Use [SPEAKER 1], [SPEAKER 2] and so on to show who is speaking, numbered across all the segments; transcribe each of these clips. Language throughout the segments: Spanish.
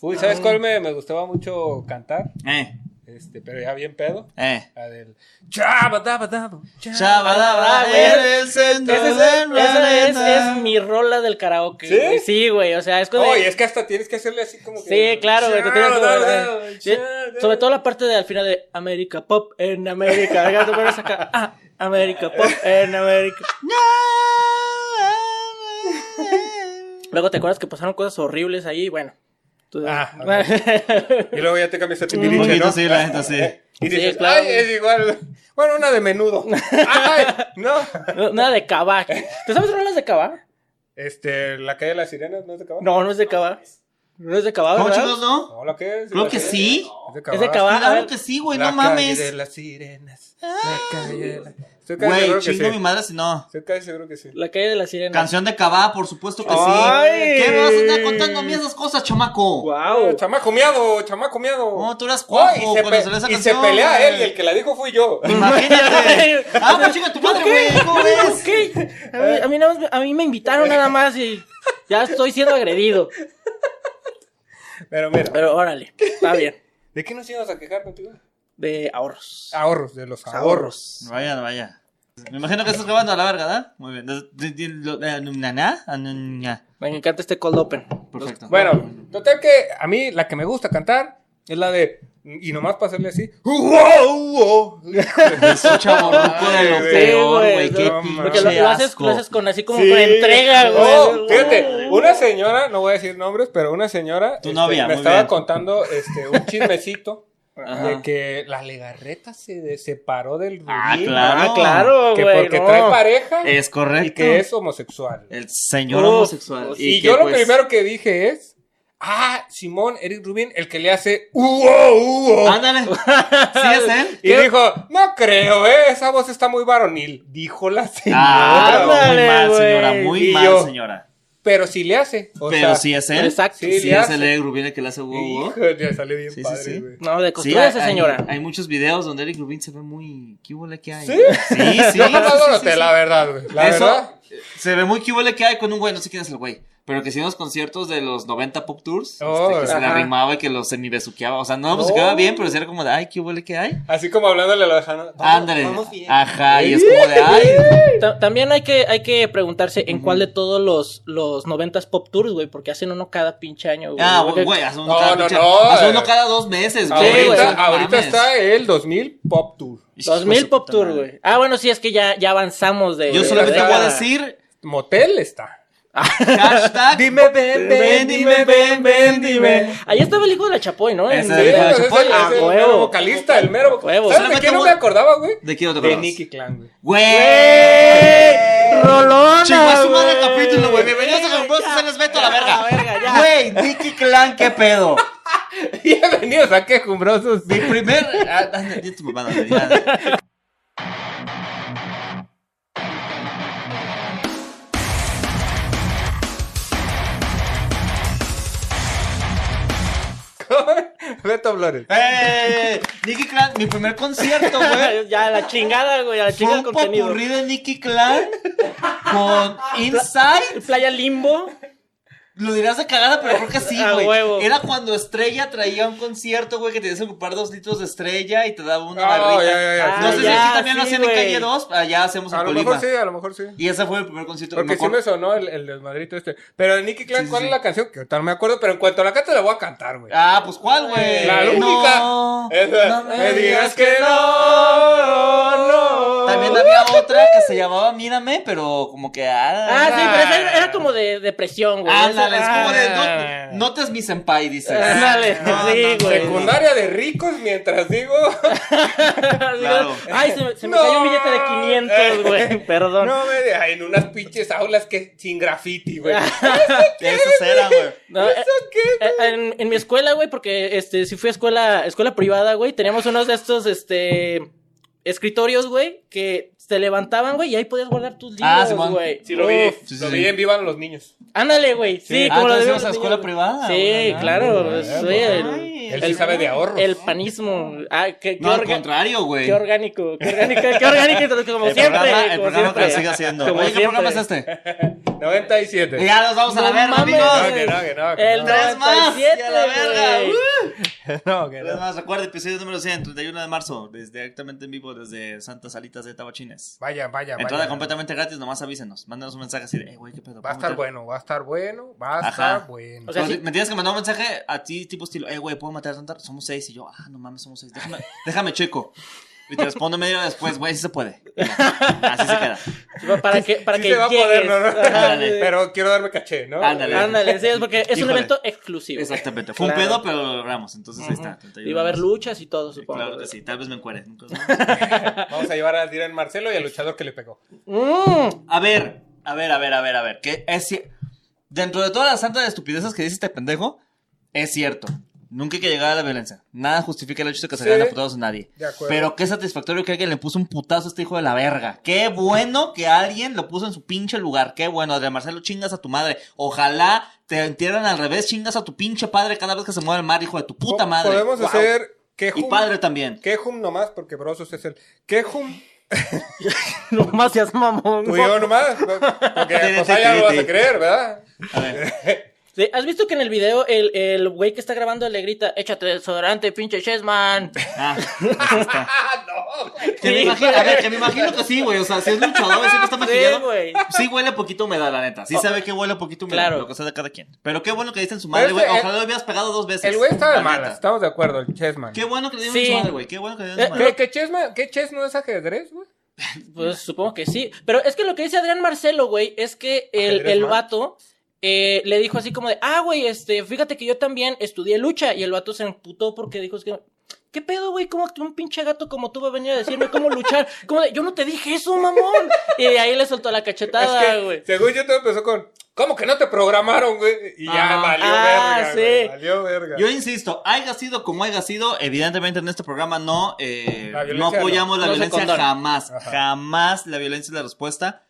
[SPEAKER 1] Uy, ¿sabes cuál me, me gustaba mucho cantar?
[SPEAKER 2] Eh,
[SPEAKER 1] Este, pero ya bien pedo.
[SPEAKER 2] eh.
[SPEAKER 1] La del. Chabadabadabo, Ah,
[SPEAKER 2] Shabadabra,
[SPEAKER 3] güey.
[SPEAKER 2] eres el centro
[SPEAKER 3] Esa es,
[SPEAKER 2] del
[SPEAKER 3] esa es-
[SPEAKER 2] planeta.
[SPEAKER 3] es mi rola del karaoke.
[SPEAKER 1] ¿Sí?
[SPEAKER 3] güey. Sí, güey. O sea, es cuando.
[SPEAKER 1] Oye, es que hasta tienes que hacerle así como que.
[SPEAKER 3] Sí, claro, güey, te tienes que
[SPEAKER 1] Chabadabadabo,
[SPEAKER 3] mover, güey. Sí,
[SPEAKER 1] chabadabadabo.
[SPEAKER 3] Sobre todo la parte de al final de América Pop en América. Acá te pones acá, Ah, América Pop en América. Luego te acuerdas que pasaron cosas horribles ahí. Bueno. Tú-
[SPEAKER 1] Ah, Y luego ya te cambias a
[SPEAKER 2] Un
[SPEAKER 1] Timbiriche,
[SPEAKER 2] poquito
[SPEAKER 1] ¿no?
[SPEAKER 2] sí, la neta sí.
[SPEAKER 1] Y dices,
[SPEAKER 3] Sí, claro.
[SPEAKER 1] ay, es igual. Bueno, una de menudo. Ay, no.
[SPEAKER 3] No, Nada de Cava. ¿Te sabes rolas de Cava?
[SPEAKER 1] Este, la calle de las sirenas, ¿no es de Cabá?
[SPEAKER 3] No, no es de Cava. No es de Cava,
[SPEAKER 2] ¿Cómo
[SPEAKER 3] ¿verdad?
[SPEAKER 2] chicos no?
[SPEAKER 1] No, la calle de
[SPEAKER 2] Creo
[SPEAKER 1] las
[SPEAKER 2] que
[SPEAKER 1] sirenas.
[SPEAKER 2] sí.
[SPEAKER 3] Es de
[SPEAKER 1] Cabá.
[SPEAKER 3] Cabá. a
[SPEAKER 2] Claro
[SPEAKER 3] ver.
[SPEAKER 2] que sí, güey,
[SPEAKER 1] La
[SPEAKER 2] no
[SPEAKER 1] Calle de
[SPEAKER 2] mames. Ah.
[SPEAKER 1] las sirenas. La calle de las- Estoy casi
[SPEAKER 2] Güey,
[SPEAKER 1] seguro que
[SPEAKER 2] chingo
[SPEAKER 1] sí.
[SPEAKER 2] mi madre si no.
[SPEAKER 1] Estoy casi seguro que sí.
[SPEAKER 3] La calle de la sirena.
[SPEAKER 2] Canción de Cabá, por supuesto que sí.
[SPEAKER 3] Ay.
[SPEAKER 2] ¿Qué me vas a andar contando a mí esas cosas,
[SPEAKER 1] Oh,
[SPEAKER 2] chamaco?
[SPEAKER 3] Wow.
[SPEAKER 1] chamaco miado, chamaco miado.
[SPEAKER 2] No, tú eras
[SPEAKER 1] Ay,
[SPEAKER 2] cuajo
[SPEAKER 1] se
[SPEAKER 2] cuando
[SPEAKER 1] pe-
[SPEAKER 2] salió esa
[SPEAKER 1] y
[SPEAKER 2] canción.
[SPEAKER 1] se pelea
[SPEAKER 2] güey.
[SPEAKER 1] él y el que la dijo fui yo.
[SPEAKER 2] Imagínate. ah, pues chica tu madre, güey, ¿cómo ves?
[SPEAKER 3] Ok. Pues, A mí, a mí nada más me- a mí me invitaron nada más y ya estoy siendo agredido.
[SPEAKER 1] Pero mira,
[SPEAKER 3] Pero órale, está bien.
[SPEAKER 1] ¿de qué nos íbamos a quejar contigo?
[SPEAKER 3] De ahorros.
[SPEAKER 1] Ahorros, de los
[SPEAKER 3] Ahorros.
[SPEAKER 2] Vaya, vaya. Me imagino que estás grabando a la verga, ¿verdad? Muy bien. Des- de- de- lo- eh, naná, ah, naná.
[SPEAKER 3] Me encanta este cold open.
[SPEAKER 2] Perfecto.
[SPEAKER 1] Bueno, total que a mí la que me gusta cantar es la de. Y nomás para hacerle así.
[SPEAKER 2] Eso chaborruco de lo
[SPEAKER 1] Sí,
[SPEAKER 2] peor,
[SPEAKER 3] güey,
[SPEAKER 2] güey.
[SPEAKER 3] no
[SPEAKER 2] Qué
[SPEAKER 1] mames.
[SPEAKER 3] Porque
[SPEAKER 2] pinche
[SPEAKER 3] lo, lo haces,
[SPEAKER 2] asco.
[SPEAKER 3] lo haces con así como con entrega, güey.
[SPEAKER 1] No, Oh, fíjate, una señora, no voy a decir nombres, pero una señora este,
[SPEAKER 2] Tu novia,
[SPEAKER 1] me
[SPEAKER 2] muy
[SPEAKER 1] estaba
[SPEAKER 2] bien.
[SPEAKER 1] contando este, un chismecito
[SPEAKER 2] Ajá.
[SPEAKER 1] de que la legarreta se de- separó del Rubí.
[SPEAKER 2] Ah,
[SPEAKER 3] Ah,
[SPEAKER 2] claro.
[SPEAKER 3] claro,
[SPEAKER 1] Que
[SPEAKER 3] güey.
[SPEAKER 1] porque
[SPEAKER 3] no.
[SPEAKER 1] trae pareja
[SPEAKER 2] Es correcto.
[SPEAKER 1] y que es homosexual.
[SPEAKER 2] El señor
[SPEAKER 3] Uf,
[SPEAKER 2] homosexual.
[SPEAKER 1] Y,
[SPEAKER 2] Eh, que,
[SPEAKER 1] yo lo
[SPEAKER 2] pues,
[SPEAKER 1] primero que dije es. Ah, Simón, Eric Rubin, el que le hace uo, uo.
[SPEAKER 2] Ándale. Ah, Sí, es él.
[SPEAKER 1] Y dijo, no creo, eh, esa voz está muy varonil. Dijo la señora.
[SPEAKER 2] Ah, pero
[SPEAKER 3] Ándale,
[SPEAKER 2] muy mal,
[SPEAKER 3] güey.
[SPEAKER 2] señora. Muy
[SPEAKER 1] Y
[SPEAKER 2] mal,
[SPEAKER 1] yo,
[SPEAKER 2] señora.
[SPEAKER 1] Pero si le hace. O
[SPEAKER 2] Pero
[SPEAKER 1] sea,
[SPEAKER 2] sí es él.
[SPEAKER 3] Exacto.
[SPEAKER 1] Sí,
[SPEAKER 2] Sí,
[SPEAKER 1] le
[SPEAKER 2] es
[SPEAKER 1] hace.
[SPEAKER 2] el Eric Rubin el que le hace wow, wow.
[SPEAKER 1] Hijo, ya sale bien
[SPEAKER 2] Sí, sí,
[SPEAKER 1] padre,
[SPEAKER 2] sí.
[SPEAKER 1] güey.
[SPEAKER 3] No, de
[SPEAKER 2] Sí,
[SPEAKER 3] construye
[SPEAKER 2] hay-
[SPEAKER 3] esa señora.
[SPEAKER 2] Hay, muchos videos donde Eric Rubin se ve muy. ¿Qué huele que hay?
[SPEAKER 1] ¿Sí?
[SPEAKER 2] sí, sí. sí,
[SPEAKER 1] No, no, no, no,
[SPEAKER 2] sí,
[SPEAKER 1] te-
[SPEAKER 2] sí.
[SPEAKER 1] la verdad, güey. La
[SPEAKER 2] Eso
[SPEAKER 1] verdad.
[SPEAKER 2] eh, se ve muy que huele que hay con un güey, no sé quién es el güey. Pero que sí en los conciertos de los 90 Pop Tours,
[SPEAKER 1] Oh,
[SPEAKER 2] este, que se le
[SPEAKER 3] ajá.
[SPEAKER 2] arrimaba y que lo semibesuqueaba. O sea, no,
[SPEAKER 1] No.
[SPEAKER 2] pues se quedaba bien, pero sí era como de, ay, qué huele que hay.
[SPEAKER 1] Así como hablándole a la Jana.
[SPEAKER 2] Ándale. Ajá, y es como de, ay.
[SPEAKER 3] Ta- También hay que, hay que preguntarse en cuál de todos los, los 90s pop tours, güey, porque hacen uno cada pinche año, güey.
[SPEAKER 2] Ah,
[SPEAKER 3] Porque-
[SPEAKER 2] güey, haz uno,
[SPEAKER 1] No,
[SPEAKER 2] cada,
[SPEAKER 1] no,
[SPEAKER 2] pinche-
[SPEAKER 1] no,
[SPEAKER 2] haz
[SPEAKER 1] eh.
[SPEAKER 2] uno cada dos meses, güey.
[SPEAKER 3] güey,
[SPEAKER 1] Ahorita,
[SPEAKER 2] no
[SPEAKER 1] ahorita
[SPEAKER 2] mames.
[SPEAKER 1] está el 2000 Pop Tour.
[SPEAKER 2] Hijo de
[SPEAKER 3] 2000
[SPEAKER 2] su
[SPEAKER 3] pop
[SPEAKER 2] puta
[SPEAKER 3] tour,
[SPEAKER 2] madre.
[SPEAKER 3] güey. Ah, bueno, sí, es que ya, ya avanzamos de.
[SPEAKER 2] Yo
[SPEAKER 3] de
[SPEAKER 2] solamente
[SPEAKER 3] la
[SPEAKER 2] voy a
[SPEAKER 3] década.
[SPEAKER 2] decir
[SPEAKER 1] Motel está.
[SPEAKER 2] hashtag.
[SPEAKER 1] Dime, ven, ven, dime, ven, ven, dime.
[SPEAKER 3] Ahí estaba el hijo de la Chapoy, ¿no? En-
[SPEAKER 2] Ese
[SPEAKER 1] Sí,
[SPEAKER 2] de la
[SPEAKER 1] pues, es
[SPEAKER 2] Chapoy.
[SPEAKER 1] el, es
[SPEAKER 3] Ah,
[SPEAKER 1] el
[SPEAKER 3] huevo.
[SPEAKER 1] mero vocalista, el mero
[SPEAKER 3] Huevo.
[SPEAKER 1] vocalista. ¿Sabes de
[SPEAKER 2] Solamente
[SPEAKER 1] quién no
[SPEAKER 2] voy-
[SPEAKER 1] me acordaba, güey?
[SPEAKER 2] ¿De quién otro
[SPEAKER 1] De
[SPEAKER 2] conoces?
[SPEAKER 1] Nicky Clan, güey.
[SPEAKER 2] Güey.
[SPEAKER 3] ¡Eh! ¡Rolona!
[SPEAKER 2] Chingua su madre el
[SPEAKER 3] güey.
[SPEAKER 2] capítulo, güey. Bienvenidos
[SPEAKER 3] Sí,
[SPEAKER 2] a Jambosos,
[SPEAKER 3] ya.
[SPEAKER 2] se les veto a
[SPEAKER 3] Ya,
[SPEAKER 2] la verga.
[SPEAKER 3] la verga, ya.
[SPEAKER 2] Güey, Nicky Clan, qué pedo.
[SPEAKER 1] Bienvenidos a Quejumbrosos.
[SPEAKER 2] Mi primer. Ah, ah, di tu mamada, güey, ya.
[SPEAKER 1] Beto Flores.
[SPEAKER 2] ¡Eh! Nicky Clan, mi primer concierto, güey.
[SPEAKER 3] Ya, la chingada, güey, a la
[SPEAKER 2] Fue
[SPEAKER 3] chingada
[SPEAKER 2] un
[SPEAKER 3] el contenido.
[SPEAKER 2] popurrí de Nicky Clan con Inside.
[SPEAKER 3] Playa Limbo.
[SPEAKER 2] Lo dirás de cagada, pero creo que sí,
[SPEAKER 3] A
[SPEAKER 2] güey.
[SPEAKER 3] huevo.
[SPEAKER 2] Era cuando Estrella traía un concierto, güey, que tenías que ocupar dos litros de Estrella y te daba una
[SPEAKER 1] Ah,
[SPEAKER 2] barrita.
[SPEAKER 1] ya, ya, ya,
[SPEAKER 2] no
[SPEAKER 1] sí.
[SPEAKER 2] sé si
[SPEAKER 3] Ah,
[SPEAKER 2] aquí
[SPEAKER 3] ya,
[SPEAKER 2] también lo
[SPEAKER 3] sí,
[SPEAKER 2] hacían en
[SPEAKER 3] güey.
[SPEAKER 2] calle 2, allá hacemos
[SPEAKER 1] A
[SPEAKER 2] en
[SPEAKER 1] lo
[SPEAKER 2] Colima.
[SPEAKER 1] mejor sí, a lo mejor sí.
[SPEAKER 2] Y ese fue el primer concierto.
[SPEAKER 1] Porque
[SPEAKER 2] me
[SPEAKER 1] sí me
[SPEAKER 2] acuerdo.
[SPEAKER 1] sonó el, el desmadrito este. Pero de Nicky Clan,
[SPEAKER 2] Sí, sí,
[SPEAKER 1] ¿cuál
[SPEAKER 2] sí.
[SPEAKER 1] es la canción? Que ahorita no me acuerdo, pero en cuanto la cante la voy a cantar, güey.
[SPEAKER 2] Ah, pues ¿cuál, güey?
[SPEAKER 1] La única.
[SPEAKER 2] No,
[SPEAKER 1] Esa.
[SPEAKER 2] no
[SPEAKER 1] me, digas que no, no.
[SPEAKER 2] También había otra que se llamaba Mírame, pero como que. Ah,
[SPEAKER 3] Ah, sí,
[SPEAKER 2] ah,
[SPEAKER 3] pero esa era, era como de depresión, güey.
[SPEAKER 2] Ándale, es
[SPEAKER 3] Esa-
[SPEAKER 2] como
[SPEAKER 1] Ah.
[SPEAKER 2] de. No, notas mi senpai, dices.
[SPEAKER 3] Ah,
[SPEAKER 2] Ah,
[SPEAKER 3] Ándale,
[SPEAKER 2] No,
[SPEAKER 3] sí,
[SPEAKER 2] no, no,
[SPEAKER 3] güey.
[SPEAKER 1] Secundaria de ricos, mientras digo.
[SPEAKER 2] Claro.
[SPEAKER 3] Ah,
[SPEAKER 2] Eh.
[SPEAKER 3] Ay, se, me- se me
[SPEAKER 1] No.
[SPEAKER 3] cayó un billete de 500, güey. Perdón.
[SPEAKER 1] No me de- ay, en unas pinches aulas que sin graffiti, güey.
[SPEAKER 2] Esas eran, güey.
[SPEAKER 3] No, eh, eh, en, en mi escuela, güey, porque este, si fui a escuela, escuela privada, güey, teníamos unos de estos, este, escritorios, güey, que se levantaban, güey, y ahí podías guardar tus
[SPEAKER 2] Ah,
[SPEAKER 3] libros,
[SPEAKER 2] Simón.
[SPEAKER 3] güey.
[SPEAKER 1] Sí, lo vi.
[SPEAKER 3] Uf,
[SPEAKER 2] Sí, sí,
[SPEAKER 1] lo
[SPEAKER 2] sí.
[SPEAKER 1] vi en Vivan los niños.
[SPEAKER 3] Ándale, güey. Sí,
[SPEAKER 1] Sí.
[SPEAKER 2] Ah,
[SPEAKER 3] como lo
[SPEAKER 2] entonces
[SPEAKER 3] de
[SPEAKER 2] ibas a la escuela privada.
[SPEAKER 3] Sí,
[SPEAKER 2] güey.
[SPEAKER 3] claro.
[SPEAKER 2] Ah,
[SPEAKER 3] sí,
[SPEAKER 2] pues,
[SPEAKER 3] el-
[SPEAKER 2] ay,
[SPEAKER 1] Él sí sabe de ahorros.
[SPEAKER 3] El panismo. Ah, qué, qué
[SPEAKER 2] No, al
[SPEAKER 3] orga-
[SPEAKER 2] contrario, güey.
[SPEAKER 3] qué orgánico. Qué orgánico, qué orgánico, como
[SPEAKER 2] El
[SPEAKER 3] siempre.
[SPEAKER 2] programa, el
[SPEAKER 3] como
[SPEAKER 2] programa que
[SPEAKER 3] siempre.
[SPEAKER 2] lo sigue haciendo.
[SPEAKER 3] Como
[SPEAKER 2] Oye, ¿qué
[SPEAKER 3] siempre.
[SPEAKER 2] programa es este?
[SPEAKER 1] 97.
[SPEAKER 2] Ya nos vamos a la
[SPEAKER 3] No
[SPEAKER 2] verga,
[SPEAKER 3] mames.
[SPEAKER 1] No,
[SPEAKER 2] amigos.
[SPEAKER 1] que no, que no. que
[SPEAKER 3] El
[SPEAKER 1] no.
[SPEAKER 2] Tres este? más, y
[SPEAKER 3] 97,
[SPEAKER 2] a la verga. uh.
[SPEAKER 3] güey.
[SPEAKER 1] No, que
[SPEAKER 2] Pero
[SPEAKER 1] no.
[SPEAKER 2] más, recuerda, episodio número 100, 31 de marzo, desde, directamente en vivo desde Santa Salitas de Tabachines.
[SPEAKER 1] Vaya, vaya,
[SPEAKER 3] Ah,
[SPEAKER 1] vaya.
[SPEAKER 2] Entrada completamente gratis, nomás avísenos. Mándanos un mensaje así de, eh, güey, qué pedo.
[SPEAKER 1] Va a
[SPEAKER 2] ¿Cómo
[SPEAKER 1] estar
[SPEAKER 2] te-
[SPEAKER 1] bueno, va a estar bueno, va a
[SPEAKER 2] Ajá.
[SPEAKER 1] estar bueno.
[SPEAKER 3] O sea,
[SPEAKER 2] Pero
[SPEAKER 3] sí.
[SPEAKER 2] Me tienes que mandar un mensaje a ti, tipo estilo, eh, güey, ¿puedo matar a Santa? Somos seis. Y yo, ah, no mames, somos seis. Déjame, déjame checo. Y te respondo media hora después, güey, sí se puede. Y ya, Así se queda.
[SPEAKER 3] Para que, para
[SPEAKER 1] Sí
[SPEAKER 3] que
[SPEAKER 1] se va a poder,
[SPEAKER 3] llegues.
[SPEAKER 1] ¿no? ¿no?
[SPEAKER 3] Ajá,
[SPEAKER 2] Ándale.
[SPEAKER 3] güey.
[SPEAKER 1] Pero quiero darme caché, ¿no? Eh,
[SPEAKER 2] Ándale.
[SPEAKER 3] Ándale, sí, es porque es un
[SPEAKER 2] Híjole.
[SPEAKER 3] evento exclusivo.
[SPEAKER 2] Exactamente. Fue un
[SPEAKER 3] Claro.
[SPEAKER 2] pedo, pero lo logramos. Entonces ahí está. 31
[SPEAKER 3] Y va a haber
[SPEAKER 2] de
[SPEAKER 3] luchas y todo,
[SPEAKER 2] marzo. Sí,
[SPEAKER 3] supongo.
[SPEAKER 2] Claro que
[SPEAKER 3] güey.
[SPEAKER 2] sí, tal vez me encuere. nunca sabes.
[SPEAKER 1] Vamos a llevar a Dylan Marcelo y al luchador que le pegó.
[SPEAKER 3] Mm,
[SPEAKER 2] A ver, a ver, a ver, a ver, a ver. Que es ci- Dentro de todas las santas estupideces que dice este pendejo, es cierto. Nunca hay que llegar a la violencia. Nada justifica el hecho de que se
[SPEAKER 1] Sí.
[SPEAKER 2] hayan apuntados a nadie.
[SPEAKER 1] De acuerdo.
[SPEAKER 2] Pero qué satisfactorio que alguien le puso un putazo a este hijo de la verga. Qué bueno que alguien lo puso en su pinche lugar. Qué bueno, Adrián Marcelo, chingas a tu madre. Ojalá te entierran al revés, chingas a tu pinche padre cada vez que se mueve el mar, hijo de tu puta
[SPEAKER 1] Po-
[SPEAKER 2] madre.
[SPEAKER 1] Podemos
[SPEAKER 2] Guau.
[SPEAKER 1] hacer quejum.
[SPEAKER 2] Y padre también.
[SPEAKER 1] Quejum nomás, porque Brosos es el. Quejum.
[SPEAKER 3] nomás seas mamón.
[SPEAKER 1] Tú y yo nomás. Porque pues
[SPEAKER 2] Tiri,
[SPEAKER 1] allá
[SPEAKER 2] tiri,
[SPEAKER 1] lo vas a
[SPEAKER 2] tiri.
[SPEAKER 1] creer, ¿verdad?
[SPEAKER 2] A ver.
[SPEAKER 3] Sí, ¿Has visto que en el video el, el güey que está grabando le grita, échate desodorante, pinche Chessman?
[SPEAKER 2] Ah, así está.
[SPEAKER 1] ¡Ah, no! güey.
[SPEAKER 2] Que me imagino, a ver, que me imagino que sí, güey. O sea, si es luchador, siempre está maquillado.
[SPEAKER 3] Sí, güey. Oh,
[SPEAKER 2] Sí huele poquito humedad, la neta. Sí sabe que huele poquito humedad.
[SPEAKER 3] Claro.
[SPEAKER 2] Lo que sea de cada quien. Pero qué bueno que le diste en su madre,
[SPEAKER 1] Pero
[SPEAKER 2] güey.
[SPEAKER 1] este,
[SPEAKER 2] Ojalá lo hubieras pegado dos veces.
[SPEAKER 1] El güey estaba
[SPEAKER 2] la
[SPEAKER 1] de malas,
[SPEAKER 2] neta.
[SPEAKER 1] estamos de acuerdo, el Chessman.
[SPEAKER 2] Qué bueno que le dieron
[SPEAKER 3] Sí. Eh,
[SPEAKER 2] en su madre, güey. Qué bueno que le dieron en su madre.
[SPEAKER 1] ¿Qué, qué Chessman? ¿Qué Chess no es ajedrez, güey?
[SPEAKER 3] Pues supongo que sí. Pero es que lo que dice Adrián Marcelo, güey, es que el,
[SPEAKER 1] Ajedrez
[SPEAKER 3] el
[SPEAKER 1] mal.
[SPEAKER 3] vato eh, le dijo así como de, ah, güey, este, fíjate que yo también estudié lucha. Y el vato se emputó porque dijo, es que, ¿qué pedo, güey? ¿Cómo que un pinche gato como tú va a venir a decirme cómo luchar? Como de, yo no te dije eso, mamón. Y de ahí le soltó la
[SPEAKER 1] Es
[SPEAKER 3] cachetada,
[SPEAKER 1] que,
[SPEAKER 3] güey.
[SPEAKER 1] Según yo todo empezó con. ¿Cómo que no te programaron, güey? Y ya
[SPEAKER 2] Ah.
[SPEAKER 1] valió
[SPEAKER 3] Ah,
[SPEAKER 1] verga.
[SPEAKER 3] sí.
[SPEAKER 1] güey, Valió verga.
[SPEAKER 2] Yo insisto, haya sido como haya sido, evidentemente en este programa no, eh,
[SPEAKER 1] La
[SPEAKER 2] no
[SPEAKER 1] violencia
[SPEAKER 2] apoyamos la
[SPEAKER 3] no. No se
[SPEAKER 2] violencia
[SPEAKER 3] condona.
[SPEAKER 2] jamás.
[SPEAKER 1] Ajá.
[SPEAKER 2] Jamás la violencia es la respuesta.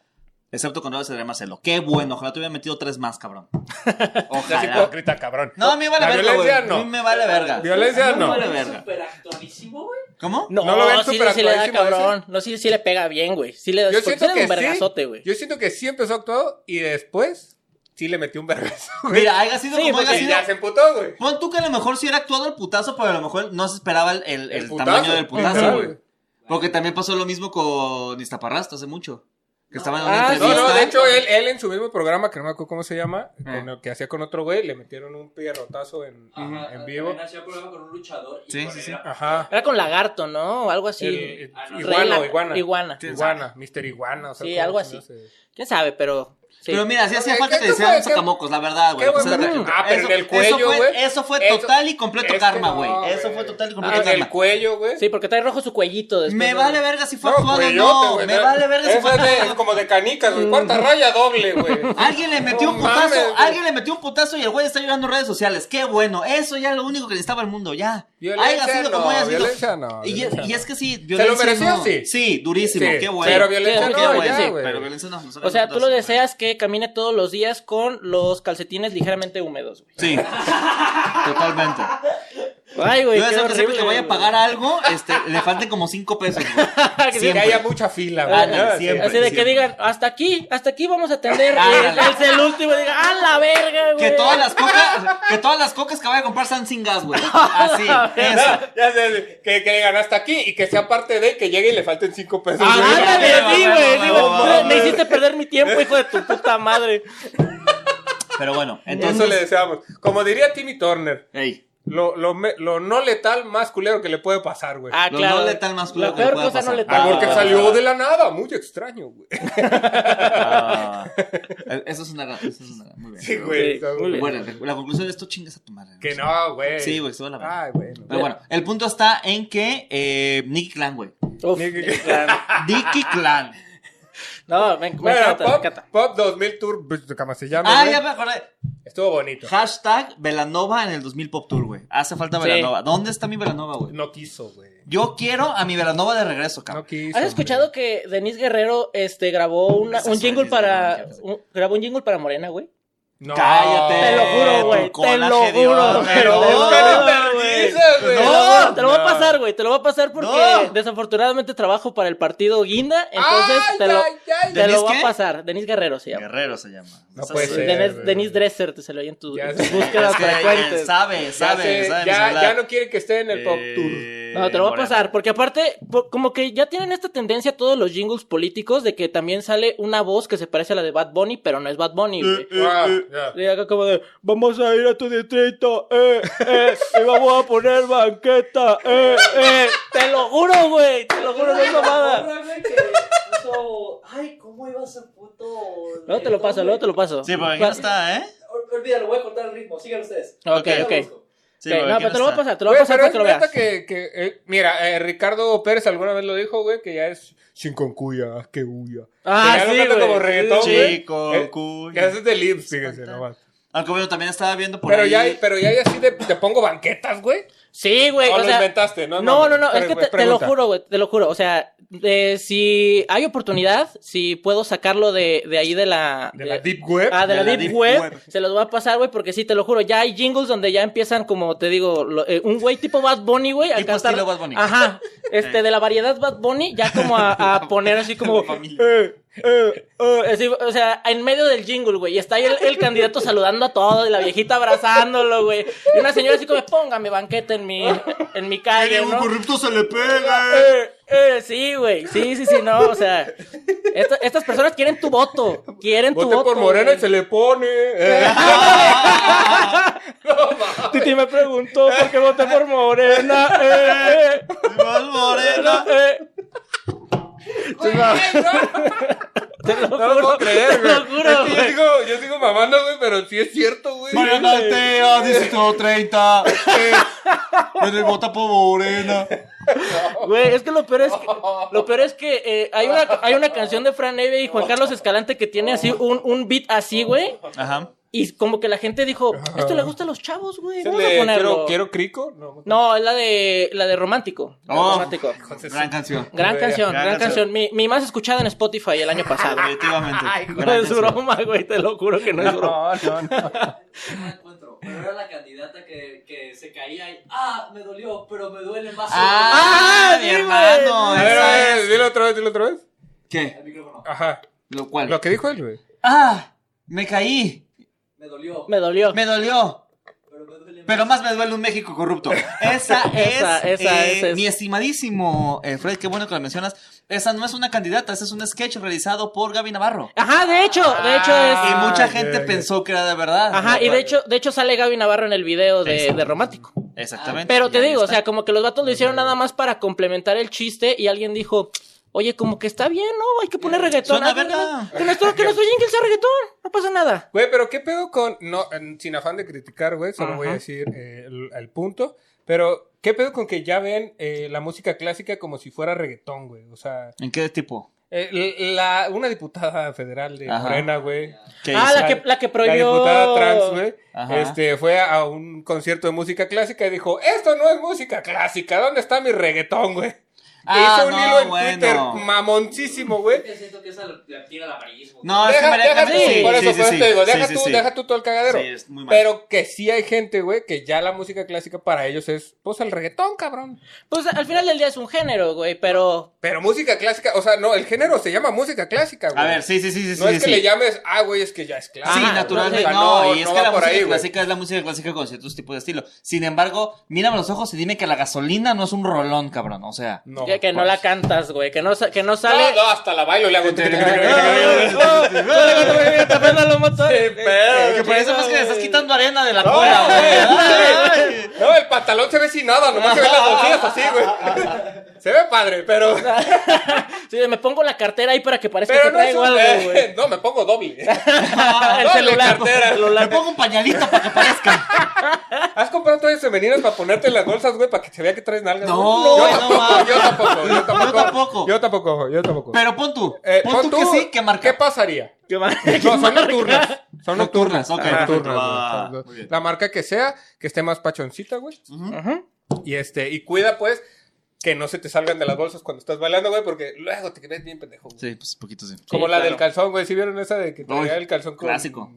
[SPEAKER 2] Excepto cuando se de Marcelo. Qué bueno, ojalá te hubiera metido tres más, cabrón.
[SPEAKER 1] Seas
[SPEAKER 2] Ojalá.
[SPEAKER 1] hipócrita, cabrón.
[SPEAKER 2] No, a mí me vale
[SPEAKER 1] La
[SPEAKER 2] verga, güey.
[SPEAKER 1] violencia
[SPEAKER 2] A mí
[SPEAKER 1] no.
[SPEAKER 2] me vale verga.
[SPEAKER 1] Violencia no.
[SPEAKER 2] vale verga. ¿Cómo?
[SPEAKER 3] No,
[SPEAKER 1] ¿No lo ven
[SPEAKER 3] sí, sí le da
[SPEAKER 1] superactuadísimo
[SPEAKER 3] cabrón. No, sí, sí le pega bien, güey. Sí le da
[SPEAKER 1] Yo
[SPEAKER 3] porque
[SPEAKER 1] siento
[SPEAKER 3] eres
[SPEAKER 1] que
[SPEAKER 3] un vergazote,
[SPEAKER 1] sí.
[SPEAKER 3] güey.
[SPEAKER 1] Yo siento que sí empezó actuado y después sí le metió un vergazo, güey.
[SPEAKER 2] Mira, haya sido
[SPEAKER 3] Sí,
[SPEAKER 2] como haya
[SPEAKER 3] porque
[SPEAKER 1] y
[SPEAKER 2] sido.
[SPEAKER 1] ya se emputó, güey.
[SPEAKER 2] Pon tú que a lo mejor sí era actuado el putazo, pero a lo mejor no se esperaba el, el- el
[SPEAKER 1] putazo.
[SPEAKER 2] tamaño del putazo,
[SPEAKER 1] Ajá,
[SPEAKER 2] güey. Porque también pasó lo mismo con Iztaparrasta hace mucho. Que estaban en una
[SPEAKER 3] Ah, sí.
[SPEAKER 1] No,
[SPEAKER 2] entrevista.
[SPEAKER 1] no, de hecho, él, él en su mismo programa, que no me acuerdo cómo se llama,
[SPEAKER 2] Ah.
[SPEAKER 1] con el que hacía con otro güey, le metieron un pierrotazo en,
[SPEAKER 4] Ajá,
[SPEAKER 1] en vivo.
[SPEAKER 4] también hacía programa con un luchador. y
[SPEAKER 2] Sí,
[SPEAKER 4] con
[SPEAKER 2] sí,
[SPEAKER 4] él
[SPEAKER 2] sí.
[SPEAKER 4] era-
[SPEAKER 1] Ajá.
[SPEAKER 3] Era con lagarto, ¿no? O algo así.
[SPEAKER 1] El-
[SPEAKER 2] Ah,
[SPEAKER 1] el-
[SPEAKER 3] Rey
[SPEAKER 1] iguana,
[SPEAKER 3] la-
[SPEAKER 1] iguana.
[SPEAKER 3] Iguana.
[SPEAKER 2] Sí.
[SPEAKER 1] Iguana, Mr. Iguana. O sea,
[SPEAKER 3] Sí,
[SPEAKER 1] ¿cómo
[SPEAKER 3] algo
[SPEAKER 1] se llama
[SPEAKER 3] así.
[SPEAKER 1] ese?
[SPEAKER 3] ¿Quién sabe? Pero sí.
[SPEAKER 2] Pero mira, sí hacía
[SPEAKER 1] ¿Qué-
[SPEAKER 2] falta
[SPEAKER 1] qué
[SPEAKER 2] que te hicieran
[SPEAKER 1] fue-
[SPEAKER 2] un sacamocos, la verdad, güey.
[SPEAKER 1] qué
[SPEAKER 2] Pues,
[SPEAKER 1] buen
[SPEAKER 2] o sea,
[SPEAKER 1] verbo. Ah, pero en el cuello,
[SPEAKER 2] eso fue-
[SPEAKER 1] güey.
[SPEAKER 2] Eso fue
[SPEAKER 1] Eso-
[SPEAKER 2] total y completo
[SPEAKER 1] Es que
[SPEAKER 2] karma,
[SPEAKER 1] no,
[SPEAKER 2] güey. eso fue total y
[SPEAKER 1] Ah,
[SPEAKER 2] completo
[SPEAKER 1] en
[SPEAKER 2] karma.
[SPEAKER 1] el cuello, güey.
[SPEAKER 3] Sí, porque trae rojo su cuellito después.
[SPEAKER 2] Me
[SPEAKER 3] de-
[SPEAKER 2] vale verga si fue
[SPEAKER 1] No,
[SPEAKER 2] actuado o
[SPEAKER 1] cuellote,
[SPEAKER 2] no.
[SPEAKER 1] güey,
[SPEAKER 2] Me vale verga si
[SPEAKER 1] Eso
[SPEAKER 2] fue
[SPEAKER 1] es de-
[SPEAKER 2] actuado.
[SPEAKER 1] como de canicas, güey. ¿Cuánta raya doble, güey?
[SPEAKER 2] Alguien le metió
[SPEAKER 1] No
[SPEAKER 2] un putazo,
[SPEAKER 1] mames, güey.
[SPEAKER 2] alguien le metió un putazo y el güey está llorando en redes sociales. Qué bueno, eso ya es lo único que necesitaba el mundo, ya.
[SPEAKER 1] Violencia
[SPEAKER 2] Haya sido
[SPEAKER 1] no,
[SPEAKER 2] como haya sido.
[SPEAKER 1] violencia no,
[SPEAKER 2] Y,
[SPEAKER 1] violencia
[SPEAKER 2] y
[SPEAKER 1] no.
[SPEAKER 2] es que sí,
[SPEAKER 1] lo mereció?
[SPEAKER 2] no.
[SPEAKER 1] Sí.
[SPEAKER 2] durísimo,
[SPEAKER 1] Sí,
[SPEAKER 2] qué bueno.
[SPEAKER 1] pero violencia
[SPEAKER 2] Qué
[SPEAKER 3] no,
[SPEAKER 2] bueno,
[SPEAKER 3] ya,
[SPEAKER 2] sí,
[SPEAKER 1] güey.
[SPEAKER 2] Pero violencia no. no se
[SPEAKER 3] O sea, tú lo
[SPEAKER 2] putazo.
[SPEAKER 3] deseas que camine todos los días con los calcetines ligeramente húmedos, güey.
[SPEAKER 2] Sí. Totalmente.
[SPEAKER 3] Ay, güey.
[SPEAKER 2] Yo
[SPEAKER 3] qué
[SPEAKER 2] deseo que siempre
[SPEAKER 3] horrible,
[SPEAKER 2] que vaya a
[SPEAKER 3] güey.
[SPEAKER 2] pagar algo, este, le falten como 5 pesos, güey.
[SPEAKER 3] Que
[SPEAKER 1] Que
[SPEAKER 2] Siempre.
[SPEAKER 1] haya mucha fila, güey.
[SPEAKER 2] Ándale,
[SPEAKER 1] ¿no? Sí.
[SPEAKER 2] siempre.
[SPEAKER 3] Así de que
[SPEAKER 2] siempre.
[SPEAKER 3] digan, hasta aquí, hasta aquí vamos a atender. eh,
[SPEAKER 2] Ándale.
[SPEAKER 3] Es el último. Diga, ¡ah, la verga, güey!
[SPEAKER 2] Que todas las cocas, que todas las cocas que vaya a comprar sean sin gas, güey. Así, eso.
[SPEAKER 1] No, ya sé, que, que le ganaste aquí y que sea parte de que llegue y le falten cinco pesos.
[SPEAKER 2] Ah,
[SPEAKER 1] güey.
[SPEAKER 3] Ándale,
[SPEAKER 2] Ándale,
[SPEAKER 3] sí,
[SPEAKER 2] va,
[SPEAKER 3] güey.
[SPEAKER 2] va,
[SPEAKER 3] sí,
[SPEAKER 2] va,
[SPEAKER 3] güey.
[SPEAKER 2] va, va,
[SPEAKER 3] Me
[SPEAKER 1] va.
[SPEAKER 3] hiciste perder mi tiempo, hijo de tu puta madre.
[SPEAKER 2] Pero bueno,
[SPEAKER 1] Eso le
[SPEAKER 2] entonces.
[SPEAKER 1] deseamos. Como diría Timmy Turner,
[SPEAKER 2] Ey.
[SPEAKER 1] lo, lo, me- lo no letal más culero que le puede pasar, güey.
[SPEAKER 3] Ah,
[SPEAKER 2] Lo
[SPEAKER 3] claro.
[SPEAKER 2] no letal más culero
[SPEAKER 3] La
[SPEAKER 2] que
[SPEAKER 3] peor
[SPEAKER 2] pueda
[SPEAKER 3] cosa
[SPEAKER 2] pasar.
[SPEAKER 3] no letal.
[SPEAKER 1] Algo que
[SPEAKER 2] Ah.
[SPEAKER 1] salió de la nada, muy extraño, güey.
[SPEAKER 2] Ah, eso es una gran- Eso es una gran- Muy bien.
[SPEAKER 1] Sí, güey.
[SPEAKER 3] Sí, muy bien.
[SPEAKER 2] Bueno, la conclusión de esto chingas a tu madre.
[SPEAKER 1] Que no, güey. Ah,
[SPEAKER 2] Sí, güey, estuvo la verga.
[SPEAKER 1] Ay, bueno.
[SPEAKER 2] Pero bueno, el punto está en que eh, Nicky Clan, güey.
[SPEAKER 3] Uf,
[SPEAKER 1] Ni-
[SPEAKER 3] me encanta.
[SPEAKER 2] Nicky Clan.
[SPEAKER 3] No, me, me
[SPEAKER 1] Bueno,
[SPEAKER 3] encanta, me
[SPEAKER 1] Pop,
[SPEAKER 3] encanta.
[SPEAKER 1] Pop 2000 Tour, pues, ¿cómo se llama?
[SPEAKER 2] Ah,
[SPEAKER 1] güey?
[SPEAKER 2] ya me acordé.
[SPEAKER 1] Estuvo bonito.
[SPEAKER 2] Hashtag Velanova en el 2000 Pop Tour, güey. Hace falta
[SPEAKER 3] Sí.
[SPEAKER 2] Velanova. ¿Dónde está mi Velanova, güey?
[SPEAKER 1] No quiso, güey.
[SPEAKER 2] Yo quiero a mi Velanova de regreso,
[SPEAKER 1] No
[SPEAKER 2] cabrón.
[SPEAKER 1] quiso.
[SPEAKER 3] ¿Has escuchado que Denise Guerrero este, grabó una-
[SPEAKER 2] Esa
[SPEAKER 3] un
[SPEAKER 2] es
[SPEAKER 3] jingle
[SPEAKER 2] Denise
[SPEAKER 3] para.
[SPEAKER 2] Guerrero,
[SPEAKER 3] un- grabó un jingle para Morena, güey?
[SPEAKER 1] No.
[SPEAKER 2] Cállate.
[SPEAKER 3] Te lo juro, güey,
[SPEAKER 2] tu cola
[SPEAKER 3] te lo
[SPEAKER 2] hedionda,
[SPEAKER 3] juro,
[SPEAKER 1] Pero
[SPEAKER 3] güey.
[SPEAKER 2] no,
[SPEAKER 1] búscale perdices, güey.
[SPEAKER 3] Te lo- te lo voy a a pasar, güey. Te lo voy a pasar porque
[SPEAKER 2] No.
[SPEAKER 3] desafortunadamente trabajo para el partido Guinda. Entonces
[SPEAKER 1] Ay,
[SPEAKER 3] te lo,
[SPEAKER 1] ay, ay,
[SPEAKER 3] te lo
[SPEAKER 2] ¿Denise
[SPEAKER 3] voy a
[SPEAKER 2] qué?
[SPEAKER 3] pasar. Denis Guerrero se llama.
[SPEAKER 2] Guerrero se llama.
[SPEAKER 1] No puede
[SPEAKER 2] sí.
[SPEAKER 1] ser.
[SPEAKER 3] Denis,
[SPEAKER 1] güey.
[SPEAKER 3] Denis Dresser, te se lo oye en tu,
[SPEAKER 1] Ya
[SPEAKER 3] en tus
[SPEAKER 1] sé.
[SPEAKER 2] Es
[SPEAKER 3] búsquedas
[SPEAKER 2] que
[SPEAKER 3] frecuentes.
[SPEAKER 2] sabe,
[SPEAKER 1] Ya,
[SPEAKER 2] sabe,
[SPEAKER 1] sé,
[SPEAKER 2] sabe. mi
[SPEAKER 1] ya,
[SPEAKER 2] celular.
[SPEAKER 1] ya no quiere que esté en el pop tour.
[SPEAKER 2] Eh,
[SPEAKER 3] No, te lo voy a
[SPEAKER 2] Moreno.
[SPEAKER 3] pasar, porque aparte, po- como que ya tienen esta tendencia todos los jingles políticos de que también sale una voz que se parece a la de Bad Bunny, pero no es Bad Bunny. güey.
[SPEAKER 2] eh,
[SPEAKER 1] Ah, ya.
[SPEAKER 3] Eh, Y acá como de, vamos a ir a tu distrito, eh, eh, y vamos a poner banqueta, eh, eh. Te lo juro, güey, te lo juro, no es mamada.
[SPEAKER 4] Ay, ¿cómo iba ese puto?
[SPEAKER 3] Luego te lo paso, luego te lo paso.
[SPEAKER 2] Sí, pero aquí
[SPEAKER 3] Va-
[SPEAKER 2] no está, ¿eh?
[SPEAKER 4] Ol- Olvídalo, voy a cortar el ritmo, sigan ustedes.
[SPEAKER 2] Ok,
[SPEAKER 3] Ok, ok.
[SPEAKER 4] Yo lo busco.
[SPEAKER 2] Sí,
[SPEAKER 3] Ok,
[SPEAKER 2] pero
[SPEAKER 3] no,
[SPEAKER 2] aquí
[SPEAKER 3] pero te lo voy a pasar, te lo voy
[SPEAKER 1] Güey,
[SPEAKER 3] a pasar
[SPEAKER 1] pero
[SPEAKER 3] para
[SPEAKER 1] es
[SPEAKER 3] que lo
[SPEAKER 1] neta
[SPEAKER 3] veas.
[SPEAKER 1] que, que eh, mira, eh, Ricardo Pérez alguna vez lo dijo, güey, que ya es sin concuya, haz que huya. Que
[SPEAKER 3] Ah,
[SPEAKER 1] ya lo
[SPEAKER 3] sí,
[SPEAKER 1] canta
[SPEAKER 3] güey.
[SPEAKER 1] como reggaetón,
[SPEAKER 3] Sí.
[SPEAKER 1] güey.
[SPEAKER 2] Chico,
[SPEAKER 1] Eh,
[SPEAKER 2] cuy.
[SPEAKER 1] Que haces de lips, fíjense, nomás.
[SPEAKER 2] Aunque bueno, también estaba viendo por
[SPEAKER 1] Pero
[SPEAKER 2] ahí.
[SPEAKER 1] ya, hay- pero ya hay así de, te pongo banquetas, güey.
[SPEAKER 3] Sí, güey.
[SPEAKER 1] O
[SPEAKER 3] O,
[SPEAKER 1] lo
[SPEAKER 3] sea,
[SPEAKER 1] inventaste, no,
[SPEAKER 3] No,
[SPEAKER 1] no,
[SPEAKER 3] no, no,
[SPEAKER 1] pero,
[SPEAKER 3] es que
[SPEAKER 1] güey,
[SPEAKER 3] te, te lo
[SPEAKER 1] pregunta.
[SPEAKER 3] juro, güey, te lo juro. O sea, eh, si hay oportunidad, si puedo sacarlo de, de ahí de la.
[SPEAKER 1] De la Deep Web.
[SPEAKER 3] Ah, de,
[SPEAKER 2] de
[SPEAKER 3] la,
[SPEAKER 2] la
[SPEAKER 3] Deep,
[SPEAKER 2] Deep
[SPEAKER 3] Web,
[SPEAKER 2] Web.
[SPEAKER 3] Se los voy a pasar, güey, porque sí, te lo juro. Ya hay jingles donde ya empiezan, como te digo, lo- eh, un güey tipo Bad Bunny, güey. a
[SPEAKER 2] Tipo
[SPEAKER 3] cantar-
[SPEAKER 2] estilo Bad Bunny.
[SPEAKER 3] Ajá. Este, de la variedad Bad Bunny, ya como a, a poner así como.
[SPEAKER 2] La familia.
[SPEAKER 3] eh, eh, eh, así, o sea, en medio del jingle, güey. Y está ahí el, el candidato saludando a todos y la viejita abrazándolo, güey. Y una señora así como, póngame banqueta en mi, en mi calle, ¿no?
[SPEAKER 2] corrupto se le pega.
[SPEAKER 3] Eh, eh, sí, güey. Sí, sí, sí, no. O sea, esta- estas personas quieren tu voto. Quieren tu
[SPEAKER 1] Voté
[SPEAKER 3] voto.
[SPEAKER 1] por Morena
[SPEAKER 3] güey.
[SPEAKER 1] y se le pone. eh.
[SPEAKER 3] Titi me preguntó por qué voté por Morena. eh, eh,
[SPEAKER 2] Iván Moreno.
[SPEAKER 3] eh. Te lo
[SPEAKER 1] No lo puedo
[SPEAKER 3] juro,
[SPEAKER 1] creer,
[SPEAKER 3] te
[SPEAKER 1] güey.
[SPEAKER 3] lo juro,
[SPEAKER 1] Es que yo,
[SPEAKER 3] güey.
[SPEAKER 1] sigo, yo sigo mamando, güey, pero sí es cierto, güey.
[SPEAKER 2] Mariano Altea, distrito 30. En el vota por Morena.
[SPEAKER 3] Güey, es que lo peor es que, lo peor es que eh, hay, una, hay una canción de Fran Evia y Juan Carlos Escalante que tiene así un, un beat así, güey.
[SPEAKER 2] Ajá.
[SPEAKER 3] Y como que la gente dijo, esto le gusta a los chavos, güey.
[SPEAKER 1] Es el
[SPEAKER 3] Vamos a
[SPEAKER 1] de
[SPEAKER 3] ponerlo.
[SPEAKER 1] quiero, quiero crico. No,
[SPEAKER 3] No, es la de la de romántico. La de
[SPEAKER 2] Oh.
[SPEAKER 3] romántico.
[SPEAKER 2] Gran canción.
[SPEAKER 3] Gran
[SPEAKER 1] Gran
[SPEAKER 3] canción, gran,
[SPEAKER 2] canción.
[SPEAKER 3] canción. Mi, mi más escuchada en Spotify el año pasado.
[SPEAKER 2] Definitivamente.
[SPEAKER 3] No es broma, güey, te lo juro que no es broma.
[SPEAKER 1] no, no.
[SPEAKER 4] No la Ah, encuentro, pero era la candidata que, que se caía y. ¡Ah! Me dolió, pero me duele más.
[SPEAKER 2] Ah,
[SPEAKER 3] Ah,
[SPEAKER 2] mi
[SPEAKER 3] sí,
[SPEAKER 2] hermano.
[SPEAKER 3] güey.
[SPEAKER 1] A ver, a
[SPEAKER 2] esa
[SPEAKER 1] ver,
[SPEAKER 2] es.
[SPEAKER 1] dilo otra vez, dilo otra vez.
[SPEAKER 2] ¿Qué?
[SPEAKER 4] El micrófono.
[SPEAKER 1] Ajá.
[SPEAKER 2] Lo cual.
[SPEAKER 1] Lo que dijo él, güey.
[SPEAKER 2] Ah, me caí.
[SPEAKER 4] Me dolió,
[SPEAKER 3] Me dolió.
[SPEAKER 2] Me dolió.
[SPEAKER 4] pero me duele más.
[SPEAKER 2] Pero más me duele un México corrupto. Esa es,
[SPEAKER 3] Esa, esa,
[SPEAKER 2] eh,
[SPEAKER 3] esa es.
[SPEAKER 2] mi estimadísimo eh, Fred, qué bueno que lo mencionas. Esa no es una candidata, ese es un sketch realizado por Gaby Navarro.
[SPEAKER 3] Ajá, de hecho, de hecho es.
[SPEAKER 2] y
[SPEAKER 1] Ah,
[SPEAKER 2] mucha
[SPEAKER 1] ya,
[SPEAKER 2] gente
[SPEAKER 1] ya.
[SPEAKER 2] pensó que era de verdad.
[SPEAKER 3] Ajá,
[SPEAKER 2] Lo
[SPEAKER 3] y de
[SPEAKER 2] cual-
[SPEAKER 3] hecho, de hecho sale Gaby Navarro en el video de,
[SPEAKER 2] Exacto.
[SPEAKER 3] de Romántico.
[SPEAKER 2] Exactamente.
[SPEAKER 3] Pero te
[SPEAKER 2] Y ahí
[SPEAKER 3] digo, o
[SPEAKER 2] está.
[SPEAKER 3] sea, como que los vatos lo hicieron nada más para complementar el chiste y alguien dijo, oye, como que está bien, ¿no? Hay que poner reggaetón.
[SPEAKER 2] Suena
[SPEAKER 3] Ah, que-
[SPEAKER 2] verga.
[SPEAKER 3] Que nuestro, que nuestro jingle sea reggaetón, no pasa nada.
[SPEAKER 1] Güey, pero qué pedo con. No, en- sin afán de criticar, güey, solo voy a
[SPEAKER 3] Ajá.
[SPEAKER 1] decir eh, el, el punto. Pero, ¿qué pedo con que ya ven eh, la música clásica como si fuera reggaetón, güey? O sea,
[SPEAKER 2] ¿En qué tipo?
[SPEAKER 1] eh, l- la, una diputada federal de
[SPEAKER 2] Ajá.
[SPEAKER 1] Morena, güey.
[SPEAKER 2] ¿Qué
[SPEAKER 3] Ah,
[SPEAKER 2] hizo?
[SPEAKER 3] la que, la que
[SPEAKER 1] La
[SPEAKER 3] prohibió.
[SPEAKER 1] diputada trans, güey.
[SPEAKER 2] Ajá.
[SPEAKER 1] Este, fue a a un concierto de música clásica y dijo, esto no es música clásica, ¿dónde está mi reggaetón, güey? E
[SPEAKER 2] Ah,
[SPEAKER 1] hizo un
[SPEAKER 2] no,
[SPEAKER 1] hilo en
[SPEAKER 2] bueno.
[SPEAKER 1] Twitter mamoncísimo, güey.
[SPEAKER 4] Yo siento que esa la- la tira al amarillismo.
[SPEAKER 2] No, es que
[SPEAKER 1] Deja,
[SPEAKER 2] María
[SPEAKER 1] deja tú,
[SPEAKER 2] Clara- sí,
[SPEAKER 1] por
[SPEAKER 2] sí,
[SPEAKER 1] eso,
[SPEAKER 2] sí,
[SPEAKER 1] por eso
[SPEAKER 2] sí.
[SPEAKER 1] te digo,
[SPEAKER 2] Sí,
[SPEAKER 1] deja
[SPEAKER 2] sí,
[SPEAKER 1] tú,
[SPEAKER 2] sí.
[SPEAKER 1] deja tú todo el cagadero.
[SPEAKER 2] Sí, es muy mal.
[SPEAKER 1] Pero que sí hay gente, güey, que ya la música clásica para ellos es, pues, el reggaetón, cabrón.
[SPEAKER 3] Pues al final del día es un género, güey, pero.
[SPEAKER 1] Pero música clásica, o sea, no, el género se llama música clásica, güey.
[SPEAKER 2] A ver, sí, sí, sí, sí.
[SPEAKER 1] No
[SPEAKER 2] sí,
[SPEAKER 1] es que
[SPEAKER 2] sí.
[SPEAKER 1] le llames, ah, güey, es que ya es clásica.
[SPEAKER 2] Sí,
[SPEAKER 3] Ajá,
[SPEAKER 2] naturalmente.
[SPEAKER 1] o sea,
[SPEAKER 2] no, y es
[SPEAKER 1] no
[SPEAKER 2] que
[SPEAKER 1] va
[SPEAKER 2] la
[SPEAKER 1] por
[SPEAKER 2] música
[SPEAKER 1] ahí, güey.
[SPEAKER 2] clásica es la música clásica con ciertos tipos de estilo. Sin embargo, mírame a los ojos y dime que la gasolina no es un rolón, cabrón. O sea.
[SPEAKER 1] No,
[SPEAKER 3] que, que no
[SPEAKER 1] pues.
[SPEAKER 3] la cantas, güey, que no, sa- que no sale.
[SPEAKER 1] No, no, hasta la bailo y le hago... Qué pedo,
[SPEAKER 2] Que parece más que le estás
[SPEAKER 1] eh.
[SPEAKER 2] quitando arena de la
[SPEAKER 1] No,
[SPEAKER 2] cola, güey. Ay,
[SPEAKER 1] güey. No, el pantalón se ve sin nada, nomás se ven las bolsillas así, güey. Se ve padre, pero.
[SPEAKER 3] Sí, me pongo la cartera ahí para que parezca
[SPEAKER 1] Pero
[SPEAKER 3] que
[SPEAKER 1] no es
[SPEAKER 3] traigo
[SPEAKER 1] un.
[SPEAKER 3] algo, güey.
[SPEAKER 1] eh, no, me pongo doble.
[SPEAKER 3] el
[SPEAKER 1] doble
[SPEAKER 3] celular.
[SPEAKER 1] cartera.
[SPEAKER 3] el
[SPEAKER 2] Le
[SPEAKER 3] celular.
[SPEAKER 2] pongo un pañalito para que parezca.
[SPEAKER 1] ¿Has comprado toallas femeninas para ponerte en las bolsas, güey, para que se vea que traes nalgas?
[SPEAKER 2] No,
[SPEAKER 1] güey?
[SPEAKER 2] no
[SPEAKER 1] yo, tampoco,
[SPEAKER 2] mames.
[SPEAKER 1] yo tampoco, yo tampoco.
[SPEAKER 2] Yo tampoco.
[SPEAKER 1] Yo tampoco, yo tampoco.
[SPEAKER 2] Pero pon tú.
[SPEAKER 1] Eh,
[SPEAKER 2] pon, tú, que sí, que marca.
[SPEAKER 1] ¿Qué pasaría?
[SPEAKER 3] ¿Qué más?
[SPEAKER 1] No, son nocturnas. Son nocturnas.
[SPEAKER 2] Nocturnas, ok,
[SPEAKER 1] Son
[SPEAKER 2] perfecto,
[SPEAKER 1] nocturnas,
[SPEAKER 2] va,
[SPEAKER 1] güey.
[SPEAKER 2] muy bien.
[SPEAKER 1] La marca que sea, que esté más pachoncita, güey.
[SPEAKER 2] Ujú.
[SPEAKER 3] Ajá.
[SPEAKER 1] Y este, y cuida, pues, que no se te salgan de las bolsas cuando estás bailando, güey, porque luego te ves bien pendejo. güey.
[SPEAKER 2] Sí, pues poquito sí.
[SPEAKER 1] Como
[SPEAKER 3] Sí,
[SPEAKER 1] la
[SPEAKER 3] claro.
[SPEAKER 1] del calzón, güey. ¿Sí vieron esa de que traía
[SPEAKER 2] Uy,
[SPEAKER 1] el calzón con...
[SPEAKER 2] clásico.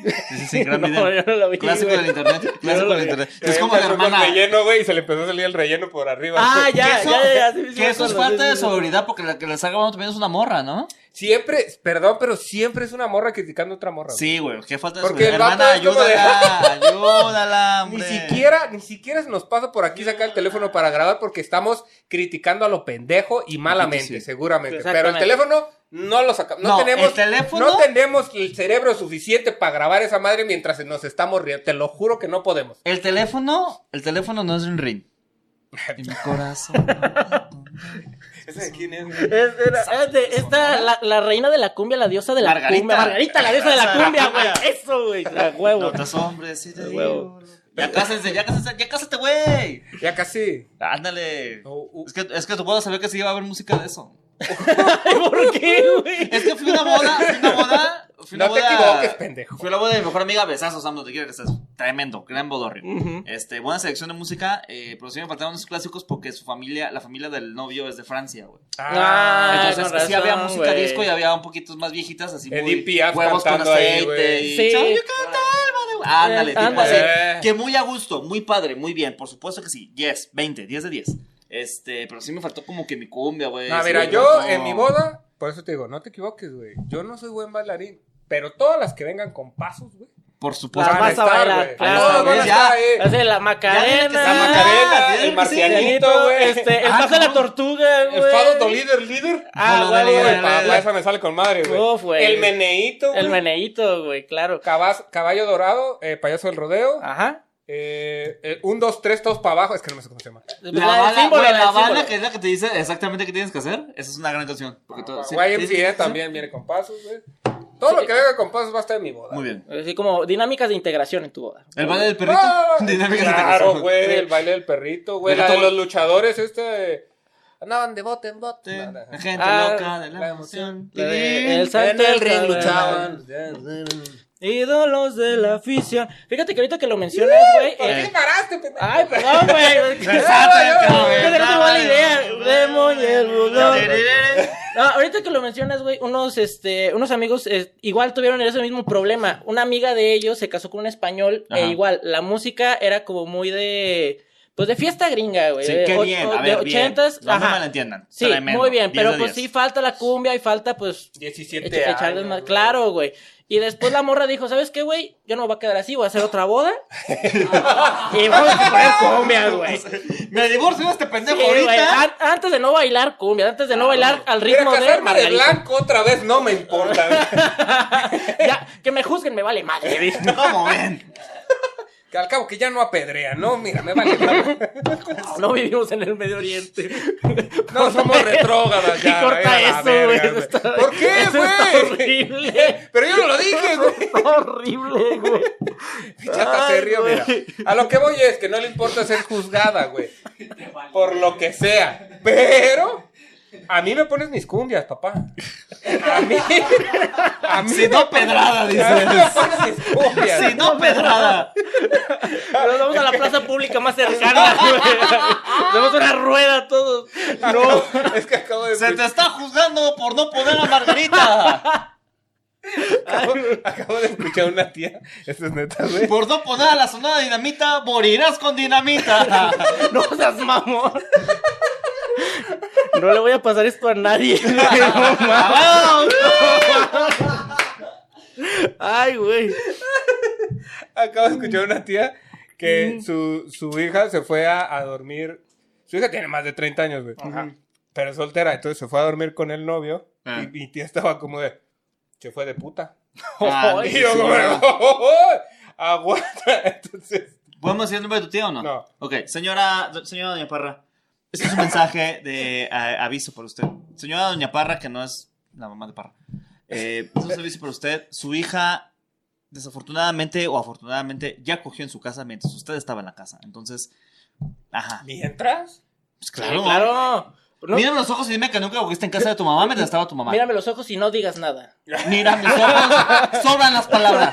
[SPEAKER 2] Sí, sí, sí, gran
[SPEAKER 3] No,
[SPEAKER 2] video.
[SPEAKER 3] yo no la vi,
[SPEAKER 2] Clásico
[SPEAKER 3] güey.
[SPEAKER 2] del internet. Clásico del internet.
[SPEAKER 1] Traía
[SPEAKER 2] Es
[SPEAKER 1] el
[SPEAKER 2] como la
[SPEAKER 1] calzón con
[SPEAKER 2] hermana.
[SPEAKER 1] relleno, güey, y se le empezó a salir el relleno por arriba.
[SPEAKER 3] Ah, ya,
[SPEAKER 2] eso-
[SPEAKER 3] ya, ya, ya, sí, sí,
[SPEAKER 2] Que
[SPEAKER 3] me
[SPEAKER 2] eso es
[SPEAKER 3] acuerdo,
[SPEAKER 2] falta
[SPEAKER 3] sí,
[SPEAKER 2] de
[SPEAKER 3] sí.
[SPEAKER 2] sobriedad porque la que la saca uno también es una morra, ¿no?
[SPEAKER 1] Siempre, perdón, pero siempre es una morra criticando a otra morra. güey.
[SPEAKER 2] Sí, güey, qué falta de
[SPEAKER 1] Porque
[SPEAKER 2] sobriedad.
[SPEAKER 1] el vato
[SPEAKER 2] Hermana,
[SPEAKER 1] es como de- "Ah,
[SPEAKER 2] ayúdala, ayúdala,
[SPEAKER 1] Ni
[SPEAKER 2] hombre.
[SPEAKER 1] siquiera, ni siquiera se nos pasa por aquí sacar el teléfono para grabar porque estamos criticando a lo pendejo y malamente,
[SPEAKER 2] Sí.
[SPEAKER 1] seguramente. Pero el
[SPEAKER 3] Exactamente.
[SPEAKER 1] teléfono no lo sacamos. No,
[SPEAKER 2] No,
[SPEAKER 1] tenemos,
[SPEAKER 2] el teléfono-
[SPEAKER 1] no tenemos el cerebro suficiente para grabar esa madre mientras nos estamos riendo. Te lo juro que no podemos.
[SPEAKER 2] El teléfono, el teléfono no es un ring. Y mi corazón.
[SPEAKER 3] Es, era- es de- esta, la, la reina de la cumbia, la diosa de la
[SPEAKER 2] Margarita.
[SPEAKER 3] cumbia. Margarita, la diosa de la cumbia, güey. Eso, güey. A huevo.
[SPEAKER 2] Notas, hombre, sí te
[SPEAKER 3] De
[SPEAKER 2] digo.
[SPEAKER 3] huevo.
[SPEAKER 2] Ya cásense, ya cásense, ya cásate, güey.
[SPEAKER 1] Ya casi.
[SPEAKER 2] Ándale.
[SPEAKER 1] Oh, oh.
[SPEAKER 2] Es que, es que tu boda sabía que sí iba a haber música de eso.
[SPEAKER 3] Ay, ¿Por qué, güey?
[SPEAKER 2] Es que fui a una boda, fui a una boda. Fui a una
[SPEAKER 1] No te
[SPEAKER 2] boda-
[SPEAKER 1] equivoques, pendejo.
[SPEAKER 2] Fui a la boda de mi mejor amiga, besazos, Sam, donde quiera que estés. Tremendo, gran bodorrio.
[SPEAKER 3] Ujú.
[SPEAKER 2] Este, buena selección de música, eh, pero sí me faltaron unos clásicos porque su familia, la familia del novio es de Francia, güey.
[SPEAKER 3] Ah,
[SPEAKER 2] Entonces,
[SPEAKER 3] con
[SPEAKER 2] sí había
[SPEAKER 3] razón,
[SPEAKER 2] música
[SPEAKER 3] güey.
[SPEAKER 2] disco y había un poquito más viejitas, así muy
[SPEAKER 1] Edith Piaf
[SPEAKER 2] huevos con
[SPEAKER 1] cantando ahí,
[SPEAKER 2] aceite.
[SPEAKER 1] güey.
[SPEAKER 2] y
[SPEAKER 3] Sí. Eh,
[SPEAKER 2] "Chau, you got alma de-". Ándale, tipo
[SPEAKER 3] ándale.
[SPEAKER 2] así.
[SPEAKER 1] Eh.
[SPEAKER 2] Que muy a gusto, muy padre, muy bien, por supuesto que sí. 10, 20, 10 de 10. Este, pero sí me faltó como que mi cumbia, güey.
[SPEAKER 1] No,
[SPEAKER 2] Sí
[SPEAKER 1] mira,
[SPEAKER 2] me
[SPEAKER 1] yo
[SPEAKER 2] faltó.
[SPEAKER 1] en mi boda, por eso te digo, no te equivoques, güey. Yo no soy buen bailarín, pero todas las que vengan con pasos, güey.
[SPEAKER 2] Por supuesto.
[SPEAKER 3] Las
[SPEAKER 1] van a
[SPEAKER 3] vas a
[SPEAKER 1] estar,
[SPEAKER 3] bailar,
[SPEAKER 1] güey.
[SPEAKER 3] claro.
[SPEAKER 1] Todas van a
[SPEAKER 2] ¿ves?
[SPEAKER 1] estar ahí.
[SPEAKER 3] Hace la
[SPEAKER 2] Ya,
[SPEAKER 3] Macarena.
[SPEAKER 2] ya, ya, ya,
[SPEAKER 1] La
[SPEAKER 2] Ah,
[SPEAKER 1] Macarena,
[SPEAKER 2] bien,
[SPEAKER 1] el
[SPEAKER 2] sí,
[SPEAKER 1] marcianito, güey.
[SPEAKER 3] Este, el
[SPEAKER 2] Ah,
[SPEAKER 3] paso de la
[SPEAKER 2] ¿cómo?
[SPEAKER 3] tortuga, güey.
[SPEAKER 1] El fado to líder, líder.
[SPEAKER 3] Ah,
[SPEAKER 2] No,
[SPEAKER 3] güey,
[SPEAKER 2] dale,
[SPEAKER 1] Güey,
[SPEAKER 2] dale,
[SPEAKER 1] pa-
[SPEAKER 2] dale.
[SPEAKER 1] pa- esa me sale con madre, güey.
[SPEAKER 3] Uf, güey.
[SPEAKER 1] El meneíto, güey.
[SPEAKER 3] El meneíto, güey, claro.
[SPEAKER 1] Cabaz- caballo dorado, eh, payaso del rodeo.
[SPEAKER 3] Ajá.
[SPEAKER 1] eh, eh, un, dos, tres, todos para abajo. Es que no me sé cómo se llama.
[SPEAKER 2] La bala,
[SPEAKER 3] símbolo,
[SPEAKER 2] güey, la
[SPEAKER 3] la- el
[SPEAKER 2] bala
[SPEAKER 3] símbolo.
[SPEAKER 2] que es la que te dice exactamente qué tienes que hacer. Esa es una gran canción.
[SPEAKER 1] Ah,
[SPEAKER 2] Porque todo- ¿sí?
[SPEAKER 1] YMCA
[SPEAKER 2] ¿Sí dice qué
[SPEAKER 1] también viene con pasos, güey. Todo lo que venga con pasos va a estar en mi boda.
[SPEAKER 2] canción? Muy bien.
[SPEAKER 3] Así como dinámicas de integración en tu boda.
[SPEAKER 2] El baile del perrito.
[SPEAKER 1] Ah,
[SPEAKER 2] Dinámicas
[SPEAKER 1] claro,
[SPEAKER 2] integración.
[SPEAKER 1] güey, el baile del perrito, güey.
[SPEAKER 2] Mira,
[SPEAKER 1] La de
[SPEAKER 2] todo-
[SPEAKER 1] los luchadores, este. Andaban de bote en bote.
[SPEAKER 2] Sí,
[SPEAKER 1] Nada.
[SPEAKER 2] la gente
[SPEAKER 3] Ah,
[SPEAKER 2] loca de la
[SPEAKER 1] la
[SPEAKER 2] emoción.
[SPEAKER 3] La de- el salto
[SPEAKER 1] En el
[SPEAKER 3] del
[SPEAKER 1] ring
[SPEAKER 3] saber.
[SPEAKER 1] luchaban.
[SPEAKER 3] Ídolos de la afición. Fíjate que ahorita que lo mencionas, güey.
[SPEAKER 1] ¿Por
[SPEAKER 3] eh,
[SPEAKER 1] qué paraste, pendejo?
[SPEAKER 3] Ay, perdón, güey.
[SPEAKER 2] El salto del
[SPEAKER 3] Creo que no tengo
[SPEAKER 2] cabello.
[SPEAKER 3] la idea. Demon y el
[SPEAKER 1] No,
[SPEAKER 3] bulldog. No, Ah, ahorita que lo mencionas, güey, unos, este, unos amigos eh, igual tuvieron ese mismo problema. Una amiga de ellos se casó con un español
[SPEAKER 2] Ajá.
[SPEAKER 3] e igual la música era como muy de, pues de fiesta gringa, güey.
[SPEAKER 2] Sí,
[SPEAKER 3] de
[SPEAKER 2] qué
[SPEAKER 3] o-
[SPEAKER 2] bien.
[SPEAKER 3] o-
[SPEAKER 2] A
[SPEAKER 3] de
[SPEAKER 2] ver, bien.
[SPEAKER 3] ochentas,
[SPEAKER 2] No me
[SPEAKER 3] ajá.
[SPEAKER 2] malentiendan.
[SPEAKER 3] Sí,
[SPEAKER 2] Tremendo.
[SPEAKER 3] muy bien,
[SPEAKER 2] 10
[SPEAKER 3] pero
[SPEAKER 2] de
[SPEAKER 3] pues
[SPEAKER 2] 10.
[SPEAKER 3] sí falta la cumbia y falta pues
[SPEAKER 1] 17
[SPEAKER 3] Echa-
[SPEAKER 1] años.
[SPEAKER 3] echarles más.
[SPEAKER 1] güey.
[SPEAKER 3] Claro, güey. Y después la morra dijo, ¿sabes qué, güey? Yo no me voy a quedar así, voy a hacer otra boda. y vamos a poner cumbia, güey.
[SPEAKER 2] Me divorcio de este pendejo
[SPEAKER 3] Sí, güey,
[SPEAKER 2] ahorita.
[SPEAKER 3] an- antes de no bailar cumbia, antes de no bailar al
[SPEAKER 1] Ah, Mira,
[SPEAKER 3] ritmo de
[SPEAKER 1] casarme de,
[SPEAKER 3] Margarita.
[SPEAKER 1] blanco otra vez no me importa. güey.
[SPEAKER 3] Ya, que me juzguen, me vale madre. dije.
[SPEAKER 2] ¿Cómo ven?
[SPEAKER 1] que al cabo que ya no apedrea, ¿no? Mira, me vale. madre.
[SPEAKER 3] No vivimos en el Medio Oriente.
[SPEAKER 1] No somos retrógadas ya.
[SPEAKER 3] Y corta
[SPEAKER 1] güey, a la
[SPEAKER 3] eso, güey.
[SPEAKER 1] verga,
[SPEAKER 3] eso está-
[SPEAKER 1] ¿Por qué,
[SPEAKER 3] eso está
[SPEAKER 1] güey?
[SPEAKER 3] horrible.
[SPEAKER 1] Pero yo no lo dije, güey.
[SPEAKER 3] Está horrible, güey.
[SPEAKER 1] Ya hasta se
[SPEAKER 3] Ay,
[SPEAKER 1] río, mira.
[SPEAKER 3] güey.
[SPEAKER 1] A lo que voy es que no le importa ser juzgada, güey.
[SPEAKER 4] Te vale.
[SPEAKER 1] Por lo que sea. Pero. A mí me pones mis cumbias, papá. A mí. A mí
[SPEAKER 2] Si
[SPEAKER 1] me-
[SPEAKER 2] no pedrada,
[SPEAKER 1] a mí me
[SPEAKER 2] dices.
[SPEAKER 1] pones mis cumbias.
[SPEAKER 2] Si no pedrada.
[SPEAKER 3] Nos vamos a la plaza pública más cercana, güey. Damos una rueda a todos.
[SPEAKER 1] No, es que acabo de
[SPEAKER 2] Se te está juzgando por no poner a Margarita.
[SPEAKER 1] Acabo, acabo de escuchar a una tía. Esto es neta, güey.
[SPEAKER 2] Por no poner a la sonora dinamita, morirás con dinamita.
[SPEAKER 3] No seas mamón. No le voy a pasar esto a nadie. No mames.
[SPEAKER 2] ¡Vamos!
[SPEAKER 3] Ay, güey.
[SPEAKER 1] Acabo de escuchar a una tía que su, su hija se fue a, a dormir. Su hija tiene más de 30 años, güey. Pero es soltera, entonces se fue a dormir con el novio.
[SPEAKER 2] Ah.
[SPEAKER 1] Y mi tía estaba como de. Se fue de puta.
[SPEAKER 2] Ah,
[SPEAKER 1] Y yo,
[SPEAKER 2] sí,
[SPEAKER 1] como,
[SPEAKER 2] ¿verdad?
[SPEAKER 1] "Oh, aguanta. Entonces.
[SPEAKER 2] ¿Podemos decir el nombre de tu tía o no?
[SPEAKER 1] No.
[SPEAKER 2] Ok, señora, do- señora Doña Parra. Este es un mensaje de a- aviso para usted. Señora Doña Parra, que no es la mamá de Parra. Eh, este es un aviso para usted. Su hija, desafortunadamente o afortunadamente, ya cogió en su casa mientras usted estaba en la casa. Entonces, ajá.
[SPEAKER 1] Mientras.
[SPEAKER 2] Pues
[SPEAKER 3] Claro.
[SPEAKER 2] claro.
[SPEAKER 3] Claro. No,
[SPEAKER 2] Mírame los ojos y dime que nunca cogiste en casa de tu mamá mientras estaba tu mamá.
[SPEAKER 3] mírame los ojos y no digas nada.
[SPEAKER 2] Mira mis ojos. Sobran las palabras.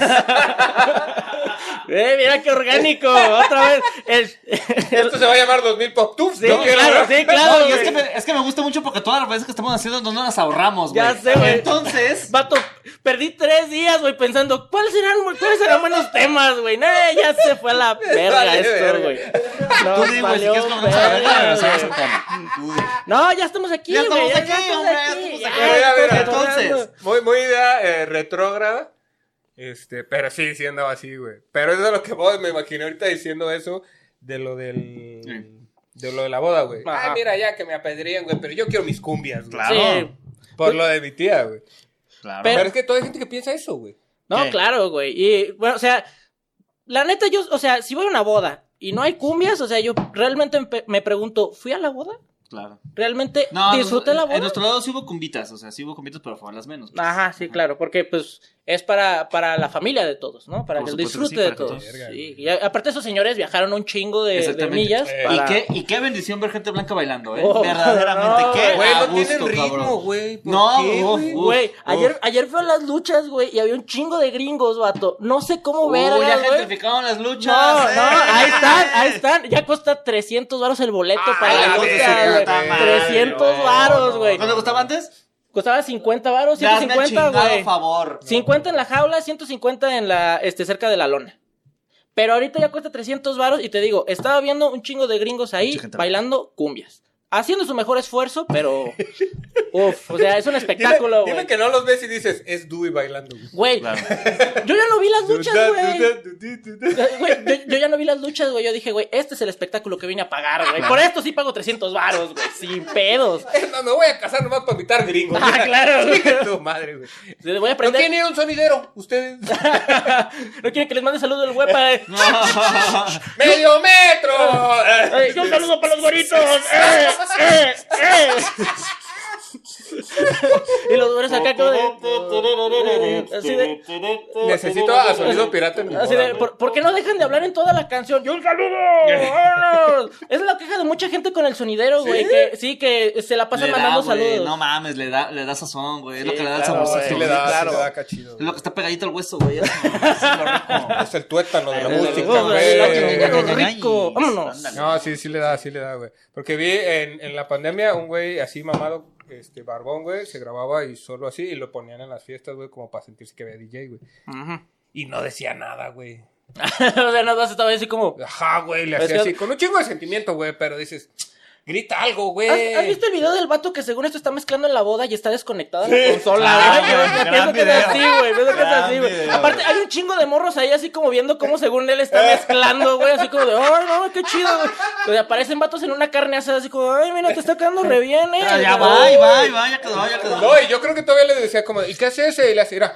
[SPEAKER 3] Eh, mira qué orgánico. Otra vez. El-
[SPEAKER 1] Esto se va a llamar 2000 Pop Tufs.
[SPEAKER 3] Sí,
[SPEAKER 1] no quiero
[SPEAKER 3] claro,
[SPEAKER 1] ver.
[SPEAKER 3] sí, claro.
[SPEAKER 2] No, y es,
[SPEAKER 3] güey.
[SPEAKER 2] que me, es que me gusta mucho porque todas las veces que estamos haciendo no nos las ahorramos, güey.
[SPEAKER 3] Ya sé, güey.
[SPEAKER 2] Entonces,
[SPEAKER 3] Vato, perdí tres días, güey, pensando ¿cuáles serán, cuáles serán buenos temas, güey. No, ya se fue a la verga
[SPEAKER 1] vale
[SPEAKER 3] esto,
[SPEAKER 1] verga.
[SPEAKER 3] güey. No,
[SPEAKER 2] tú di, güey, si
[SPEAKER 3] valió
[SPEAKER 2] quieres comenzar a
[SPEAKER 3] verga,
[SPEAKER 2] ver, nos
[SPEAKER 3] güey.
[SPEAKER 2] vamos a poner. Tú di.
[SPEAKER 3] No, ya estamos aquí,
[SPEAKER 2] Ya
[SPEAKER 3] güey.
[SPEAKER 2] estamos aquí, hombre, ya estamos
[SPEAKER 3] ya
[SPEAKER 2] aquí.
[SPEAKER 1] Pero ya,
[SPEAKER 3] estamos
[SPEAKER 1] mira,
[SPEAKER 2] entonces.
[SPEAKER 3] hablando.
[SPEAKER 1] Muy, muy idea eh, retrógrada. Este, pero sí, sí andaba así, güey. Pero eso es lo que vos me imaginé ahorita diciendo eso de lo del.
[SPEAKER 2] Sí.
[SPEAKER 1] De lo de la boda, güey.
[SPEAKER 3] Ajá.
[SPEAKER 1] Ah, mira, ya que me apedrían, güey. Pero yo quiero mis cumbias, güey.
[SPEAKER 2] Claro.
[SPEAKER 3] Sí,
[SPEAKER 1] Por lo de mi tía, güey.
[SPEAKER 2] Claro.
[SPEAKER 3] Pero-
[SPEAKER 1] Pero, es que toda hay gente que piensa eso, güey.
[SPEAKER 3] No,
[SPEAKER 2] ¿Qué?
[SPEAKER 3] claro, güey. Y bueno, o sea, la neta, yo, o sea, si voy a una boda y no hay cumbias, o sea, yo realmente empe- me pregunto, ¿fui a la boda?
[SPEAKER 2] claro.
[SPEAKER 3] ¿Realmente
[SPEAKER 2] No,
[SPEAKER 3] disfruté
[SPEAKER 2] en-
[SPEAKER 3] la
[SPEAKER 2] En
[SPEAKER 3] boda?
[SPEAKER 2] nuestro lado sí hubo cumbitas, o sea, sí hubo cumbitas, pero fueron las menos. pues.
[SPEAKER 3] Ajá, sí, claro, porque pues es para, para la familia de todos, ¿no? Para
[SPEAKER 2] Por
[SPEAKER 3] que el
[SPEAKER 2] supuesto que sí,
[SPEAKER 3] disfrute de
[SPEAKER 2] para que
[SPEAKER 3] todos.
[SPEAKER 1] todos.
[SPEAKER 3] Sí. Y a- aparte esos señores viajaron un chingo de, de
[SPEAKER 2] Exactamente.
[SPEAKER 3] millas.
[SPEAKER 1] Eh,
[SPEAKER 3] para-
[SPEAKER 2] ¿Y, qué, y qué bendición ver gente blanca bailando, ¿eh?
[SPEAKER 3] Oh,
[SPEAKER 2] Verdaderamente,
[SPEAKER 3] no,
[SPEAKER 2] qué
[SPEAKER 1] Güey,
[SPEAKER 2] a
[SPEAKER 1] no
[SPEAKER 2] gusto,
[SPEAKER 1] tienen ritmo,
[SPEAKER 2] cabrón.
[SPEAKER 1] güey. ¿Por
[SPEAKER 2] No,
[SPEAKER 1] qué,
[SPEAKER 2] uf,
[SPEAKER 1] güey?
[SPEAKER 2] uf.
[SPEAKER 3] Güey, ayer, ayer fui a las luchas, güey, y había un chingo de gringos, vato. No sé cómo ver.
[SPEAKER 2] Uy, ya
[SPEAKER 3] Oh, güey.
[SPEAKER 2] gentrificaron las luchas.
[SPEAKER 3] No,
[SPEAKER 2] ¿eh?
[SPEAKER 3] no, ahí están, ahí están. Ya cuesta 300 varos el boleto
[SPEAKER 1] Ay,
[SPEAKER 3] para
[SPEAKER 1] la
[SPEAKER 3] la
[SPEAKER 1] verga,
[SPEAKER 3] lucha,
[SPEAKER 1] puta
[SPEAKER 3] güey.
[SPEAKER 1] madre,
[SPEAKER 3] 300
[SPEAKER 2] güey.
[SPEAKER 3] varos, güey.
[SPEAKER 2] ¿Cuánto gustaba antes?
[SPEAKER 3] Costaba 50 varos,
[SPEAKER 2] Dame el
[SPEAKER 3] 150,
[SPEAKER 2] chingado
[SPEAKER 3] güey.
[SPEAKER 2] favor.
[SPEAKER 3] 50 en la jaula, 150 en la, este, cerca de la lona. Pero ahorita ya cuesta 300 varos y te digo, estaba viendo un chingo de gringos ahí
[SPEAKER 2] Mucha gente.
[SPEAKER 3] bailando cumbias. Haciendo su mejor esfuerzo, pero... Uf, o sea, es un
[SPEAKER 1] Dime-
[SPEAKER 3] espectáculo,
[SPEAKER 1] Dime,
[SPEAKER 3] güey.
[SPEAKER 1] que no los ves y dices, es Dewey bailando, güey.
[SPEAKER 3] Güey,
[SPEAKER 2] Claro.
[SPEAKER 3] yo ya no vi las luchas,
[SPEAKER 1] Du-
[SPEAKER 3] güey.
[SPEAKER 1] du- du- du- du- du-
[SPEAKER 3] Eh, güey, yo, yo ya no vi las luchas, güey. Yo dije, güey, este es el espectáculo que vine a pagar, güey. Por esto sí pago 300 varos, güey. Sin pedos.
[SPEAKER 1] No, me voy a casar nomás para invitar gringos.
[SPEAKER 3] Ah, claro.
[SPEAKER 1] Chinga tu madre, güey.
[SPEAKER 3] Le voy a
[SPEAKER 1] No
[SPEAKER 3] aprender.
[SPEAKER 1] tiene un sonidero, ustedes.
[SPEAKER 3] No quieren que les mande saludo el huepa. eh.
[SPEAKER 1] ¡Medio metro!
[SPEAKER 3] Eh, yo un saludo para los goritos. Eh, eh, eh. Y los güeros acá como de... Así de...
[SPEAKER 1] Necesito a sonido pirata en mi
[SPEAKER 3] Así de,
[SPEAKER 1] boda,
[SPEAKER 3] ¿por, por qué no dejan de hablar en toda la canción? ¡Yo un saludo! ¡Vámonos! Es la queja de mucha gente con el sonidero, güey.
[SPEAKER 1] ¿Sí?
[SPEAKER 3] Que, sí, que se la pasan
[SPEAKER 2] Le da,
[SPEAKER 3] mandando
[SPEAKER 2] güey,
[SPEAKER 3] Pues saludos.
[SPEAKER 2] No mames, le da, le da sazón, güey. Es lo
[SPEAKER 3] Sí,
[SPEAKER 2] que le da
[SPEAKER 3] claro,
[SPEAKER 2] el
[SPEAKER 1] güey.
[SPEAKER 2] sabor.
[SPEAKER 1] Sí
[SPEAKER 3] güey.
[SPEAKER 1] le da,
[SPEAKER 3] Claro.
[SPEAKER 1] sí le da cachido.
[SPEAKER 2] Es
[SPEAKER 1] güey.
[SPEAKER 2] lo que está pegadito al hueso, güey. Eso, eso es lo rico.
[SPEAKER 1] Es el tuétano de la
[SPEAKER 2] Eh,
[SPEAKER 1] música,
[SPEAKER 2] eh, eh,
[SPEAKER 1] güey.
[SPEAKER 2] eh,
[SPEAKER 3] Qué rico.
[SPEAKER 2] eh,
[SPEAKER 3] Vámonos.
[SPEAKER 2] ándale.
[SPEAKER 1] No, sí, sí le da, sí le da, güey. Porque vi en, en la pandemia un güey así mamado, este, barbón, güey, se grababa y solo así y lo ponían en las fiestas, güey, como para sentirse que había DJ, güey. Y no decía nada, güey.
[SPEAKER 3] o sea, nada más estaba así como.
[SPEAKER 1] Ajá, güey, le
[SPEAKER 3] Es
[SPEAKER 1] hacía
[SPEAKER 3] que-
[SPEAKER 1] así, con un chingo de sentimiento, güey, pero dices, grita algo, güey.
[SPEAKER 3] ¿Has, has visto el video del vato que según esto está mezclando en la boda y está desconectada la
[SPEAKER 2] Ah,
[SPEAKER 3] consola, güey? Yo-
[SPEAKER 2] güey,
[SPEAKER 3] yo
[SPEAKER 2] gran
[SPEAKER 3] pienso que es
[SPEAKER 2] video.
[SPEAKER 3] así, güey. Pienso que es
[SPEAKER 2] Gran
[SPEAKER 3] así, güey.
[SPEAKER 2] video,
[SPEAKER 3] Aparte, hay un chingo de morros ahí así como viendo cómo según él está mezclando, güey. Así como de, oh, no, qué chido, güey. O sea, aparecen vatos en una carne asada así como, ay, mira, te está quedando re bien, eh.
[SPEAKER 2] Ah, Ya
[SPEAKER 3] Uy.
[SPEAKER 2] va, ahí va, ahí va, ya quedó, ya quedó.
[SPEAKER 1] No, y yo creo que todavía le decía como, ¿y qué hace ese? Y le hacía, era,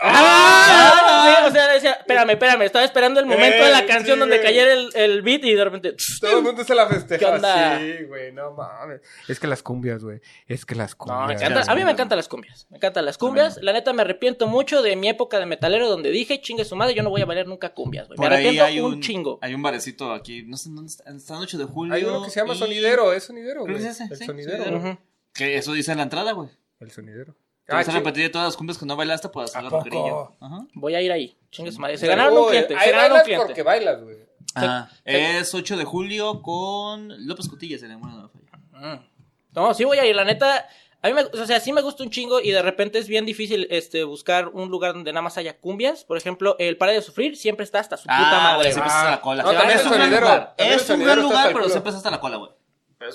[SPEAKER 3] Ah, sí, o sea, decía, espérame, espérame, estaba esperando el momento de la
[SPEAKER 1] Eh,
[SPEAKER 3] canción
[SPEAKER 1] sí,
[SPEAKER 3] donde
[SPEAKER 1] güey.
[SPEAKER 3] cayera el, el beat y de repente.
[SPEAKER 1] Todo el mundo se la
[SPEAKER 3] ¿Qué
[SPEAKER 1] festeja
[SPEAKER 3] onda?
[SPEAKER 1] así, güey, no mames. Es que las cumbias, güey, es que las
[SPEAKER 3] No,
[SPEAKER 1] cumbias.
[SPEAKER 3] me encanta- a mí me encantan las cumbias. Me encantan las cumbias. La neta, me arrepiento mucho de mi época de metalero donde dije, chingue su madre, yo no voy a bailar nunca cumbias, güey. Me
[SPEAKER 2] Por ahí
[SPEAKER 3] arrepiento
[SPEAKER 2] hay
[SPEAKER 3] un,
[SPEAKER 2] un
[SPEAKER 3] chingo.
[SPEAKER 2] Hay un barecito aquí, no sé dónde está, en esta noche de julio.
[SPEAKER 1] Hay uno que se llama
[SPEAKER 2] y-
[SPEAKER 1] sonidero, es sonidero,
[SPEAKER 2] Creo
[SPEAKER 1] güey.
[SPEAKER 2] que es ese,
[SPEAKER 1] El
[SPEAKER 2] sí,
[SPEAKER 1] sonidero,
[SPEAKER 2] sonidero.
[SPEAKER 1] güey.
[SPEAKER 3] Ujú.
[SPEAKER 2] Que eso dice en la entrada, güey.
[SPEAKER 1] El sonidero. Ah,
[SPEAKER 2] Te vas a
[SPEAKER 1] chinga.
[SPEAKER 2] repetir de todas las cumbias que no bailaste para hacer
[SPEAKER 1] Ah, ¿A
[SPEAKER 2] la
[SPEAKER 1] poco?
[SPEAKER 2] roquerilla. Ajá.
[SPEAKER 3] Voy a ir ahí. Chingue su madre. Se ganaron un
[SPEAKER 1] Uy,
[SPEAKER 3] cliente.
[SPEAKER 1] ahí
[SPEAKER 3] Se ganaron un
[SPEAKER 1] bailas
[SPEAKER 3] cliente.
[SPEAKER 1] porque bailas, güey.
[SPEAKER 2] Ah, es 8 de julio con López Cotillas en el Muro de la Falla.
[SPEAKER 3] Mm. No, sí voy a ir, la neta. A mí me, o sea, sí me gusta un chingo y de repente es bien difícil este buscar un lugar donde nada más haya cumbias. Por ejemplo, el Para de Sufrir siempre está hasta su puta
[SPEAKER 2] Ah,
[SPEAKER 3] madre.
[SPEAKER 2] güey,
[SPEAKER 3] güey.
[SPEAKER 2] siempre está hasta la cola.
[SPEAKER 1] No,
[SPEAKER 2] Se va-
[SPEAKER 1] también
[SPEAKER 2] es
[SPEAKER 1] el
[SPEAKER 2] un gran
[SPEAKER 1] sonidero.
[SPEAKER 2] lugar.
[SPEAKER 1] También
[SPEAKER 2] Es
[SPEAKER 1] el
[SPEAKER 2] un
[SPEAKER 1] sonidero
[SPEAKER 2] gran
[SPEAKER 1] está hasta
[SPEAKER 2] lugar,
[SPEAKER 1] el
[SPEAKER 2] pero
[SPEAKER 1] culo.
[SPEAKER 2] siempre está hasta la cola, güey.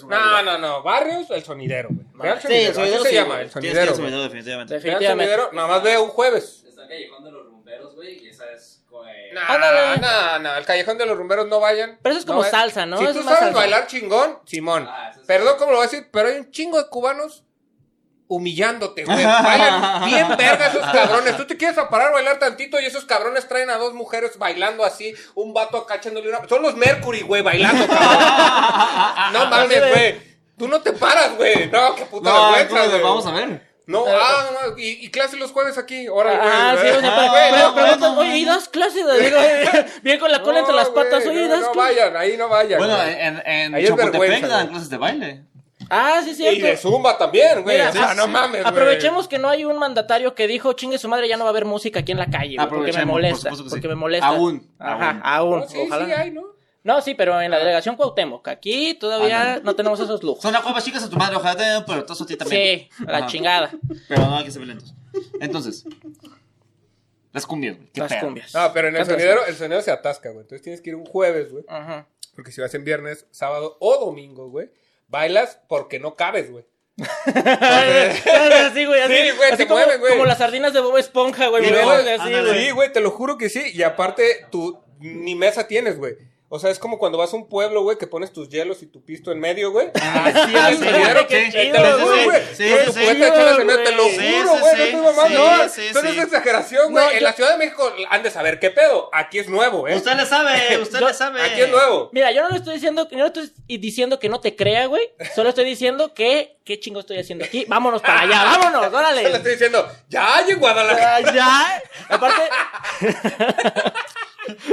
[SPEAKER 1] No, no, no. Barrios, el sonidero, güey. Real
[SPEAKER 2] Sí, el
[SPEAKER 1] sonidero. así
[SPEAKER 2] sonidero
[SPEAKER 1] se
[SPEAKER 2] sí,
[SPEAKER 1] llama,
[SPEAKER 2] güey.
[SPEAKER 1] el
[SPEAKER 2] Tienes que ir al
[SPEAKER 1] sonidero. güey.
[SPEAKER 2] sonidero, definitivamente.
[SPEAKER 1] Real
[SPEAKER 3] Definitivamente.
[SPEAKER 1] sonidero, nada más veo un jueves.
[SPEAKER 4] Está el callejón de los rumberos, güey, y esa es como. eh,
[SPEAKER 1] No,
[SPEAKER 3] Ándale.
[SPEAKER 1] no, no, al callejón de los rumberos no vayan.
[SPEAKER 3] Pero eso es como
[SPEAKER 1] vayan.
[SPEAKER 3] salsa, ¿no?
[SPEAKER 1] Si
[SPEAKER 3] Eso
[SPEAKER 1] tú
[SPEAKER 3] es más
[SPEAKER 1] sabes
[SPEAKER 3] salsa.
[SPEAKER 1] bailar chingón, Simón.
[SPEAKER 4] Ah, eso es-
[SPEAKER 1] Perdón cómo lo voy a decir, pero hay un chingo de cubanos humillándote, güey. Bailan bien verga esos cabrones. Tú te quieres a parar a bailar tantito y esos cabrones traen a dos mujeres bailando así, un vato acá echándole una. Son los Mercury, güey, bailando, cabrón. No mames, güey. Tú no te paras, güey. No, qué puta
[SPEAKER 2] No,
[SPEAKER 1] vergüenza,
[SPEAKER 2] entonces,
[SPEAKER 1] güey.
[SPEAKER 2] vamos a ver.
[SPEAKER 1] No, ah, no, y, y clase los jueves aquí. Órale,
[SPEAKER 3] Ah, sí,
[SPEAKER 1] güey.
[SPEAKER 3] o sea,
[SPEAKER 2] Ah,
[SPEAKER 3] pero-
[SPEAKER 1] Güey,
[SPEAKER 3] pero
[SPEAKER 1] no,
[SPEAKER 3] preguntan,
[SPEAKER 2] bueno,
[SPEAKER 3] oye, ¿y das clases? Digo, bien con la cola entre las
[SPEAKER 1] güey,
[SPEAKER 3] patas, oye, ¿y
[SPEAKER 1] no,
[SPEAKER 3] das
[SPEAKER 1] no
[SPEAKER 3] clases?
[SPEAKER 1] vayan, ahí no vayan.
[SPEAKER 2] Bueno, eh,
[SPEAKER 1] güey.
[SPEAKER 2] en, en
[SPEAKER 1] Ahí es
[SPEAKER 2] Chapultepec
[SPEAKER 1] vergüenza,
[SPEAKER 2] dan
[SPEAKER 1] güey.
[SPEAKER 2] clases de baile.
[SPEAKER 3] Ah, sí,
[SPEAKER 1] Y de
[SPEAKER 3] cierto.
[SPEAKER 1] Zumba también, güey.
[SPEAKER 3] Mira,
[SPEAKER 1] O sea,
[SPEAKER 3] ah,
[SPEAKER 1] no mames, güey.
[SPEAKER 3] Aprovechemos que no hay un mandatario que dijo, chingue su madre, ya no va a haber música aquí en la calle, güey, porque me
[SPEAKER 2] Aprovechemos, por
[SPEAKER 3] molesta,
[SPEAKER 2] supuesto que sí.
[SPEAKER 3] porque me molesta.
[SPEAKER 2] Aún,
[SPEAKER 3] Ajá,
[SPEAKER 2] aún.
[SPEAKER 3] aún.
[SPEAKER 1] No, sí,
[SPEAKER 3] Ojalá.
[SPEAKER 1] sí hay, ¿no?
[SPEAKER 3] No, sí, pero en la delegación Cuauhtémoc, aquí todavía
[SPEAKER 2] Ah,
[SPEAKER 3] no tenemos esos lujos.
[SPEAKER 2] Son las cuevas chicas a tu madre, ojalá te den un pelotazo a ti también.
[SPEAKER 3] Sí, a la
[SPEAKER 2] Ajá.
[SPEAKER 3] chingada.
[SPEAKER 2] Pero no hay que ser violentos. Entonces, las cumbias, güey. qué
[SPEAKER 3] Las
[SPEAKER 2] pedo.
[SPEAKER 3] cumbias.
[SPEAKER 1] No, pero en el
[SPEAKER 3] Tantas
[SPEAKER 1] sonidero,
[SPEAKER 3] cumbias.
[SPEAKER 1] el sonidero se atasca, güey. Entonces tienes que ir un jueves, güey.
[SPEAKER 3] Ajá.
[SPEAKER 1] Porque si vas en viernes, sábado o domingo, güey, bailas porque no cabes, güey.
[SPEAKER 3] así, güey, así,
[SPEAKER 1] Sí, güey,
[SPEAKER 3] así
[SPEAKER 1] te
[SPEAKER 3] como,
[SPEAKER 1] mueven, güey.
[SPEAKER 3] como las sardinas de Bob Esponja, güey.
[SPEAKER 1] Y
[SPEAKER 3] me
[SPEAKER 1] luego-
[SPEAKER 3] mueven así,
[SPEAKER 2] ándale.
[SPEAKER 3] güey.
[SPEAKER 1] Sí, güey, te lo juro que sí. Y aparte, tú ni mesa tienes, güey. O sea, es como cuando vas a un pueblo, güey, que pones tus hielos y tu pisto en medio, güey. Así
[SPEAKER 2] ah,
[SPEAKER 1] es el
[SPEAKER 2] sí,
[SPEAKER 1] sonidero,
[SPEAKER 2] qué
[SPEAKER 1] güey.
[SPEAKER 2] chido,
[SPEAKER 1] Te lo juro,
[SPEAKER 2] sí,
[SPEAKER 1] güey.
[SPEAKER 2] sí,
[SPEAKER 1] Con
[SPEAKER 2] sí,
[SPEAKER 1] tu
[SPEAKER 2] sí.
[SPEAKER 1] cubeta de chelas en medio, te lo
[SPEAKER 3] Sí,
[SPEAKER 1] juro,
[SPEAKER 2] sí,
[SPEAKER 1] güey. No
[SPEAKER 2] sí.
[SPEAKER 1] estoy mamando.
[SPEAKER 2] Sí,
[SPEAKER 1] no.
[SPEAKER 2] sí,
[SPEAKER 1] Esto no es
[SPEAKER 2] sí.
[SPEAKER 1] exageración,
[SPEAKER 3] No,
[SPEAKER 1] güey. En
[SPEAKER 3] yo-
[SPEAKER 1] la Ciudad de México, han de saber qué pedo. Aquí es nuevo, ¿eh?
[SPEAKER 2] Usted le sabe, usted
[SPEAKER 3] Yo-
[SPEAKER 2] le sabe.
[SPEAKER 1] Aquí es nuevo.
[SPEAKER 3] Mira, yo no le estoy diciendo, yo no estoy diciendo que no te crea, güey. Solo estoy diciendo que qué chingo estoy haciendo aquí. Vámonos para allá, vámonos,
[SPEAKER 1] Yo le
[SPEAKER 3] órale.
[SPEAKER 1] estoy diciendo, ya hay en Guadalajara.
[SPEAKER 3] Ah, ya. Aparte.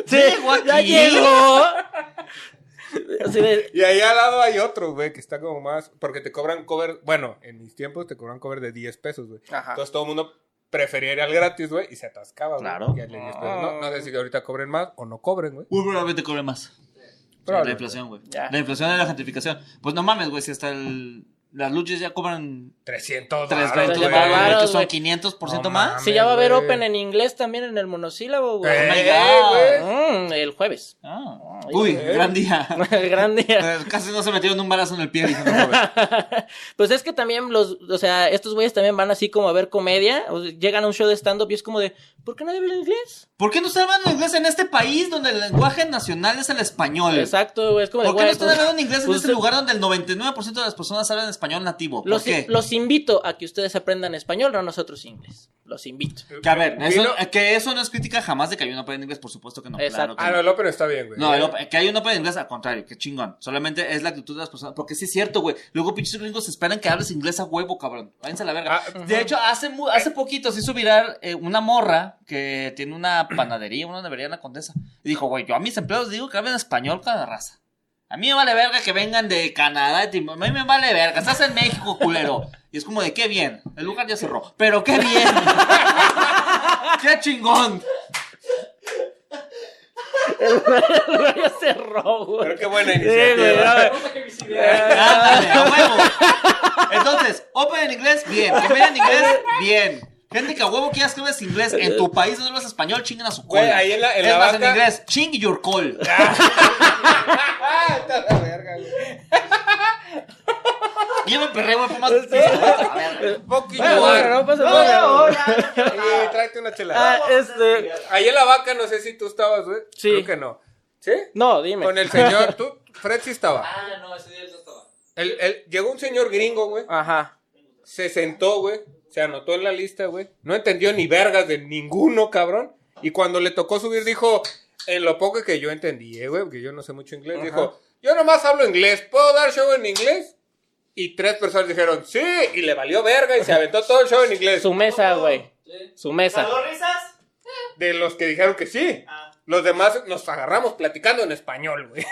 [SPEAKER 3] sí,
[SPEAKER 2] Llego
[SPEAKER 3] ya
[SPEAKER 2] aquí.
[SPEAKER 3] llegó. Así de-
[SPEAKER 1] Y ahí al lado hay otro, güey, que está como más. Porque te cobran cover. Bueno, en mis tiempos te cobran cover de 10 pesos, güey.
[SPEAKER 3] Ajá.
[SPEAKER 1] Entonces todo el mundo prefería ir al gratis, güey, y se atascaba, güey.
[SPEAKER 2] Claro.
[SPEAKER 1] Y al de 10 pesos. No, no sé si ahorita cobren más o no cobren, güey.
[SPEAKER 2] Muy probablemente cobre más.
[SPEAKER 1] Probable.
[SPEAKER 2] la inflación, güey.
[SPEAKER 3] Ya.
[SPEAKER 2] La inflación es la gentrificación. Pues no mames, güey, si hasta el... las luces ya cobran
[SPEAKER 1] 300
[SPEAKER 2] 300
[SPEAKER 1] dólares,
[SPEAKER 3] güey.
[SPEAKER 2] güey,
[SPEAKER 3] Bárbaros,
[SPEAKER 1] Eh,
[SPEAKER 2] que son
[SPEAKER 3] güey.
[SPEAKER 2] 500%
[SPEAKER 1] No
[SPEAKER 2] más.
[SPEAKER 1] mames.
[SPEAKER 3] Sí, ya va a haber
[SPEAKER 1] güey.
[SPEAKER 3] Open en inglés también en el monosílabo, güey.
[SPEAKER 2] my
[SPEAKER 1] Eh,
[SPEAKER 2] God.
[SPEAKER 1] güey.
[SPEAKER 3] Mm, el jueves.
[SPEAKER 2] Ah. Uy,
[SPEAKER 1] eh.
[SPEAKER 2] gran día.
[SPEAKER 3] Gran día.
[SPEAKER 2] Eh, Casi no se metieron un balazo en el pie. diciendo, "No, güey".
[SPEAKER 3] Pues es que también los, o sea, estos güeyes también van así como a ver comedia, o sea, llegan a un show de stand-up y es como de, ¿por qué nadie habla inglés?
[SPEAKER 2] ¿Por qué no están hablando inglés en este país donde el lenguaje nacional es el español?
[SPEAKER 3] Exacto, güey, es como de,
[SPEAKER 2] ¿Por qué no
[SPEAKER 3] güey,
[SPEAKER 2] están
[SPEAKER 3] pues-
[SPEAKER 2] hablando en inglés en
[SPEAKER 3] pues
[SPEAKER 2] este
[SPEAKER 3] usted-
[SPEAKER 2] lugar donde el 99% de las personas hablan español nativo? ¿Por
[SPEAKER 3] pues, Los,
[SPEAKER 2] qué?
[SPEAKER 3] los invito a que ustedes aprendan español, no nosotros inglés. Los invito.
[SPEAKER 2] Que a ver, eso,
[SPEAKER 1] Vino-
[SPEAKER 2] que eso no es crítica jamás de que hay un Open Inglés, por supuesto que no.
[SPEAKER 3] Exacto.
[SPEAKER 2] Claro que
[SPEAKER 1] Ah, no, el Open está bien, güey.
[SPEAKER 2] No, el op- que hay un open inglés al contrario, que chingón. Solamente es la actitud de las personas. Porque sí es cierto, güey. Luego pinches gringos esperan que hables inglés a huevo, cabrón. Váyanse a la verga.
[SPEAKER 1] Ah,
[SPEAKER 2] de hecho, hace, mu- hace poquito se hizo viral eh, una morra que tiene una panadería, una nevería en la condesa. Y dijo, güey, yo a mis empleados digo que hablen español cada raza. A mí me vale verga que vengan de Canadá. de Tim- A mí me vale verga. Estás en México, culero. Y es como de qué bien. El lugar ya cerró. Pero qué bien. qué chingón.
[SPEAKER 3] El güey ya cerró, güey.
[SPEAKER 1] Pero qué buena
[SPEAKER 3] Sí,
[SPEAKER 1] iniciativa.
[SPEAKER 3] güey, a ver.
[SPEAKER 4] Pregunta que visibilidad.
[SPEAKER 2] Ándale, a huevo. Entonces, open en inglés, bien. Comedia en inglés, bien. Gente que a huevo quieras que hables inglés en tu país no hablas español, chingan a su cola.
[SPEAKER 1] Güey, ahí en la- en
[SPEAKER 2] es
[SPEAKER 1] la
[SPEAKER 2] más,
[SPEAKER 1] banca-
[SPEAKER 2] en inglés, ching your call.
[SPEAKER 1] Ah, está la verga, güey.
[SPEAKER 2] Yo me perré, güey, por más.
[SPEAKER 1] Fucking
[SPEAKER 3] Bueno,
[SPEAKER 1] one.
[SPEAKER 3] bueno, no pasa nada.
[SPEAKER 1] Y tráete una
[SPEAKER 3] Ah,
[SPEAKER 1] chela.
[SPEAKER 3] este...
[SPEAKER 1] Ahí en la vaca, no sé si tú estabas, güey.
[SPEAKER 3] Sí.
[SPEAKER 1] Creo que no. ¿Sí?
[SPEAKER 3] No, dime.
[SPEAKER 1] Con el señor, tú, Fred sí estaba.
[SPEAKER 4] Ah, no, ese día él no estaba.
[SPEAKER 1] El- el- llegó un señor gringo, güey.
[SPEAKER 3] Ajá.
[SPEAKER 1] Se sentó, güey. Se anotó en la lista, güey. No entendió ni vergas de ninguno, cabrón. Y cuando le tocó subir, dijo, en lo poco que yo entendí, eh, güey, porque yo no sé mucho inglés,
[SPEAKER 3] Ajá.
[SPEAKER 1] dijo, yo nomás hablo inglés, ¿puedo dar show en inglés? Y tres personas dijeron, sí, y le valió verga y se aventó todo el show en inglés.
[SPEAKER 3] Su mesa, güey.
[SPEAKER 4] Sí.
[SPEAKER 3] Su mesa.
[SPEAKER 5] risas?
[SPEAKER 1] De los que dijeron que sí.
[SPEAKER 5] Ah.
[SPEAKER 1] Los demás nos agarramos platicando en español, güey.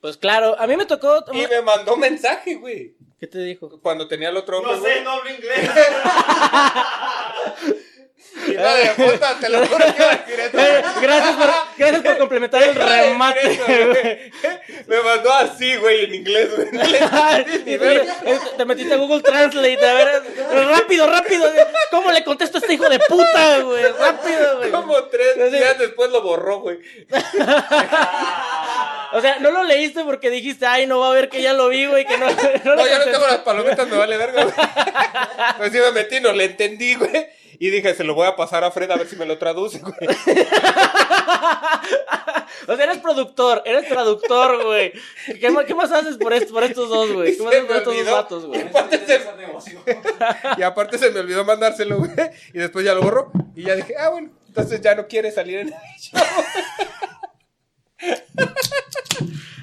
[SPEAKER 3] Pues claro, a mí me tocó...
[SPEAKER 1] Y me mandó mensaje, güey.
[SPEAKER 3] ¿Qué te dijo?
[SPEAKER 1] Cuando tenía el otro hombre,
[SPEAKER 5] No
[SPEAKER 1] güey.
[SPEAKER 5] sé, no hablo inglés.
[SPEAKER 1] Y la de puta, te lo juro que iba a decir eso.
[SPEAKER 3] Eh, gracias, por, gracias por complementar el
[SPEAKER 1] Hijo de
[SPEAKER 3] remate,
[SPEAKER 1] Cristo,
[SPEAKER 3] güey.
[SPEAKER 1] güey. Me mandó así, güey, en inglés, güey. No le entendí ni
[SPEAKER 3] Y
[SPEAKER 1] verga.
[SPEAKER 3] te- Te metiste a Google Translate, a ver, rápido, rápido. ¿Cómo le contesto a este hijo de puta, güey? Rápido, güey.
[SPEAKER 1] Como tres
[SPEAKER 3] Así-
[SPEAKER 1] días después lo borró, güey.
[SPEAKER 3] O sea, no lo leíste porque dijiste, ay, no va a ver que ya lo vi, güey, que no.
[SPEAKER 1] No, yo no
[SPEAKER 3] No, lo contesté.
[SPEAKER 1] tengo las palomitas, me vale verga, güey. Pues sí me metí, no le entendí, güey. Y dije, se lo voy a pasar a Fred a ver si me lo traduce, güey.
[SPEAKER 3] O sea, eres productor, eres traductor, güey. ¿Qué, ma- qué más haces por, est- por estos dos, güey? ¿Qué más
[SPEAKER 1] Se
[SPEAKER 3] haces por
[SPEAKER 1] me
[SPEAKER 3] estos dos
[SPEAKER 1] olvidó.
[SPEAKER 3] datos, güey?
[SPEAKER 1] Aparte
[SPEAKER 4] Ese
[SPEAKER 1] se-
[SPEAKER 4] día hizo negocio.
[SPEAKER 1] Y aparte se me olvidó mandárselo, güey. Y después ya lo borró. Y ya dije, ah, bueno, entonces ya no quiere salir en el show.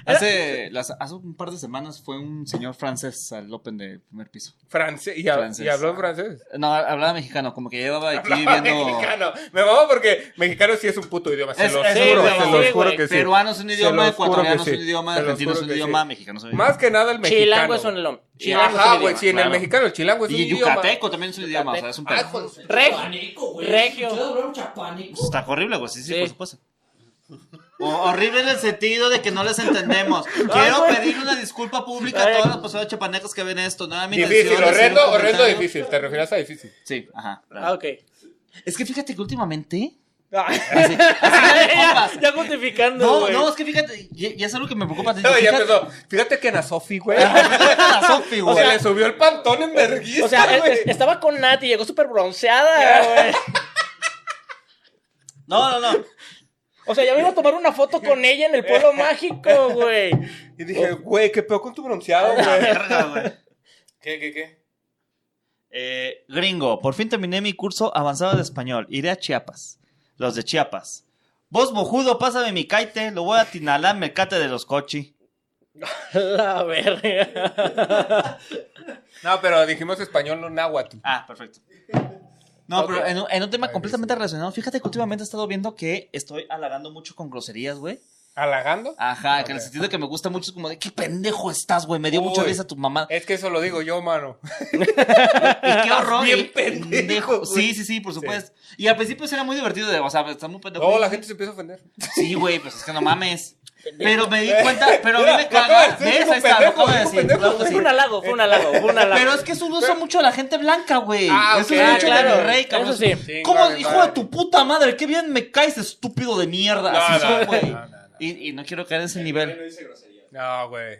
[SPEAKER 2] Hace, las- hace un par de semanas fue un señor francés al Open del primer piso.
[SPEAKER 1] Francés. Y, hab-
[SPEAKER 2] Francés.
[SPEAKER 1] y habló en francés.
[SPEAKER 2] No, hablaba mexicano, como que llevaba aquí
[SPEAKER 1] Hablaba
[SPEAKER 2] viviendo...
[SPEAKER 1] mexicano. Me vamos porque mexicano sí es un puto idioma. Se
[SPEAKER 2] Es-
[SPEAKER 1] lo
[SPEAKER 2] es
[SPEAKER 1] juro,
[SPEAKER 2] un
[SPEAKER 1] se
[SPEAKER 2] idioma,
[SPEAKER 1] los
[SPEAKER 3] sí,
[SPEAKER 1] juro
[SPEAKER 3] güey.
[SPEAKER 1] que sí.
[SPEAKER 2] Peruanos es un
[SPEAKER 1] Se
[SPEAKER 2] idioma,
[SPEAKER 1] los juro que
[SPEAKER 2] ecuatoriano es
[SPEAKER 1] sí.
[SPEAKER 2] un idioma,
[SPEAKER 1] Se los
[SPEAKER 2] argentino es
[SPEAKER 1] juro
[SPEAKER 2] un
[SPEAKER 1] que
[SPEAKER 2] idioma,
[SPEAKER 1] sí.
[SPEAKER 2] mexicano es un idioma.
[SPEAKER 1] Más que nada el mexicano.
[SPEAKER 3] Chilango es un idioma. Chilango es un
[SPEAKER 1] Ajá,
[SPEAKER 3] idioma,
[SPEAKER 1] güey. Sí, en el
[SPEAKER 2] claro.
[SPEAKER 1] mexicano el chilango es un
[SPEAKER 2] Y
[SPEAKER 1] idioma.
[SPEAKER 2] yucateco también es un idioma, o sea, es un
[SPEAKER 1] Ah,
[SPEAKER 2] pedo.
[SPEAKER 1] joder.
[SPEAKER 3] Reg-
[SPEAKER 4] Chapaneco, güey.
[SPEAKER 3] regio.
[SPEAKER 4] ¿Ustedes hablaron chapaneco?
[SPEAKER 2] Pues está horrible, güey, sí, sí,
[SPEAKER 3] Sí.
[SPEAKER 2] por supuesto. O- horrible en el sentido de que no les entendemos. Quiero
[SPEAKER 3] güey.
[SPEAKER 2] pedir una disculpa pública a todas las personas chapanecas que ven esto. No, era mi
[SPEAKER 1] Difícil,
[SPEAKER 2] intención decir un
[SPEAKER 1] horrendo, horrendo
[SPEAKER 2] comentario.
[SPEAKER 1] difícil. Te refieres a difícil.
[SPEAKER 2] Sí, ajá.
[SPEAKER 3] Ah, ok.
[SPEAKER 2] Es que fíjate que últimamente.
[SPEAKER 3] Ah, ya, ya justificando.
[SPEAKER 2] No,
[SPEAKER 3] güey.
[SPEAKER 2] no, es que fíjate, ya, ya es algo que me preocupa. tanto.
[SPEAKER 1] No, ya
[SPEAKER 2] Fíjate-
[SPEAKER 1] empezó. Fíjate que en Asofi, güey.
[SPEAKER 2] Fíjate a la Sofi, güey.
[SPEAKER 1] se le subió el pantón en verguista,
[SPEAKER 3] O sea,
[SPEAKER 1] güey.
[SPEAKER 3] es- estaba con Nati, llegó súper bronceada, güey.
[SPEAKER 2] No, no, no.
[SPEAKER 3] O sea, ya vino a tomar una foto con ella en el pueblo mágico, güey.
[SPEAKER 1] Y dije, güey, qué peor con tu bronceado,
[SPEAKER 2] La
[SPEAKER 1] güey.
[SPEAKER 2] verga, güey.
[SPEAKER 1] ¿Qué, qué, qué?
[SPEAKER 2] Eh, gringo, por fin terminé mi curso avanzado de español. Iré a Chiapas. Los de Chiapas. Vos, mojudo, pásame mi caite. Lo voy a tinalar mercate de los cochi.
[SPEAKER 3] La verga.
[SPEAKER 1] No, pero dijimos español, no náhuatl.
[SPEAKER 2] Ah, perfecto. No,
[SPEAKER 1] Ok.
[SPEAKER 2] pero en un, en un tema
[SPEAKER 1] Ahí
[SPEAKER 2] completamente relacionado, fíjate que últimamente he estado viendo que estoy halagando mucho con groserías, güey.
[SPEAKER 1] ¿Halagando?
[SPEAKER 2] Ajá, que en
[SPEAKER 1] Ok.
[SPEAKER 2] el sentido que me gusta mucho es como de qué pendejo estás, güey. Me dio mucha
[SPEAKER 1] Uy.
[SPEAKER 2] risa tu mamá.
[SPEAKER 1] Es que eso lo digo yo, mano.
[SPEAKER 2] Y qué horror.
[SPEAKER 1] bien
[SPEAKER 2] y-
[SPEAKER 1] pendejo, güey.
[SPEAKER 2] Sí, sí, sí, por supuesto. Y al principio sí era muy divertido, de, o sea, está muy pendejo.
[SPEAKER 1] Luego la gente se empieza a ofender.
[SPEAKER 2] Sí, güey, pues es que no mames. Pero me di cuenta, pero a mí
[SPEAKER 1] Mira,
[SPEAKER 2] me
[SPEAKER 1] lo acabo
[SPEAKER 2] caga.
[SPEAKER 1] de decir,
[SPEAKER 2] ¿Ves?
[SPEAKER 1] dijo
[SPEAKER 2] Ahí está,
[SPEAKER 1] pendejo,
[SPEAKER 2] lo acabo de
[SPEAKER 1] dijo
[SPEAKER 2] decir.
[SPEAKER 1] pendejo,
[SPEAKER 2] claro que
[SPEAKER 3] Fue
[SPEAKER 2] pues sí.
[SPEAKER 3] un halago, fue un halago, fue un halago.
[SPEAKER 2] Pero es que eso lo usa mucho la gente blanca, güey.
[SPEAKER 1] Ah,
[SPEAKER 2] Eso
[SPEAKER 1] ok.
[SPEAKER 2] es mucho
[SPEAKER 1] Ah,
[SPEAKER 2] la
[SPEAKER 1] claro.
[SPEAKER 2] mi rey, cabrón.
[SPEAKER 3] Eso sí.
[SPEAKER 1] Sí,
[SPEAKER 2] ¿Cómo,
[SPEAKER 1] madre,
[SPEAKER 2] hijo
[SPEAKER 1] madre.
[SPEAKER 2] de tu puta madre? Qué bien me caes, estúpido de mierda.
[SPEAKER 1] No,
[SPEAKER 2] Así
[SPEAKER 1] no,
[SPEAKER 2] soy,
[SPEAKER 1] no,
[SPEAKER 2] güey.
[SPEAKER 1] no, no, no.
[SPEAKER 2] Y, y no quiero caer en ese
[SPEAKER 4] Mi rey
[SPEAKER 2] nivel.
[SPEAKER 4] no dice grosería.
[SPEAKER 1] No, güey.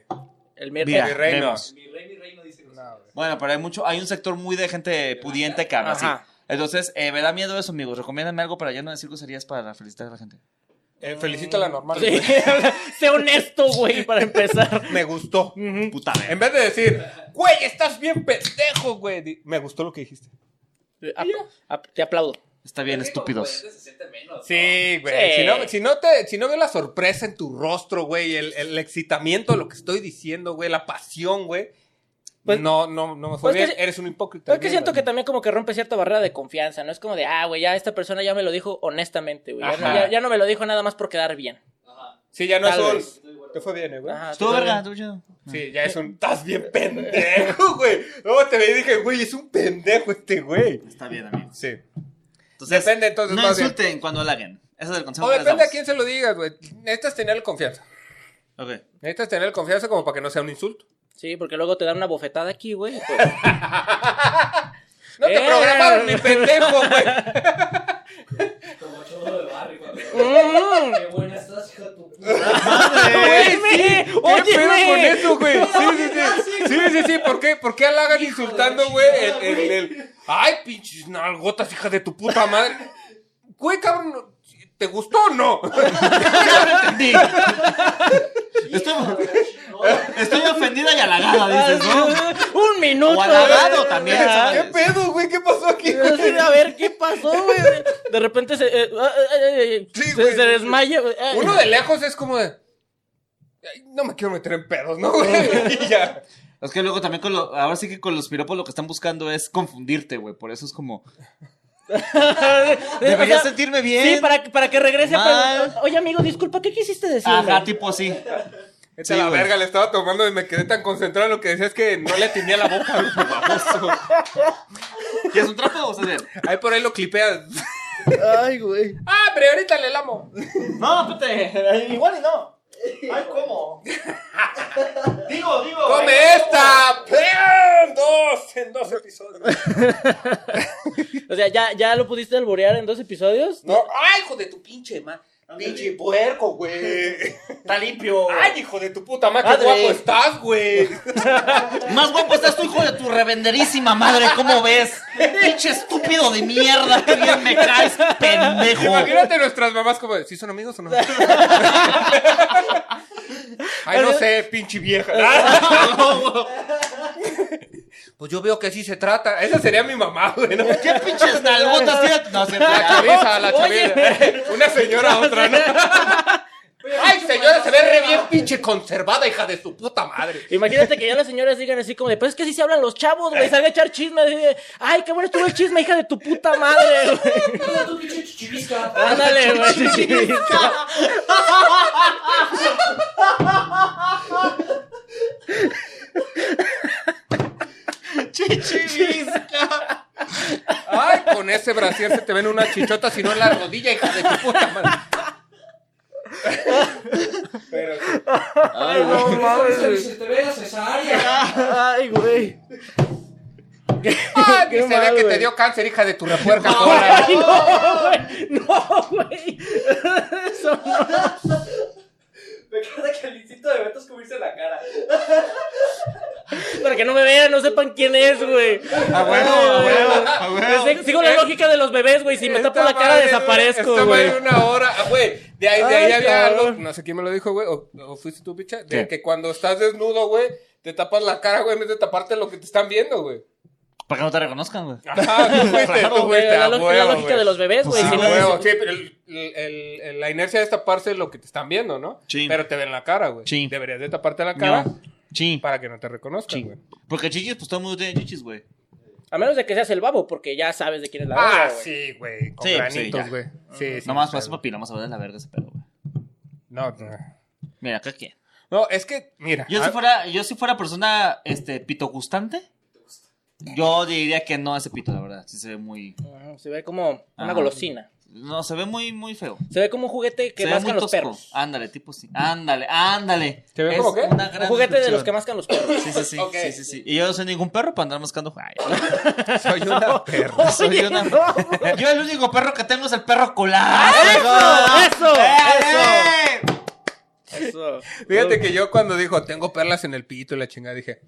[SPEAKER 3] El miércoles.
[SPEAKER 2] Mira,
[SPEAKER 1] Mi reino.
[SPEAKER 2] vemos.
[SPEAKER 4] Mi rey, mi rey no dice grosería.
[SPEAKER 1] No, güey.
[SPEAKER 2] Bueno, pero hay mucho, hay un sector muy de gente pudiente que habla así.
[SPEAKER 3] Ajá.
[SPEAKER 2] Entonces, eh, me da miedo eso, amigos. Recomiéndame algo para ya no decir groserías para felicitar a la gente.
[SPEAKER 1] Eh, felicito a la normal.
[SPEAKER 3] Sí,
[SPEAKER 1] güey.
[SPEAKER 3] sé honesto, güey, para empezar.
[SPEAKER 1] Me gustó.
[SPEAKER 2] Puta verga.
[SPEAKER 1] En vez de decir, güey, estás bien pendejo, güey. di- Me gustó lo que dijiste.
[SPEAKER 3] Ap- ap- te aplaudo.
[SPEAKER 2] Está bien, estúpidos.
[SPEAKER 4] Se siente menos, ¿no?
[SPEAKER 1] Sí, güey.
[SPEAKER 3] Sí.
[SPEAKER 1] Si, no, si, no te- si no veo la sorpresa en tu rostro, güey, el, el excitamiento de lo que estoy diciendo, güey, la pasión, güey.
[SPEAKER 3] Pues-
[SPEAKER 1] no, no, no me fue
[SPEAKER 3] pues
[SPEAKER 1] bien.
[SPEAKER 3] que si-
[SPEAKER 1] Eres un hipócrita.
[SPEAKER 3] Pero es que
[SPEAKER 1] bien,
[SPEAKER 3] siento que
[SPEAKER 1] güey.
[SPEAKER 3] también como que rompe cierta barrera de confianza, ¿no? Es como de, ah, güey, ya esta persona ya me lo dijo honestamente, güey. Ya, no-
[SPEAKER 1] Ajá.
[SPEAKER 3] ya- ya no me lo dijo nada más por quedar bien.
[SPEAKER 4] Ajá.
[SPEAKER 1] Sí, ya no es
[SPEAKER 3] Tal
[SPEAKER 1] un.
[SPEAKER 3] vez.
[SPEAKER 1] Te fue bien, eh, güey.
[SPEAKER 3] Ajá,
[SPEAKER 2] Estuvo
[SPEAKER 3] tú
[SPEAKER 2] verga,
[SPEAKER 3] también.
[SPEAKER 2] estuvo chido.
[SPEAKER 1] Sí, ya es un. Estás bien pendejo, güey. Luego te ve y dije, güey, es un pendejo este güey.
[SPEAKER 2] Está bien, amigos.
[SPEAKER 1] Sí.
[SPEAKER 2] Entonces,
[SPEAKER 1] Depende, entonces,
[SPEAKER 2] no
[SPEAKER 1] más bien.
[SPEAKER 2] insulten cuando halaguen. Ese es el consejo
[SPEAKER 1] O
[SPEAKER 2] que les
[SPEAKER 1] depende a
[SPEAKER 2] damos.
[SPEAKER 1] quién se lo digas, güey. Necesitas tener confianza.
[SPEAKER 2] Ok.
[SPEAKER 1] Necesitas tener confianza como para que no sea un insulto.
[SPEAKER 3] Sí, porque luego te dan una bofetada aquí, güey. y pues-
[SPEAKER 1] No te
[SPEAKER 3] Eh.
[SPEAKER 1] programaron, mi pendejo, güey.
[SPEAKER 4] Como todo de barrio, güey.
[SPEAKER 3] Mm.
[SPEAKER 4] Qué buena estás, hija de tu puta.
[SPEAKER 1] Güey,
[SPEAKER 3] Óyeme,
[SPEAKER 1] sí. ¿Qué
[SPEAKER 3] óyeme.
[SPEAKER 1] pedo con eso, güey? Sí, sí, sí. Sí, sí, sí. ¿Por qué, ¿Por qué halagan insultando, güey? El, el- el- Ay, pinches nalgotas, hija de tu puta madre. Güey, cabrón, ¿te gustó o no?
[SPEAKER 2] entendí. Estoy,
[SPEAKER 4] No,
[SPEAKER 2] estoy ofendida y halagada, dices,
[SPEAKER 1] Ah,
[SPEAKER 2] ¿no?
[SPEAKER 3] Un minuto.
[SPEAKER 2] O halagado
[SPEAKER 3] güey.
[SPEAKER 2] también,
[SPEAKER 3] Ah,
[SPEAKER 1] ¿Qué pedo, güey? ¿Qué pasó aquí?
[SPEAKER 3] sí, A ver, ¿qué pasó, güey? De repente se, eh, ah, ah, ah,
[SPEAKER 1] Sí,
[SPEAKER 3] se,
[SPEAKER 1] güey.
[SPEAKER 3] se desmaya. güey. Ah.
[SPEAKER 1] Uno de lejos es como de. "Ay, No me quiero meter en pedos, ¿no, güey? Y ya.
[SPEAKER 2] Es que luego también con lo, ahora sí que con los piropos lo que están buscando es confundirte, güey. Por eso es como, debería
[SPEAKER 3] O sea,
[SPEAKER 2] sentirme bien.
[SPEAKER 3] Sí, para, que- para que regrese a
[SPEAKER 2] Mal.
[SPEAKER 3] preguntar, Oye, amigo, disculpa, ¿qué quisiste decir?
[SPEAKER 2] Ajá, tipo así.
[SPEAKER 1] Esta
[SPEAKER 2] Sí,
[SPEAKER 1] la
[SPEAKER 2] güey.
[SPEAKER 1] verga le estaba tomando y me quedé tan concentrado en lo que decías que no le tenía la boca, güey, baboso.
[SPEAKER 2] ¿Y es un trapo? O sea, de-
[SPEAKER 1] Ahí por ahí lo clipeas.
[SPEAKER 3] Ay, güey.
[SPEAKER 1] Ah, pero ahorita le lamo.
[SPEAKER 2] No, espérate. Igual y no. Ay, ¿cómo? digo, digo.
[SPEAKER 1] ¡Come esta! ¡Plan! Dos en dos episodios.
[SPEAKER 3] O sea, ¿ya, ya lo pudiste alborear en dos episodios?
[SPEAKER 1] No, ¡ay, hijo de tu pinche man! ¡Pinche puerco, güey!
[SPEAKER 2] Está limpio.
[SPEAKER 1] ¡Ay, hijo de tu puta madre! ¡Qué
[SPEAKER 2] Madre.
[SPEAKER 1] guapo estás, güey!
[SPEAKER 2] Más guapo estás tu hijo de tu revenderísima madre, ¿cómo ves? Pinche estúpido de mierda, qué bien me caes, pendejo.
[SPEAKER 1] Imagínate nuestras mamás como, de, ¿sí son amigos o no? Ay, no sé, pinche vieja. Pues yo veo que sí se trata. Esa sería mi mamá, güey. ¿no?
[SPEAKER 2] ¿Qué pinches nalgotas tienes? No, se
[SPEAKER 1] La chaviza, la
[SPEAKER 3] Oye.
[SPEAKER 1] chaviza. Una señora a otra, ¿no? ¡Ay, señora, se ve re bien pinche conservada, hija de su puta madre.
[SPEAKER 3] Imagínate que ya las señoras digan así como de, pues es que así se hablan los chavos, güey, salga a echar chisme. así de, Ay, qué bueno estuvo el chisme, hija de tu puta madre, güey.
[SPEAKER 4] Ah, Mira tu pinche chichivisca.
[SPEAKER 1] Ah,
[SPEAKER 3] Ándale, güey.
[SPEAKER 2] Chichivisca.
[SPEAKER 1] Ay, con ese brasier se te ven una chichota, si no en la rodilla, hija de tu puta madre. Pero sí.
[SPEAKER 2] Ay,
[SPEAKER 3] no
[SPEAKER 2] güey.
[SPEAKER 3] mames, güey.
[SPEAKER 4] Se te ve la cesárea.
[SPEAKER 3] Ay, güey.
[SPEAKER 1] Ay,
[SPEAKER 3] Qué
[SPEAKER 1] se
[SPEAKER 3] mal,
[SPEAKER 1] ve que
[SPEAKER 3] güey.
[SPEAKER 1] te dio cáncer, hija de tu repuerca. cobra.
[SPEAKER 3] Ay, no, güey. No, güey. Eso no.
[SPEAKER 4] Me encanta que el instinto de Beto es cubrirse la cara.
[SPEAKER 3] Para que no me vean, no sepan quién es, güey.
[SPEAKER 2] A huevo, a huevo, a huevo.
[SPEAKER 3] Pues, Sigo
[SPEAKER 1] eh,
[SPEAKER 3] la lógica de los bebés, güey. Si me
[SPEAKER 1] Esta
[SPEAKER 3] tapo la cara,
[SPEAKER 1] madre,
[SPEAKER 3] desaparezco,
[SPEAKER 1] esta
[SPEAKER 3] güey.
[SPEAKER 1] madre una hora, ah, güey. De ahí, de ahí
[SPEAKER 3] Ay,
[SPEAKER 1] había
[SPEAKER 3] cabrón.
[SPEAKER 1] algo, no sé quién me lo dijo, güey, o, o fuiste tú, picha, de
[SPEAKER 2] ¿Qué?
[SPEAKER 1] que cuando estás desnudo, güey, te tapas la cara, güey, en vez de taparte lo que te están viendo, güey.
[SPEAKER 2] Para que no te reconozcan, güey.
[SPEAKER 1] Ajá, tú fuiste, tú
[SPEAKER 3] Güey,
[SPEAKER 1] fuiste,
[SPEAKER 3] La,
[SPEAKER 1] a
[SPEAKER 3] lo-
[SPEAKER 1] huevo,
[SPEAKER 3] la lógica
[SPEAKER 1] güey.
[SPEAKER 3] de los bebés, güey.
[SPEAKER 2] Pues
[SPEAKER 1] Ah,
[SPEAKER 3] si no-
[SPEAKER 1] huevo, sí, pero el- el- el- el- la inercia de taparse es lo que te están viendo, ¿no?
[SPEAKER 2] Sí.
[SPEAKER 1] Pero te ven la cara, güey.
[SPEAKER 2] Sí.
[SPEAKER 1] Deberías de taparte la cara
[SPEAKER 2] No. Sí.
[SPEAKER 1] para que no te reconozcan,
[SPEAKER 2] Sí.
[SPEAKER 1] güey.
[SPEAKER 2] Porque chichis, pues todo el mundo tiene chichis, güey.
[SPEAKER 3] A menos de que seas el babo, porque ya sabes de quién es la verga,
[SPEAKER 1] Ah,
[SPEAKER 3] güey.
[SPEAKER 1] sí, güey. Con
[SPEAKER 2] Sí, pues, sí,
[SPEAKER 1] granitos,
[SPEAKER 2] ya.
[SPEAKER 1] güey. Sí, sí.
[SPEAKER 2] Nomás
[SPEAKER 1] pero-
[SPEAKER 2] pasa papi, nomás hablar de la verga ese pedo, güey.
[SPEAKER 1] No, no.
[SPEAKER 2] Mira, acá quién.
[SPEAKER 1] No, es que, mira.
[SPEAKER 2] Yo
[SPEAKER 1] ah,
[SPEAKER 2] si fuera, yo si fuera persona este pito gustante, yo diría que no ese pito, la verdad. Sí se ve muy.
[SPEAKER 3] Ajá, Se ve como una
[SPEAKER 2] Ajá.
[SPEAKER 3] golosina.
[SPEAKER 2] No, se ve muy, muy feo.
[SPEAKER 3] Se ve como un juguete que
[SPEAKER 2] se ve muy
[SPEAKER 3] mascan los perros.
[SPEAKER 2] Ándale, tipo sí. Ándale, ándale.
[SPEAKER 1] ¿Se ve
[SPEAKER 2] Es
[SPEAKER 1] como qué?
[SPEAKER 2] una
[SPEAKER 3] Un
[SPEAKER 2] gran
[SPEAKER 3] juguete de los
[SPEAKER 2] descripción.
[SPEAKER 3] que mascan los perros.
[SPEAKER 2] Sí, sí, sí,
[SPEAKER 1] Ok.
[SPEAKER 2] sí, sí, sí. Y yo no soy ningún perro para andar buscando. Ay,
[SPEAKER 1] Soy una perra.
[SPEAKER 2] soy
[SPEAKER 3] Oye,
[SPEAKER 2] una-
[SPEAKER 3] no, Ah,
[SPEAKER 2] Yo el único perro que tengo es el perro colar.
[SPEAKER 3] ¡Eso! ¡Eso!
[SPEAKER 2] ¡Eh!
[SPEAKER 3] ¡Eso!
[SPEAKER 1] Fíjate que yo cuando dijo, tengo perlas en el pito y la chingada, dije,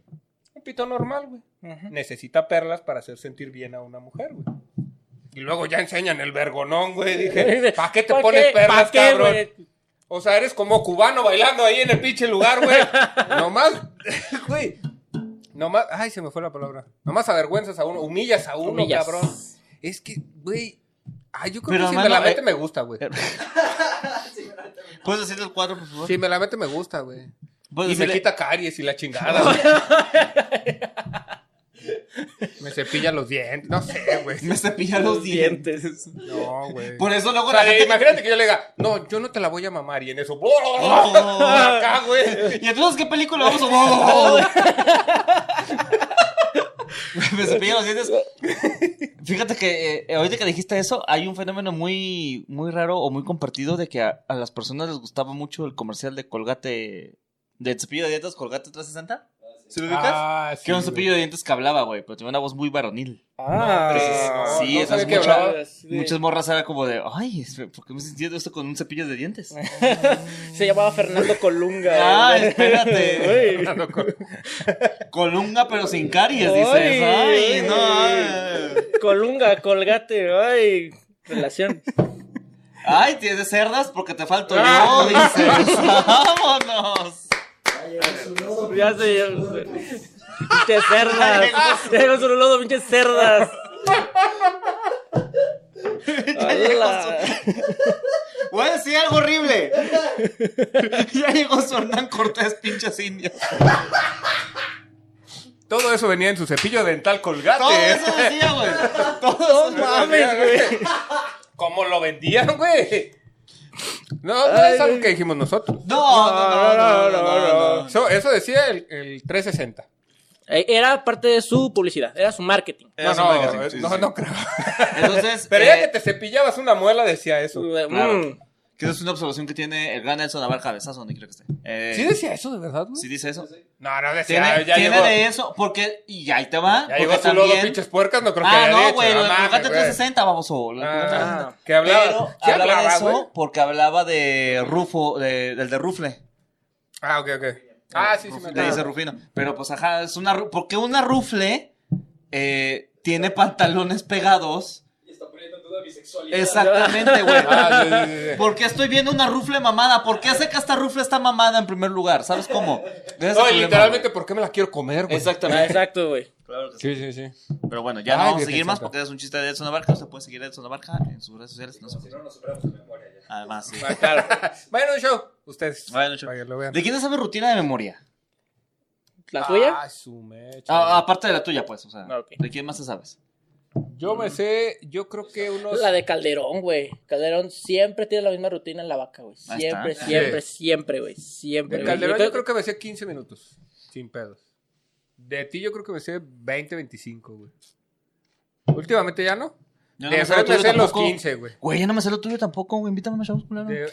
[SPEAKER 1] un pito normal, güey.
[SPEAKER 3] Ujú.
[SPEAKER 1] Necesita perlas para hacer sentir bien a una mujer, güey. Y luego ya enseñan el vergonón, güey. Dije, ¿para qué te
[SPEAKER 3] ¿Pa'
[SPEAKER 1] pones
[SPEAKER 3] qué?
[SPEAKER 1] perlas,
[SPEAKER 3] ¿Pa' qué,
[SPEAKER 1] cabrón?
[SPEAKER 3] güey?
[SPEAKER 1] O sea, eres como cubano bailando ahí en el pinche lugar, güey. Nomás, güey. Nomás, ay, se me fue la palabra. Nomás avergüenzas a uno, humillas a uno,
[SPEAKER 3] Humillas.
[SPEAKER 1] cabrón. Es que, güey. Ay, yo creo
[SPEAKER 2] Pero,
[SPEAKER 1] que si me la
[SPEAKER 2] hermano,
[SPEAKER 1] mete
[SPEAKER 2] eh,
[SPEAKER 1] me gusta, güey.
[SPEAKER 2] ¿Puedes decir el cuadro, por favor?
[SPEAKER 1] Si me la mete me gusta, güey. Y
[SPEAKER 2] ¿Puedes
[SPEAKER 1] me
[SPEAKER 2] decirle-
[SPEAKER 1] quita caries y la chingada, güey. me cepilla los dientes, no sé, güey.
[SPEAKER 2] Me cepilla los dientes.
[SPEAKER 1] No, güey.
[SPEAKER 2] Por eso luego
[SPEAKER 1] O sea,
[SPEAKER 2] la gente-
[SPEAKER 1] imagínate que yo le diga, no, yo no te la voy a mamar y en eso,
[SPEAKER 2] Oh.
[SPEAKER 1] acá, güey.
[SPEAKER 2] ¿Y entonces qué película vamos a ver? Me cepillan los dientes. Fíjate que eh, ahorita que dijiste eso, hay un fenómeno muy, muy raro o muy compartido de que a, a las personas les gustaba mucho el comercial de Colgate, de cepillo de dientes Colgate 360. ¿Se lo ubicas?
[SPEAKER 1] Ah, sí,
[SPEAKER 2] que era un
[SPEAKER 1] güey.
[SPEAKER 2] cepillo de dientes que hablaba, güey, pero tenía una voz muy varonil.
[SPEAKER 3] Ah,
[SPEAKER 2] Sí,
[SPEAKER 1] no
[SPEAKER 2] esas
[SPEAKER 1] sabía que
[SPEAKER 2] muchas-
[SPEAKER 1] hablaba.
[SPEAKER 2] Muchas morras era como de, ay, es- ¿por qué me sintiendo esto con un cepillo de dientes?
[SPEAKER 3] Se llamaba Fernando Colunga.
[SPEAKER 2] Ah,
[SPEAKER 3] güey.
[SPEAKER 2] espérate.
[SPEAKER 3] Güey.
[SPEAKER 1] Fernando Col-
[SPEAKER 2] Colunga, pero sin caries,
[SPEAKER 3] Ay,
[SPEAKER 2] dices. Ay,
[SPEAKER 3] ay.
[SPEAKER 2] no. ay.
[SPEAKER 3] Colunga, colgate, ay. Relación.
[SPEAKER 2] Ay, tienes cerdas porque te falto
[SPEAKER 1] Ah.
[SPEAKER 2] yo, dices. Vámonos.
[SPEAKER 4] Ay, eres un lodo,
[SPEAKER 3] Ya sé, ya sé. Pinches cerdas. Tenemos un lodo, pinches cerdas.
[SPEAKER 2] Ya llegó su- Voy a decir algo horrible. Ya llegó su Hernán Cortés, pinches indios.
[SPEAKER 1] Todo eso venía en su cepillo dental colgate.
[SPEAKER 2] Todo eso decía, güey. Todo
[SPEAKER 3] No
[SPEAKER 2] eso.
[SPEAKER 3] mames, güey.
[SPEAKER 1] ¿Cómo lo vendían, güey? No, no
[SPEAKER 3] Ay,
[SPEAKER 1] es algo
[SPEAKER 3] güey.
[SPEAKER 1] que dijimos nosotros.
[SPEAKER 2] No, no, no, no, no, no, no.
[SPEAKER 1] Eso, eso decía el, el 360.
[SPEAKER 3] Eh, Era parte de su publicidad, era su marketing.
[SPEAKER 1] No,
[SPEAKER 2] Era su
[SPEAKER 1] no,
[SPEAKER 2] magazine, sí,
[SPEAKER 1] no,
[SPEAKER 2] sí.
[SPEAKER 1] no creo.
[SPEAKER 2] Entonces,
[SPEAKER 1] Pero
[SPEAKER 2] eh,
[SPEAKER 1] ya que te cepillabas una muela decía eso.
[SPEAKER 2] Claro.
[SPEAKER 3] Mm.
[SPEAKER 2] eh, que esa es una observación que tiene el gran Nelson Navarra Cabezazo, donde creo que esté. Eh,
[SPEAKER 1] ¿Sí decía eso de verdad, güey?
[SPEAKER 2] sí dice eso.
[SPEAKER 1] No, no decía,
[SPEAKER 2] Tiene,
[SPEAKER 1] ya
[SPEAKER 2] tiene
[SPEAKER 1] llegó.
[SPEAKER 2] de eso, porque. Y ahí te va.
[SPEAKER 1] Ya
[SPEAKER 2] porque
[SPEAKER 1] llegó su lodo, pinches puercas, no creo que
[SPEAKER 2] ah,
[SPEAKER 1] haya
[SPEAKER 2] no,
[SPEAKER 1] dicho,
[SPEAKER 2] güey, lo
[SPEAKER 1] no
[SPEAKER 2] de
[SPEAKER 1] mames,
[SPEAKER 2] Colgate
[SPEAKER 1] güey.
[SPEAKER 2] 360, baboso. lo de Colgate
[SPEAKER 1] Ah,
[SPEAKER 2] 360.
[SPEAKER 1] que hablaba,
[SPEAKER 2] Pero
[SPEAKER 1] ¿qué
[SPEAKER 2] hablaba de
[SPEAKER 1] hablaba,
[SPEAKER 2] eso
[SPEAKER 1] güey?
[SPEAKER 2] porque hablaba de Rufo, de- del de Rufle.
[SPEAKER 1] Ah, ok, ok. Ah, sí, sí, me
[SPEAKER 2] Le dice
[SPEAKER 1] acuerdo.
[SPEAKER 2] Rufino. Pero pues, ajá, es una. ru- Porque una Rufle eh, tiene pantalones pegados.
[SPEAKER 4] Y está poniendo en duda mi sexualidad.
[SPEAKER 2] Exactamente, güey.
[SPEAKER 1] Ah, sí, sí, sí.
[SPEAKER 2] Porque estoy viendo una rufle mamada. ¿Por qué sé que esta rufle está mamada en primer lugar? ¿Sabes cómo? Ese
[SPEAKER 1] No, y
[SPEAKER 2] es el problema, Pues, eh.
[SPEAKER 1] literalmente, ¿por qué me la quiero comer,
[SPEAKER 2] güey.
[SPEAKER 1] güey?
[SPEAKER 3] Ah,
[SPEAKER 2] Exactamente.
[SPEAKER 3] Exacto, güey.
[SPEAKER 1] Sí, sí, sí.
[SPEAKER 2] Pero bueno, ya
[SPEAKER 1] Ay,
[SPEAKER 2] no vamos a
[SPEAKER 1] Virgen
[SPEAKER 2] seguir más
[SPEAKER 1] Santa.
[SPEAKER 2] porque es un chiste de Edson Abarca. Usted puede seguir a Edson Abarca en sus redes sociales. No sé.
[SPEAKER 4] Si no, nos superamos en memoria ya.
[SPEAKER 2] Además, sí.
[SPEAKER 1] Ah, claro. Vayan a un show. Ustedes.
[SPEAKER 2] Bueno, chido.
[SPEAKER 1] para que lo vean.
[SPEAKER 2] ¿De quién es esa rutina de memoria?
[SPEAKER 3] ¿La tuya?
[SPEAKER 1] Ah, su mecha.
[SPEAKER 2] Ah, aparte de la tuya, pues. O sea,
[SPEAKER 3] Ah, ok.
[SPEAKER 2] ¿de quién más te sabes?
[SPEAKER 1] Yo me sé, yo creo que unos.
[SPEAKER 3] La de Calderón, güey. Calderón siempre tiene la misma rutina en la vaca, güey.
[SPEAKER 2] Ahí
[SPEAKER 3] Siempre,
[SPEAKER 2] está.
[SPEAKER 3] siempre, siempre, güey. Siempre.
[SPEAKER 1] De
[SPEAKER 3] güey.
[SPEAKER 1] Calderón yo creo que me sé 15 minutos. Sin pedos. De ti yo creo que me sé 20, 25, güey. Últimamente ya no.
[SPEAKER 2] Yo
[SPEAKER 1] de
[SPEAKER 2] me sé lo
[SPEAKER 1] Fred me
[SPEAKER 2] tuyo
[SPEAKER 1] sé los
[SPEAKER 2] tampoco.
[SPEAKER 1] 15, güey.
[SPEAKER 2] Güey, ya no me sé lo tuyo tampoco, güey. Invítame a una chavos, culero.
[SPEAKER 1] De-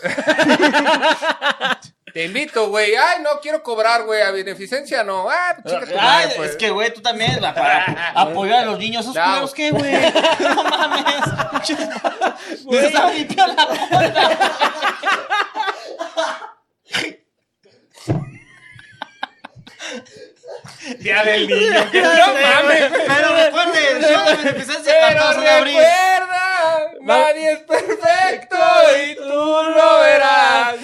[SPEAKER 1] Te invito, güey. Ay, no quiero cobrar, güey. A beneficencia no. Ah, chica, tu
[SPEAKER 2] Ay,
[SPEAKER 1] madre, pues.
[SPEAKER 2] es que, güey, tú también, va, para apoyar a los niños. ¿Esos
[SPEAKER 1] No.
[SPEAKER 2] culeros qué, güey? No mames. Güey, saben limpiar la cola.
[SPEAKER 1] Día del niño. que-
[SPEAKER 2] No
[SPEAKER 1] no mames, güey.
[SPEAKER 2] Pero recuerden, yo la beneficencia
[SPEAKER 1] Pero
[SPEAKER 2] 14 de abril.
[SPEAKER 1] recuerda, nadie es perfecto y tú lo verás.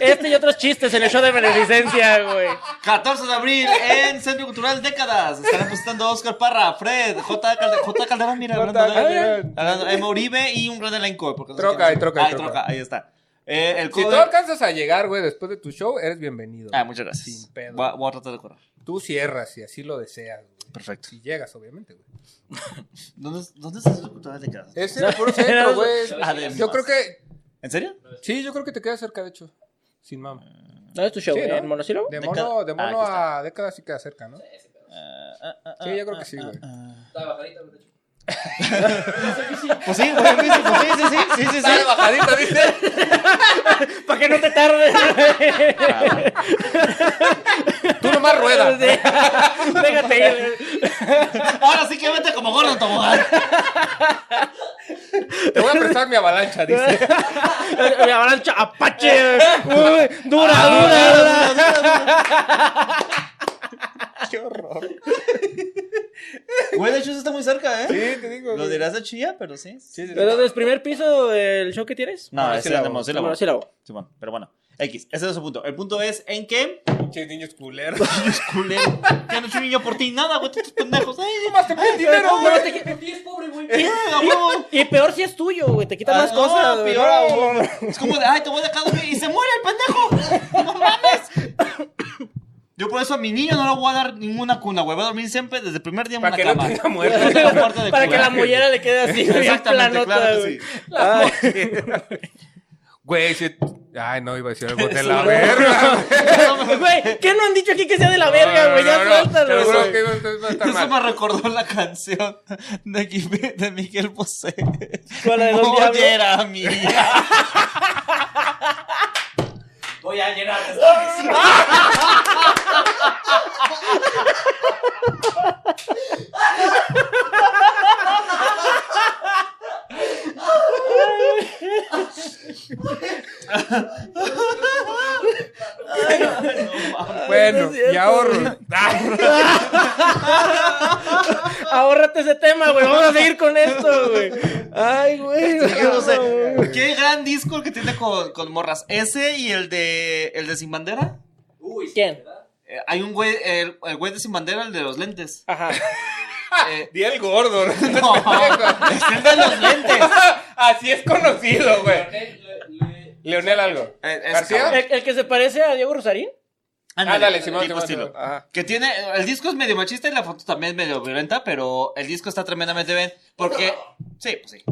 [SPEAKER 3] Este y otros chistes en el show de beneficencia, güey.
[SPEAKER 2] 14 de abril en Centro Cultural Décadas. Estarán presentando a Oscar Parra, Fred, J. Calde- J. Calderón, mira,
[SPEAKER 1] J.
[SPEAKER 2] hablando de
[SPEAKER 1] Calderón.
[SPEAKER 2] hablando- Emma Uribe y un gran elenco. porque no sé
[SPEAKER 1] Troca,
[SPEAKER 2] qué
[SPEAKER 1] y
[SPEAKER 2] más.
[SPEAKER 1] troca, y
[SPEAKER 2] Ah, y
[SPEAKER 1] troca.
[SPEAKER 2] troca, ahí está. Eh, el
[SPEAKER 1] Si tú
[SPEAKER 2] cover-
[SPEAKER 1] alcanzas a llegar, güey, después de tu show, eres bienvenido.
[SPEAKER 2] Ah, muchas gracias.
[SPEAKER 1] Sin pedo.
[SPEAKER 2] Voy a, voy a tratar de correr.
[SPEAKER 1] Tú cierras si así lo deseas, güey.
[SPEAKER 2] Perfecto.
[SPEAKER 1] Si llegas, obviamente, güey.
[SPEAKER 2] ¿Dónde, dónde está el Centro Cultural Décadas?
[SPEAKER 1] Es el puro centro, güey.
[SPEAKER 2] Además.
[SPEAKER 1] Yo creo que.
[SPEAKER 2] ¿En serio?
[SPEAKER 1] Sí, yo creo que te queda cerca, de hecho. Sin mama.
[SPEAKER 3] ¿No es tu show,
[SPEAKER 1] Sí,
[SPEAKER 3] güey?
[SPEAKER 1] ¿no?
[SPEAKER 3] ¿En monósilo?
[SPEAKER 1] De
[SPEAKER 2] Década-
[SPEAKER 1] mono, de
[SPEAKER 2] Ah,
[SPEAKER 1] mono
[SPEAKER 2] aquí está. Ah,
[SPEAKER 1] a décadas sí queda cerca, ¿no? Sí,
[SPEAKER 2] Sí,
[SPEAKER 1] yo creo que sí,
[SPEAKER 2] ah.
[SPEAKER 1] güey.
[SPEAKER 4] Está bajadita, lo hecho.
[SPEAKER 2] Pues sí, güey, pues sí, pues sí, sí, sí, sí, sí,
[SPEAKER 1] Dale bajadito, dice.
[SPEAKER 3] Para que no te tardes.
[SPEAKER 1] Tú nomás rueda. ¿eh?
[SPEAKER 3] Sí. Déjate ir.
[SPEAKER 2] Ahora sí que vete como gordo en tobogán.
[SPEAKER 1] Te voy a prestar mi avalancha, dice.
[SPEAKER 3] Me avalancha apache. Uy, dura, dura, dura.
[SPEAKER 1] Qué horror.
[SPEAKER 2] Güey, de hecho, eso está muy cerca, ¿eh?
[SPEAKER 1] Sí, te digo.
[SPEAKER 2] Lo
[SPEAKER 1] güey.
[SPEAKER 2] dirás a Chilla, pero sí. Sí, sí.
[SPEAKER 3] Entonces, primer piso del show que tienes?
[SPEAKER 2] No, ese es de
[SPEAKER 1] Monosílabo.
[SPEAKER 2] monosílabo.
[SPEAKER 3] Monosílabo.
[SPEAKER 2] Simón, pero bueno. X, ese es su punto. El punto es en que.
[SPEAKER 1] Che, niños culeros.
[SPEAKER 2] Culero. Ya no soy niño por ti, nada, güey, tus pendejos. ¡Ay,
[SPEAKER 1] Más te piden dinero, güey.
[SPEAKER 4] Mi pie es pobre, güey.
[SPEAKER 1] Eh.
[SPEAKER 3] Y peor si es tuyo, güey. Te quitan más cosas. güey.
[SPEAKER 2] peor aún. Ah, Es como de, ay, te voy a dejar güey, y se muere el pendejo. No mames. Yo por eso a mi niño no le voy a dar ninguna cuna, güey. Va a dormir siempre desde el primer día en
[SPEAKER 1] Para
[SPEAKER 2] una
[SPEAKER 1] que no
[SPEAKER 2] cama.
[SPEAKER 1] tenga
[SPEAKER 2] Para que
[SPEAKER 1] muerto.
[SPEAKER 2] la muerte de
[SPEAKER 3] Para que la
[SPEAKER 2] cuna.
[SPEAKER 3] mollera le quede así, bien
[SPEAKER 2] Exactamente,
[SPEAKER 3] planota,
[SPEAKER 2] claro
[SPEAKER 3] güey.
[SPEAKER 2] que sí.
[SPEAKER 1] Güey, si... Ay, no, iba a decir algo de
[SPEAKER 3] Sí,
[SPEAKER 1] la
[SPEAKER 3] güey.
[SPEAKER 1] verga.
[SPEAKER 3] Güey, ¿qué no han dicho aquí que sea de la verga, güey? Ya
[SPEAKER 1] No, no, no,
[SPEAKER 3] suéltalo,
[SPEAKER 1] Seguro
[SPEAKER 3] güey.
[SPEAKER 1] que iba a- iba a estar
[SPEAKER 2] Eso
[SPEAKER 1] mal.
[SPEAKER 2] me recordó la canción de, Gui- de Miguel Bosé.
[SPEAKER 3] ¿Cuál, la de Don Diablo?
[SPEAKER 2] Mollera mía.
[SPEAKER 4] Voy a llenar
[SPEAKER 1] Ah.
[SPEAKER 4] esta mesa.
[SPEAKER 1] Bueno,
[SPEAKER 3] No es cierto,
[SPEAKER 1] y ahorro.
[SPEAKER 3] Ahórrate ese tema, güey. Vamos a seguir con esto, güey. Ay, güey.
[SPEAKER 2] Yo no sé.
[SPEAKER 3] güey.
[SPEAKER 2] Qué gran disco el que tiene con, con morras. Ese y el de el de Sin Bandera.
[SPEAKER 4] Uy, sí,
[SPEAKER 3] ¿Quién?
[SPEAKER 4] ¿verdad?
[SPEAKER 2] Eh, hay un güey, el, el güey de Sin Bandera, el de los lentes.
[SPEAKER 3] Ajá.
[SPEAKER 2] Eh,
[SPEAKER 1] Di el gordo.
[SPEAKER 2] no, es el de los lentes.
[SPEAKER 1] Así es conocido, güey.
[SPEAKER 4] Le- le- le-
[SPEAKER 1] Leonel algo.
[SPEAKER 2] Eh, ese
[SPEAKER 1] García.
[SPEAKER 2] cabrón.
[SPEAKER 3] ¿El, el que se parece a Diego Rosarín?
[SPEAKER 1] Ah, dale, Simón,
[SPEAKER 2] tipo
[SPEAKER 1] Simón,
[SPEAKER 2] estilo.
[SPEAKER 1] Simón. Ajá.
[SPEAKER 2] Que tiene, el disco es medio machista y la foto también es medio violenta, pero el disco está tremendamente bien. Porque, sí, pues sí.
[SPEAKER 1] Eh,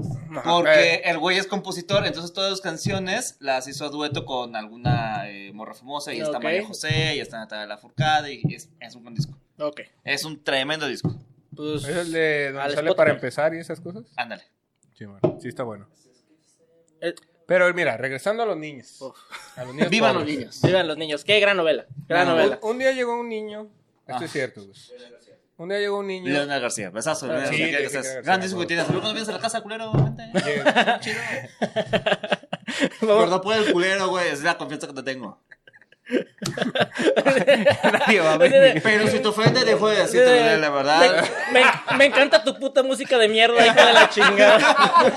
[SPEAKER 2] Porque el güey es compositor, entonces todas sus canciones las hizo a dueto con alguna eh, morra famosa. Y está
[SPEAKER 3] Ok.
[SPEAKER 2] María José, y está Natalia Lafourcade, y es, es un buen disco.
[SPEAKER 3] Ok.
[SPEAKER 2] Es un tremendo disco.
[SPEAKER 3] Pues.
[SPEAKER 1] ¿Es el de donde
[SPEAKER 3] Al
[SPEAKER 1] sale
[SPEAKER 3] Spotify.
[SPEAKER 1] para empezar y esas cosas?
[SPEAKER 2] Ándale.
[SPEAKER 1] Sí, bueno, sí está bueno.
[SPEAKER 3] eh,
[SPEAKER 1] Pero mira, regresando a los niños.
[SPEAKER 3] Uf.
[SPEAKER 1] A los niños
[SPEAKER 2] ¡Vivan los
[SPEAKER 1] pobres.
[SPEAKER 2] niños!
[SPEAKER 3] Vivan los niños. Qué gran novela. Gran
[SPEAKER 2] Ah.
[SPEAKER 3] novela.
[SPEAKER 1] Un, un día llegó un niño. Esto
[SPEAKER 2] Ah.
[SPEAKER 1] es cierto, güey. Un día llegó un niño.
[SPEAKER 2] Leonel García, besazo. Leonel
[SPEAKER 1] Sí,
[SPEAKER 2] García,
[SPEAKER 1] le
[SPEAKER 2] que
[SPEAKER 1] dije
[SPEAKER 2] seas.
[SPEAKER 1] que era
[SPEAKER 2] Gran
[SPEAKER 1] García,
[SPEAKER 2] disco
[SPEAKER 1] por
[SPEAKER 2] que tienes. Luego nos vienes a la casa, culero. Vente.
[SPEAKER 1] Llegó-
[SPEAKER 2] Gordo por el culero, güey. Es la confianza que te tengo.
[SPEAKER 1] Nadie va a
[SPEAKER 3] Oye,
[SPEAKER 1] venir.
[SPEAKER 3] de-
[SPEAKER 2] Pero si te ofende, dejo de decirte Leonel, la verdad.
[SPEAKER 3] Me, me- me encanta tu puta música de mierda, hija de la chingada.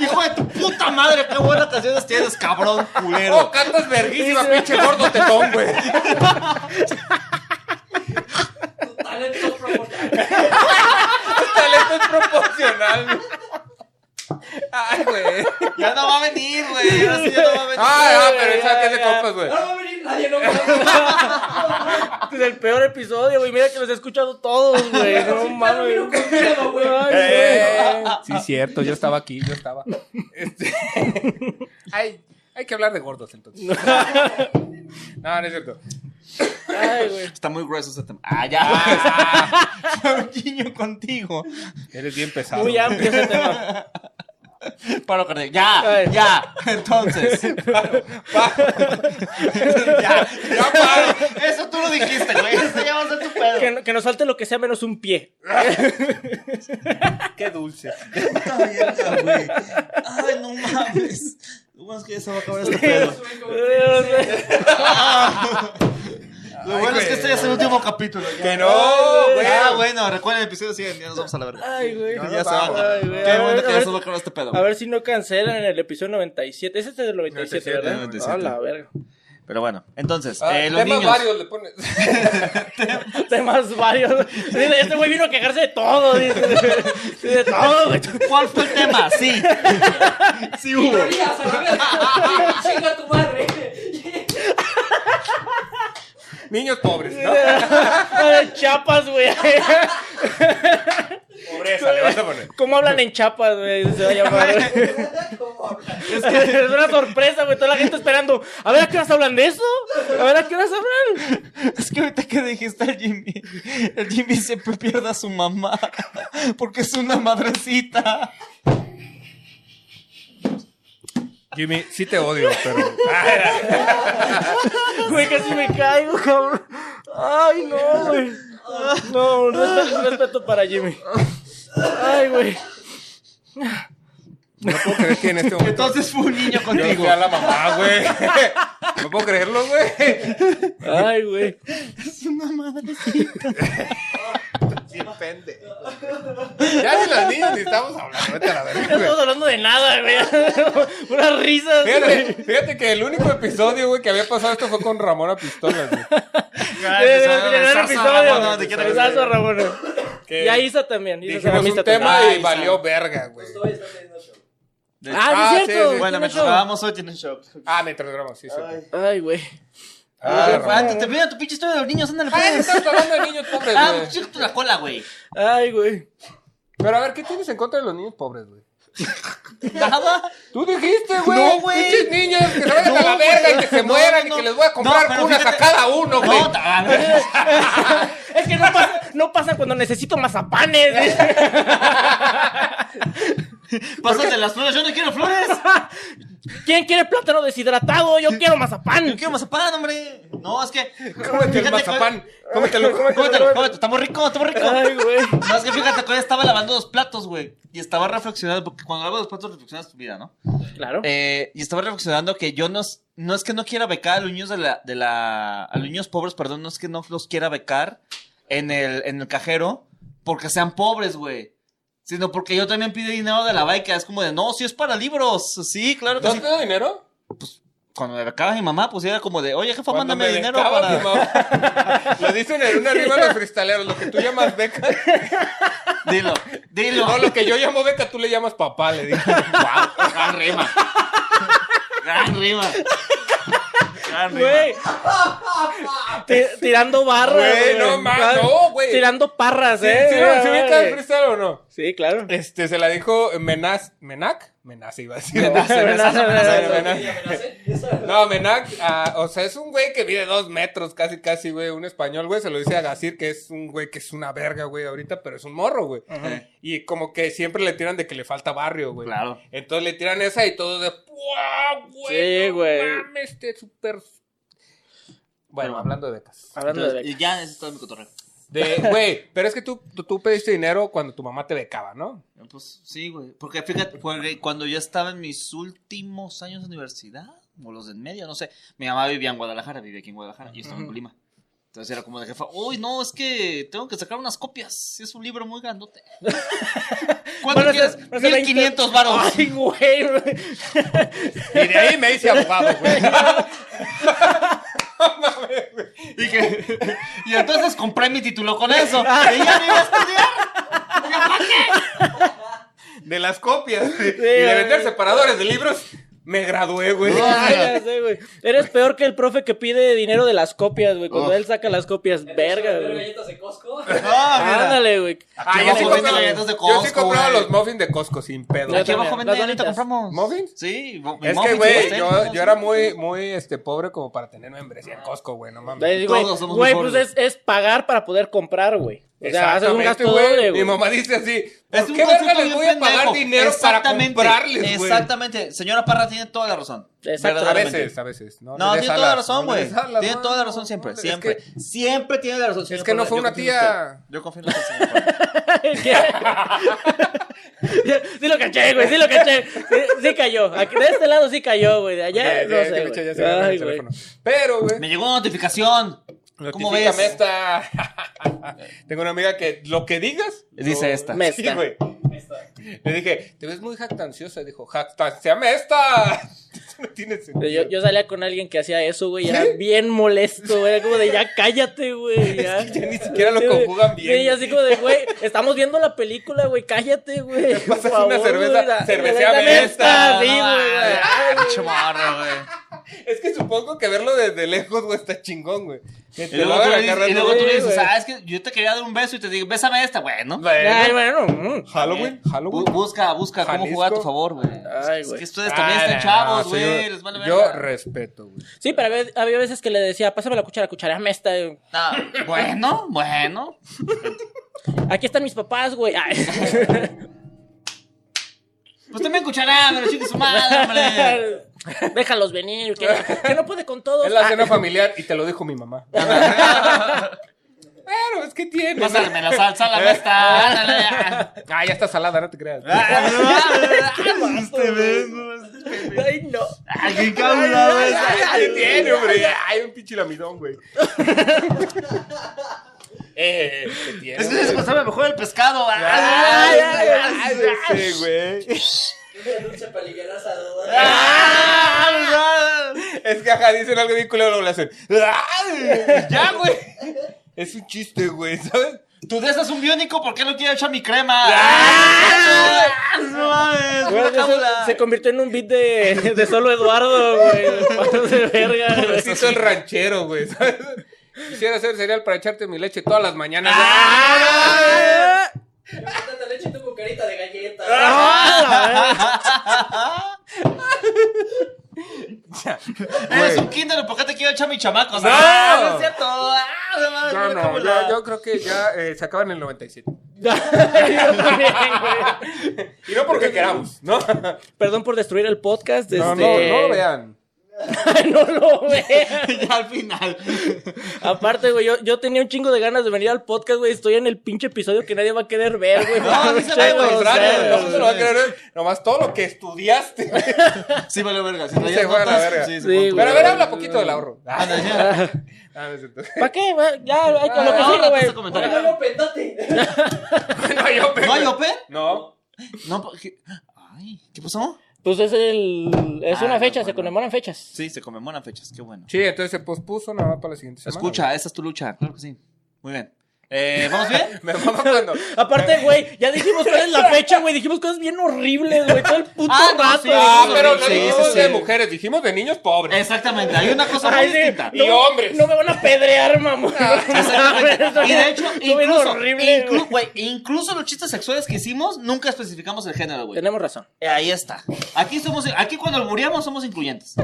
[SPEAKER 2] Hijo de tu puta madre, qué buenas canciones tienes, cabrón
[SPEAKER 1] Oh,
[SPEAKER 2] culero.
[SPEAKER 1] cantas verguísimas, pinche gordo tetón, güey.
[SPEAKER 4] tu talento proporcional.
[SPEAKER 1] Tu talento es proporcional, güey. Ay, güey.
[SPEAKER 2] Ya no va a venir, güey. Ahora sí ya no va a venir.
[SPEAKER 1] Ah, ah, pero esa que es de compas, güey.
[SPEAKER 4] No,
[SPEAKER 3] Es el peor episodio, güey. Mira que los he escuchado todos, güey. No mames. Ay,
[SPEAKER 1] Eh.
[SPEAKER 3] güey.
[SPEAKER 1] Sí, cierto, yo estaba aquí, yo estaba. Este, hay, hay que hablar de gordos entonces. No, no es cierto.
[SPEAKER 3] Ay, güey.
[SPEAKER 2] Está muy grueso este tema. Ah, ya. Fue un guiño contigo.
[SPEAKER 1] Eres bien pesado.
[SPEAKER 3] Muy amplio ese tema.
[SPEAKER 2] Paro cardíaco. Ya,
[SPEAKER 3] Ay.
[SPEAKER 2] ya. Entonces. ya, ya, paro. Eso tú lo dijiste, güey. Eso ya va a ser tu pedo.
[SPEAKER 3] Que, no- que nos falte lo que sea menos un pie.
[SPEAKER 1] Qué dulce.
[SPEAKER 2] Puta verga, güey. Ay, no mames. Lo bueno es que ya se va a acabar este pedo. Lo bueno es que este ya es el último capítulo. ya.
[SPEAKER 1] Que no, güey.
[SPEAKER 2] Ah, bueno, recuerden el episodio siguiente. Ya nos vamos a la verga.
[SPEAKER 3] Ay, güey.
[SPEAKER 1] No, no,
[SPEAKER 2] ya se va. a
[SPEAKER 1] vamos.
[SPEAKER 2] acabar.
[SPEAKER 3] Ay, güey.
[SPEAKER 2] Qué
[SPEAKER 3] A
[SPEAKER 2] bueno
[SPEAKER 3] ver,
[SPEAKER 2] que
[SPEAKER 3] a
[SPEAKER 2] ya
[SPEAKER 3] ver.
[SPEAKER 2] se va a acabar este pedo.
[SPEAKER 3] A ver si no cancelan el episodio 97. Ese es este el 97,
[SPEAKER 1] 97,
[SPEAKER 3] ¿verdad?
[SPEAKER 2] 97.
[SPEAKER 3] Ah, la verga.
[SPEAKER 2] Pero bueno, entonces,
[SPEAKER 1] Ah,
[SPEAKER 2] eh, los
[SPEAKER 1] temas
[SPEAKER 2] niños.
[SPEAKER 1] varios le pones.
[SPEAKER 3] Temas varios. Dice, Este güey vino a quejarse de todo. Dice, Dice, de todo, güey.
[SPEAKER 2] ¿Cuál fue el tema? Sí. Sí hubo.
[SPEAKER 4] Teorías, a la verga. Chinga tu madre.
[SPEAKER 1] Niños pobres, ¿no?
[SPEAKER 3] Ay, Chiapas, güey.
[SPEAKER 1] Pobreza, le vas a poner.
[SPEAKER 3] ¿Cómo hablan en Chiapas, güey? Se va a llamar.
[SPEAKER 4] ¿Cómo hablas?
[SPEAKER 3] Es, que... es una sorpresa, güey. Toda la gente esperando. A ver, ¿a qué horas hablan de eso? A ver, ¿a qué horas hablan?
[SPEAKER 2] Es que ahorita que dijiste al Jimmy, el Jimmy siempre pierde a su mamá porque es una madrecita.
[SPEAKER 1] Jimmy, sí te odio, pero.
[SPEAKER 3] Güey, casi me caigo, cabrón. Ay, no, güey. No, un respeto, un respeto para Jimmy. Ay, güey.
[SPEAKER 1] No puedo creer que en este momento.
[SPEAKER 2] Entonces fue un niño
[SPEAKER 1] Yo
[SPEAKER 2] contigo.
[SPEAKER 1] fui a la mamá, güey. No puedo creerlo, güey.
[SPEAKER 3] Ay, güey.
[SPEAKER 2] Es una madrecita.
[SPEAKER 1] Ya de las niñas ni estamos hablando. Vete a la verga,
[SPEAKER 3] No
[SPEAKER 1] güey.
[SPEAKER 3] estamos hablando de nada, güey. Unas risas,
[SPEAKER 1] Fíjate,
[SPEAKER 3] güey.
[SPEAKER 1] fíjate que el único episodio, güey, que había pasado esto fue con Ramón a pistolas, güey.
[SPEAKER 3] Gracias,
[SPEAKER 2] Ramona, te quiero
[SPEAKER 3] Besazo, Ramón.
[SPEAKER 1] Que
[SPEAKER 3] Y a Isa también. Isa
[SPEAKER 1] Dijimos un
[SPEAKER 3] Salamista
[SPEAKER 1] tema
[SPEAKER 3] también.
[SPEAKER 1] y valió verga, güey.
[SPEAKER 4] Estoy, estoy teniendo show.
[SPEAKER 3] Ah, sí,
[SPEAKER 1] Ah,
[SPEAKER 3] es
[SPEAKER 1] sí, sí,
[SPEAKER 3] cierto.
[SPEAKER 1] sí.
[SPEAKER 2] Bueno,
[SPEAKER 3] Bueno,
[SPEAKER 2] mientras grabamos hoy tienen show.
[SPEAKER 1] Ah, mientras grabamos, sí, sí.
[SPEAKER 3] Ay, güey.
[SPEAKER 1] Ah, Ramón.
[SPEAKER 2] Antes, te pido tu pinche historia de los niños, ándale,
[SPEAKER 1] Ah,
[SPEAKER 2] pues.
[SPEAKER 1] estamos hablando de niños pobres,
[SPEAKER 2] Ah,
[SPEAKER 1] güey.
[SPEAKER 2] chico, la cola, güey.
[SPEAKER 3] Ay, güey.
[SPEAKER 1] Pero a ver, ¿qué tienes en contra de los niños pobres, güey?
[SPEAKER 2] Nada.
[SPEAKER 1] Tú dijiste, güey.
[SPEAKER 2] No, güey.
[SPEAKER 1] Pinches niños que se vayan a la
[SPEAKER 2] No,
[SPEAKER 1] verga y que
[SPEAKER 2] güey.
[SPEAKER 1] se
[SPEAKER 2] No,
[SPEAKER 1] mueran
[SPEAKER 2] no,
[SPEAKER 1] y que
[SPEAKER 2] no.
[SPEAKER 1] les voy a comprar
[SPEAKER 2] No, pero
[SPEAKER 1] unas a
[SPEAKER 2] fíjate-
[SPEAKER 1] cada uno, güey.
[SPEAKER 2] No, a ver.
[SPEAKER 3] Es que no pasa, no pasa cuando necesito mazapanes.
[SPEAKER 2] Pásate las flores, yo no quiero flores.
[SPEAKER 3] ¿Quién quiere plátano deshidratado? Yo quiero mazapán.
[SPEAKER 2] Yo quiero mazapán, hombre. No, es que.
[SPEAKER 1] Cómete el
[SPEAKER 2] Fíjate que-
[SPEAKER 1] mazapán. Cómetelo, cómetelo.
[SPEAKER 2] Cómetelo, cómetelo, está muy rico, está muy rico.
[SPEAKER 3] Ay, güey.
[SPEAKER 2] No, es que fíjate que hoy estaba lavando los platos, güey. Y estaba reflexionando, porque cuando lavas los platos reflexionas tu vida, ¿no?
[SPEAKER 3] Claro.
[SPEAKER 2] Eh, y estaba reflexionando que yo no, s- no es que no quiera becar a los niños de la, de la. a los niños pobres, perdón, no es que no los quiera becar en el, en el cajero porque sean pobres, güey. Sino porque yo también pido dinero de la baica. Es como de, no, si es para libros. Sí, claro que
[SPEAKER 1] ¿No
[SPEAKER 2] sí.
[SPEAKER 1] te da dinero?
[SPEAKER 2] Cuando me becaba mi mamá, pues era como de, oye, jefa,
[SPEAKER 1] Cuando
[SPEAKER 2] mándame
[SPEAKER 1] me
[SPEAKER 2] dinero
[SPEAKER 1] becaba mi
[SPEAKER 2] para.
[SPEAKER 1] mamá. Lo dicen en una rima los cristaleros, lo que tú llamas beca.
[SPEAKER 2] Dilo, dilo.
[SPEAKER 1] No, lo que yo llamo beca, tú le llamas papá, le dije.
[SPEAKER 2] Wow, gran rima. Gran rima. Gran rima.
[SPEAKER 3] Güey. Ti- Tirando barras.
[SPEAKER 1] Güey, no más, no, güey.
[SPEAKER 3] Tirando parras,
[SPEAKER 1] ¿Sí, sí,
[SPEAKER 3] eh.
[SPEAKER 1] sí,
[SPEAKER 3] Ay,
[SPEAKER 1] sí, ubicas el freestyle o no?
[SPEAKER 3] Sí, claro.
[SPEAKER 1] Este, se la dijo Menaz, ¿Menac? Menaz iba a decir.
[SPEAKER 3] Menaz, Menaz,
[SPEAKER 1] Menaz,
[SPEAKER 3] Menaz.
[SPEAKER 1] Menaz. No, Menac, ah, o sea, es un güey que mide dos metros, casi, casi, güey, un español, güey, se lo dice a Gacir, que es un güey que es una verga, güey, ahorita, pero es un morro, güey. Y como que siempre le tiran de que le falta barrio, güey.
[SPEAKER 2] Claro.
[SPEAKER 1] Entonces le tiran esa y todo de, ¡guau, güey!
[SPEAKER 3] Sí,
[SPEAKER 1] no
[SPEAKER 3] güey.
[SPEAKER 1] mames, este súper... Bueno,
[SPEAKER 2] Pero-
[SPEAKER 1] hablando de becas.
[SPEAKER 3] Hablando de
[SPEAKER 2] Y ya, eso es todo mi cotorreo.
[SPEAKER 1] De, güey, pero es que tú, tú, tú pediste dinero cuando tu mamá te becaba, ¿no?
[SPEAKER 2] Pues sí, güey. Porque fíjate, porque cuando yo estaba en mis últimos años de universidad, o los de en medio, no sé, mi mamá vivía en Guadalajara, vivía aquí en Guadalajara, y yo estaba en
[SPEAKER 1] Ujú.
[SPEAKER 2] Colima. Entonces era como de jefa, uy, no, es que tengo que sacar unas copias, es un libro muy grandote. ¿Cuánto
[SPEAKER 3] Bueno,
[SPEAKER 2] quieres?
[SPEAKER 3] no sé,
[SPEAKER 2] 1500 varos.
[SPEAKER 3] Ay, güey.
[SPEAKER 1] Y de ahí me hice abogado, güey.
[SPEAKER 2] Y, que- y entonces compré mi título con eso.
[SPEAKER 3] Ah.
[SPEAKER 2] Y ya me iba a estudiar.
[SPEAKER 1] De las copias y
[SPEAKER 3] güey.
[SPEAKER 1] de vender separadores de libros, Me gradué, güey.
[SPEAKER 3] Ah, ya sé, güey. Eres peor que el profe que pide dinero de las copias, güey. Cuando
[SPEAKER 2] Uf.
[SPEAKER 3] él saca las copias, verga,
[SPEAKER 4] ¿Vender
[SPEAKER 3] güey.
[SPEAKER 4] galletas de Costco?
[SPEAKER 2] Ah, mira.
[SPEAKER 3] Ándale, güey.
[SPEAKER 1] Ah, yo
[SPEAKER 2] Aquí
[SPEAKER 1] sí
[SPEAKER 2] abajo venden
[SPEAKER 1] compraba-
[SPEAKER 2] galletas de
[SPEAKER 1] Yo sí
[SPEAKER 2] Costco,
[SPEAKER 1] compraba
[SPEAKER 2] güey.
[SPEAKER 1] los muffins de Costco sin pedo.
[SPEAKER 3] Yo
[SPEAKER 2] Aquí abajo
[SPEAKER 3] también, las
[SPEAKER 2] venden, ahorita
[SPEAKER 3] donitas.
[SPEAKER 2] compramos.
[SPEAKER 1] ¿Muffins?
[SPEAKER 2] Sí, bo-
[SPEAKER 1] Es que,
[SPEAKER 2] muffins,
[SPEAKER 1] güey,
[SPEAKER 2] pastel,
[SPEAKER 1] yo,
[SPEAKER 2] muffins.
[SPEAKER 1] yo era muy, muy este, pobre como para tener membresía en Costco, güey, no mames.
[SPEAKER 3] Ahí, Güey,
[SPEAKER 2] Todos somos
[SPEAKER 3] Güey,
[SPEAKER 2] mejores.
[SPEAKER 3] pues es, es pagar para poder comprar, güey. O sea, haces un
[SPEAKER 1] Exactamente,
[SPEAKER 3] gasto doble,
[SPEAKER 1] Mi
[SPEAKER 3] güey.
[SPEAKER 1] mamá dice así,
[SPEAKER 2] Es
[SPEAKER 1] ¿por
[SPEAKER 2] un
[SPEAKER 1] qué verga
[SPEAKER 2] concepto
[SPEAKER 1] les
[SPEAKER 2] bien
[SPEAKER 1] voy a pagar
[SPEAKER 2] pendejo.
[SPEAKER 1] dinero para
[SPEAKER 2] Exactamente,
[SPEAKER 1] comprarles, güey?
[SPEAKER 2] Exactamente. Señora Parra tiene toda la razón.
[SPEAKER 3] Exacto.
[SPEAKER 1] A
[SPEAKER 2] Verdaderamente.
[SPEAKER 1] veces, a veces. No, le
[SPEAKER 2] No,
[SPEAKER 1] des
[SPEAKER 2] tiene toda la
[SPEAKER 1] alas,
[SPEAKER 2] razón,
[SPEAKER 1] no le
[SPEAKER 2] güey.
[SPEAKER 1] des alas,
[SPEAKER 2] Tiene
[SPEAKER 1] no,
[SPEAKER 2] toda la
[SPEAKER 1] no,
[SPEAKER 2] razón
[SPEAKER 1] no,
[SPEAKER 2] siempre.
[SPEAKER 1] es que-
[SPEAKER 2] siempre. Siempre tiene la razón. señor
[SPEAKER 1] que no
[SPEAKER 2] Parra.
[SPEAKER 1] fue
[SPEAKER 2] Yo
[SPEAKER 1] una
[SPEAKER 2] confío en
[SPEAKER 1] tía.
[SPEAKER 2] usted. Yo confío en usted, señor Parra.
[SPEAKER 3] ¿Qué? sí lo caché, güey, sí lo caché. Sí, sí cayó. Aquí- de este lado sí cayó, güey. De allá,
[SPEAKER 1] Ya,
[SPEAKER 3] no
[SPEAKER 1] ya,
[SPEAKER 3] sé,
[SPEAKER 1] ya,
[SPEAKER 3] güey.
[SPEAKER 1] ya, ya se agarra
[SPEAKER 3] Ay,
[SPEAKER 1] el
[SPEAKER 3] güey.
[SPEAKER 1] teléfono. Pero, güey.
[SPEAKER 2] Me llegó una notificación. ¿Cómo ves?
[SPEAKER 1] Notifícame esta. Tengo una amiga que lo que digas.
[SPEAKER 2] Dice
[SPEAKER 1] lo-
[SPEAKER 2] esta.
[SPEAKER 3] Me
[SPEAKER 1] Sí,
[SPEAKER 3] esta.
[SPEAKER 1] güey.
[SPEAKER 4] Ahí está.
[SPEAKER 1] Le dije, te ves muy jactanciosa. Dijo, jactanciame esta. Eso no tiene sentido.
[SPEAKER 3] Yo, yo salía con alguien que hacía eso, güey, y era
[SPEAKER 1] ¿Sí?
[SPEAKER 3] bien molesto, güey, era como de ya cállate, güey. Ya.
[SPEAKER 1] ya ni siquiera lo
[SPEAKER 3] Sí, güey.
[SPEAKER 1] conjugan bien.
[SPEAKER 3] Sí, y así como de, güey, estamos viendo la película, güey, cállate, güey. por
[SPEAKER 1] pasas
[SPEAKER 3] favor,
[SPEAKER 1] una cerveza,
[SPEAKER 3] güey, la-
[SPEAKER 1] cerveceame
[SPEAKER 3] dame
[SPEAKER 1] esta, Ah,
[SPEAKER 3] Sí,
[SPEAKER 2] No,
[SPEAKER 3] güey.
[SPEAKER 2] vale.
[SPEAKER 3] güey.
[SPEAKER 2] Ay, pinche morra, güey.
[SPEAKER 1] Es que supongo que verlo desde lejos, güey, está chingón, güey. Que
[SPEAKER 2] Y
[SPEAKER 1] te lo
[SPEAKER 2] luego tú
[SPEAKER 1] hagan
[SPEAKER 2] le dices-
[SPEAKER 1] agarrando-
[SPEAKER 2] y luego tú le dices, "Ah,
[SPEAKER 3] güey.
[SPEAKER 2] ¿sabes que Yo te quería dar un beso y te digo, bésame esta, güey, ¿no?
[SPEAKER 1] Ah, Bueno,
[SPEAKER 3] Ay, bueno. mm.
[SPEAKER 1] Halloween,
[SPEAKER 2] Bu-
[SPEAKER 1] Halloween.
[SPEAKER 2] Busca, busca cómo
[SPEAKER 1] Jalisco.
[SPEAKER 2] jugar a tu favor, güey.
[SPEAKER 3] Ay,
[SPEAKER 2] Es
[SPEAKER 3] güey.
[SPEAKER 2] que ustedes también
[SPEAKER 1] Ah,
[SPEAKER 2] están chavos,
[SPEAKER 1] no,
[SPEAKER 2] güey.
[SPEAKER 1] señor,
[SPEAKER 2] Les vale
[SPEAKER 1] Yo
[SPEAKER 2] verga.
[SPEAKER 1] respeto, güey.
[SPEAKER 3] Sí, pero había, había veces que le decía, pásame la cuchara, cucharame esta. güey.
[SPEAKER 2] Ah, bueno, bueno.
[SPEAKER 3] Aquí están mis papás, güey. Ay.
[SPEAKER 2] Pues también escucharán, pero chingue su madre, hombre.
[SPEAKER 3] Déjalos venir, que, que no puede con todos.
[SPEAKER 1] Es la
[SPEAKER 3] Ah.
[SPEAKER 1] cena familiar y te lo dijo mi mamá. Pero es que tiene.
[SPEAKER 2] Pásame la salsa a la mesta. Ándale.
[SPEAKER 1] Ah, ya está salada, no te creas.
[SPEAKER 2] Este vengo.
[SPEAKER 3] Ay, no.
[SPEAKER 2] Ay, qué cabrón,
[SPEAKER 1] Ay,
[SPEAKER 2] güey.
[SPEAKER 1] ¿qué ah, tiene, hombre? Ay, un pinche lamidón, güey. Eh, ¿qué tiene?
[SPEAKER 2] Es que se pasaba mejor el pescado.
[SPEAKER 1] Ay,
[SPEAKER 2] Ay,
[SPEAKER 1] ay, ay,
[SPEAKER 2] ay, ay.
[SPEAKER 1] sí, güey.
[SPEAKER 4] Una dulce paliguera
[SPEAKER 1] Ah.
[SPEAKER 4] asadora.
[SPEAKER 1] Este,
[SPEAKER 2] Ay,
[SPEAKER 1] Es que ajá, dicen algo bien culero, luego le hacen. Ay, Ya, güey. Es un chiste, güey, ¿sabes?
[SPEAKER 2] Tú desas un biónico, ¿por qué no quiero echar mi crema?
[SPEAKER 1] Ah.
[SPEAKER 2] Ah, No mames,
[SPEAKER 3] Bueno,
[SPEAKER 2] una
[SPEAKER 3] eso
[SPEAKER 2] cábula.
[SPEAKER 3] se convirtió en un beat de, de solo Eduardo, güey. Pasos de verga, güey.
[SPEAKER 1] Necesito el ranchero, güey, ¿sabes? Quisiera hacer cereal para echarte mi leche todas las mañanas.
[SPEAKER 3] Ah,
[SPEAKER 4] Quítate leche y tu cucarita de galleta.
[SPEAKER 1] Ah.
[SPEAKER 2] Eres
[SPEAKER 1] Güey.
[SPEAKER 2] un kinder, ¿por qué te quiero echar mi chamaco?
[SPEAKER 1] No.
[SPEAKER 2] Ah, no es cierto. Ah, no mames,
[SPEAKER 1] No,
[SPEAKER 2] una
[SPEAKER 1] no,
[SPEAKER 2] cábula.
[SPEAKER 1] yo, yo creo que ya eh, se acaba en el 97.
[SPEAKER 3] yo también, güey.
[SPEAKER 1] Y no porque queramos, ¿no? No,
[SPEAKER 3] Perdón por destruir el podcast.
[SPEAKER 1] no,
[SPEAKER 3] este-
[SPEAKER 1] no lo vean.
[SPEAKER 3] no lo vean.
[SPEAKER 2] Ya al final.
[SPEAKER 3] Aparte, güey, yo, yo tenía un chingo de ganas de venir al podcast, güey. Estoy en el pinche episodio que nadie va a querer ver, güey.
[SPEAKER 2] No, no se
[SPEAKER 3] Che,
[SPEAKER 2] ve,
[SPEAKER 1] Al
[SPEAKER 3] güey, o
[SPEAKER 1] contrario,
[SPEAKER 3] sea,
[SPEAKER 1] no se lo va a querer ver. Nomás todo lo que estudiaste. güey.
[SPEAKER 2] Sí, vale, verga. Si
[SPEAKER 1] Se
[SPEAKER 2] traías
[SPEAKER 1] fue a la
[SPEAKER 2] notas,
[SPEAKER 1] verga.
[SPEAKER 2] Sí, se
[SPEAKER 3] Sí,
[SPEAKER 2] fue a tu-
[SPEAKER 3] güey.
[SPEAKER 1] Pero a ver, habla poquito del ahorro. Ah,
[SPEAKER 2] Ándale, ya.
[SPEAKER 1] no es cierto.
[SPEAKER 3] ¿Para qué? güey? Ya, hay que lo que
[SPEAKER 2] Ah,
[SPEAKER 3] sigue,
[SPEAKER 2] no,
[SPEAKER 3] güey.
[SPEAKER 2] no, comentario.
[SPEAKER 4] Ahora no, pendate.
[SPEAKER 1] Ah. No hay open.
[SPEAKER 2] ¿No hay
[SPEAKER 1] güey.
[SPEAKER 2] open?
[SPEAKER 1] No.
[SPEAKER 2] No, ¿por qué? Ay, ¿qué pasó?
[SPEAKER 3] Pues es el. Es
[SPEAKER 2] Ah,
[SPEAKER 3] una fecha,
[SPEAKER 2] bueno.
[SPEAKER 3] se conmemoran fechas.
[SPEAKER 2] Sí, se conmemoran fechas, qué bueno.
[SPEAKER 1] Sí, entonces se pospuso nada más para la siguiente semana.
[SPEAKER 2] Escucha, esa es tu lucha, claro que sí. Muy bien. Eh, ¿Vamos bien?
[SPEAKER 1] güey. Me mama cuando.
[SPEAKER 3] Aparte, güey, ya dijimos cuál es la fecha, güey. Dijimos cosas bien horribles, güey. Todo el puto
[SPEAKER 2] Ah, no,
[SPEAKER 3] rato.
[SPEAKER 2] sí,
[SPEAKER 3] güey.
[SPEAKER 1] Ah, pero no
[SPEAKER 2] Sí, sí,
[SPEAKER 1] dijimos
[SPEAKER 2] sí.
[SPEAKER 1] de mujeres, dijimos de niños pobres.
[SPEAKER 2] Exactamente, hay una cosa muy
[SPEAKER 3] Ay, sí,
[SPEAKER 2] distinta.
[SPEAKER 1] Y hombres.
[SPEAKER 3] No me van a pedrear, mamón.
[SPEAKER 2] Exactamente. Y de hecho,
[SPEAKER 3] Estuvo bien
[SPEAKER 2] incluso,
[SPEAKER 3] horrible,
[SPEAKER 2] inclu-
[SPEAKER 3] güey.
[SPEAKER 2] güey, incluso los chistes sexuales que hicimos, nunca especificamos el género, güey.
[SPEAKER 3] Tenemos razón.
[SPEAKER 2] Eh, Ahí está. Aquí somos, aquí cuando albureamos somos incluyentes.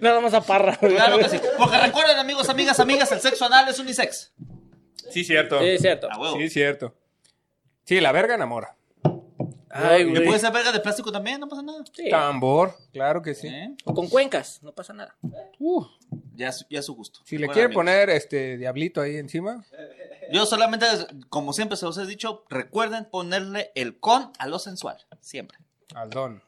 [SPEAKER 3] Nada más a parra, güey.
[SPEAKER 2] Claro que sí. Porque recuerden, amigos, amigas, amigas, el sexo anal es unisex.
[SPEAKER 1] Sí, cierto.
[SPEAKER 3] Sí, es cierto.
[SPEAKER 2] A huevo.
[SPEAKER 1] Sí, cierto. Sí, la verga enamora.
[SPEAKER 3] Ay,
[SPEAKER 2] Le
[SPEAKER 3] güey. Pues,
[SPEAKER 2] puedes hacer verga de plástico también, no pasa nada.
[SPEAKER 3] Sí.
[SPEAKER 1] Tambor, claro que sí.
[SPEAKER 2] ¿Eh?
[SPEAKER 3] O con cuencas, no pasa nada.
[SPEAKER 1] Uh,
[SPEAKER 2] Ya, su- ya su gusto.
[SPEAKER 1] si le
[SPEAKER 2] Bueno,
[SPEAKER 1] quieren
[SPEAKER 2] amigos.
[SPEAKER 1] poner este diablito ahí encima.
[SPEAKER 2] Yo solamente, como siempre se los he dicho, recuerden ponerle el con a lo sensual. Siempre.
[SPEAKER 1] Al don.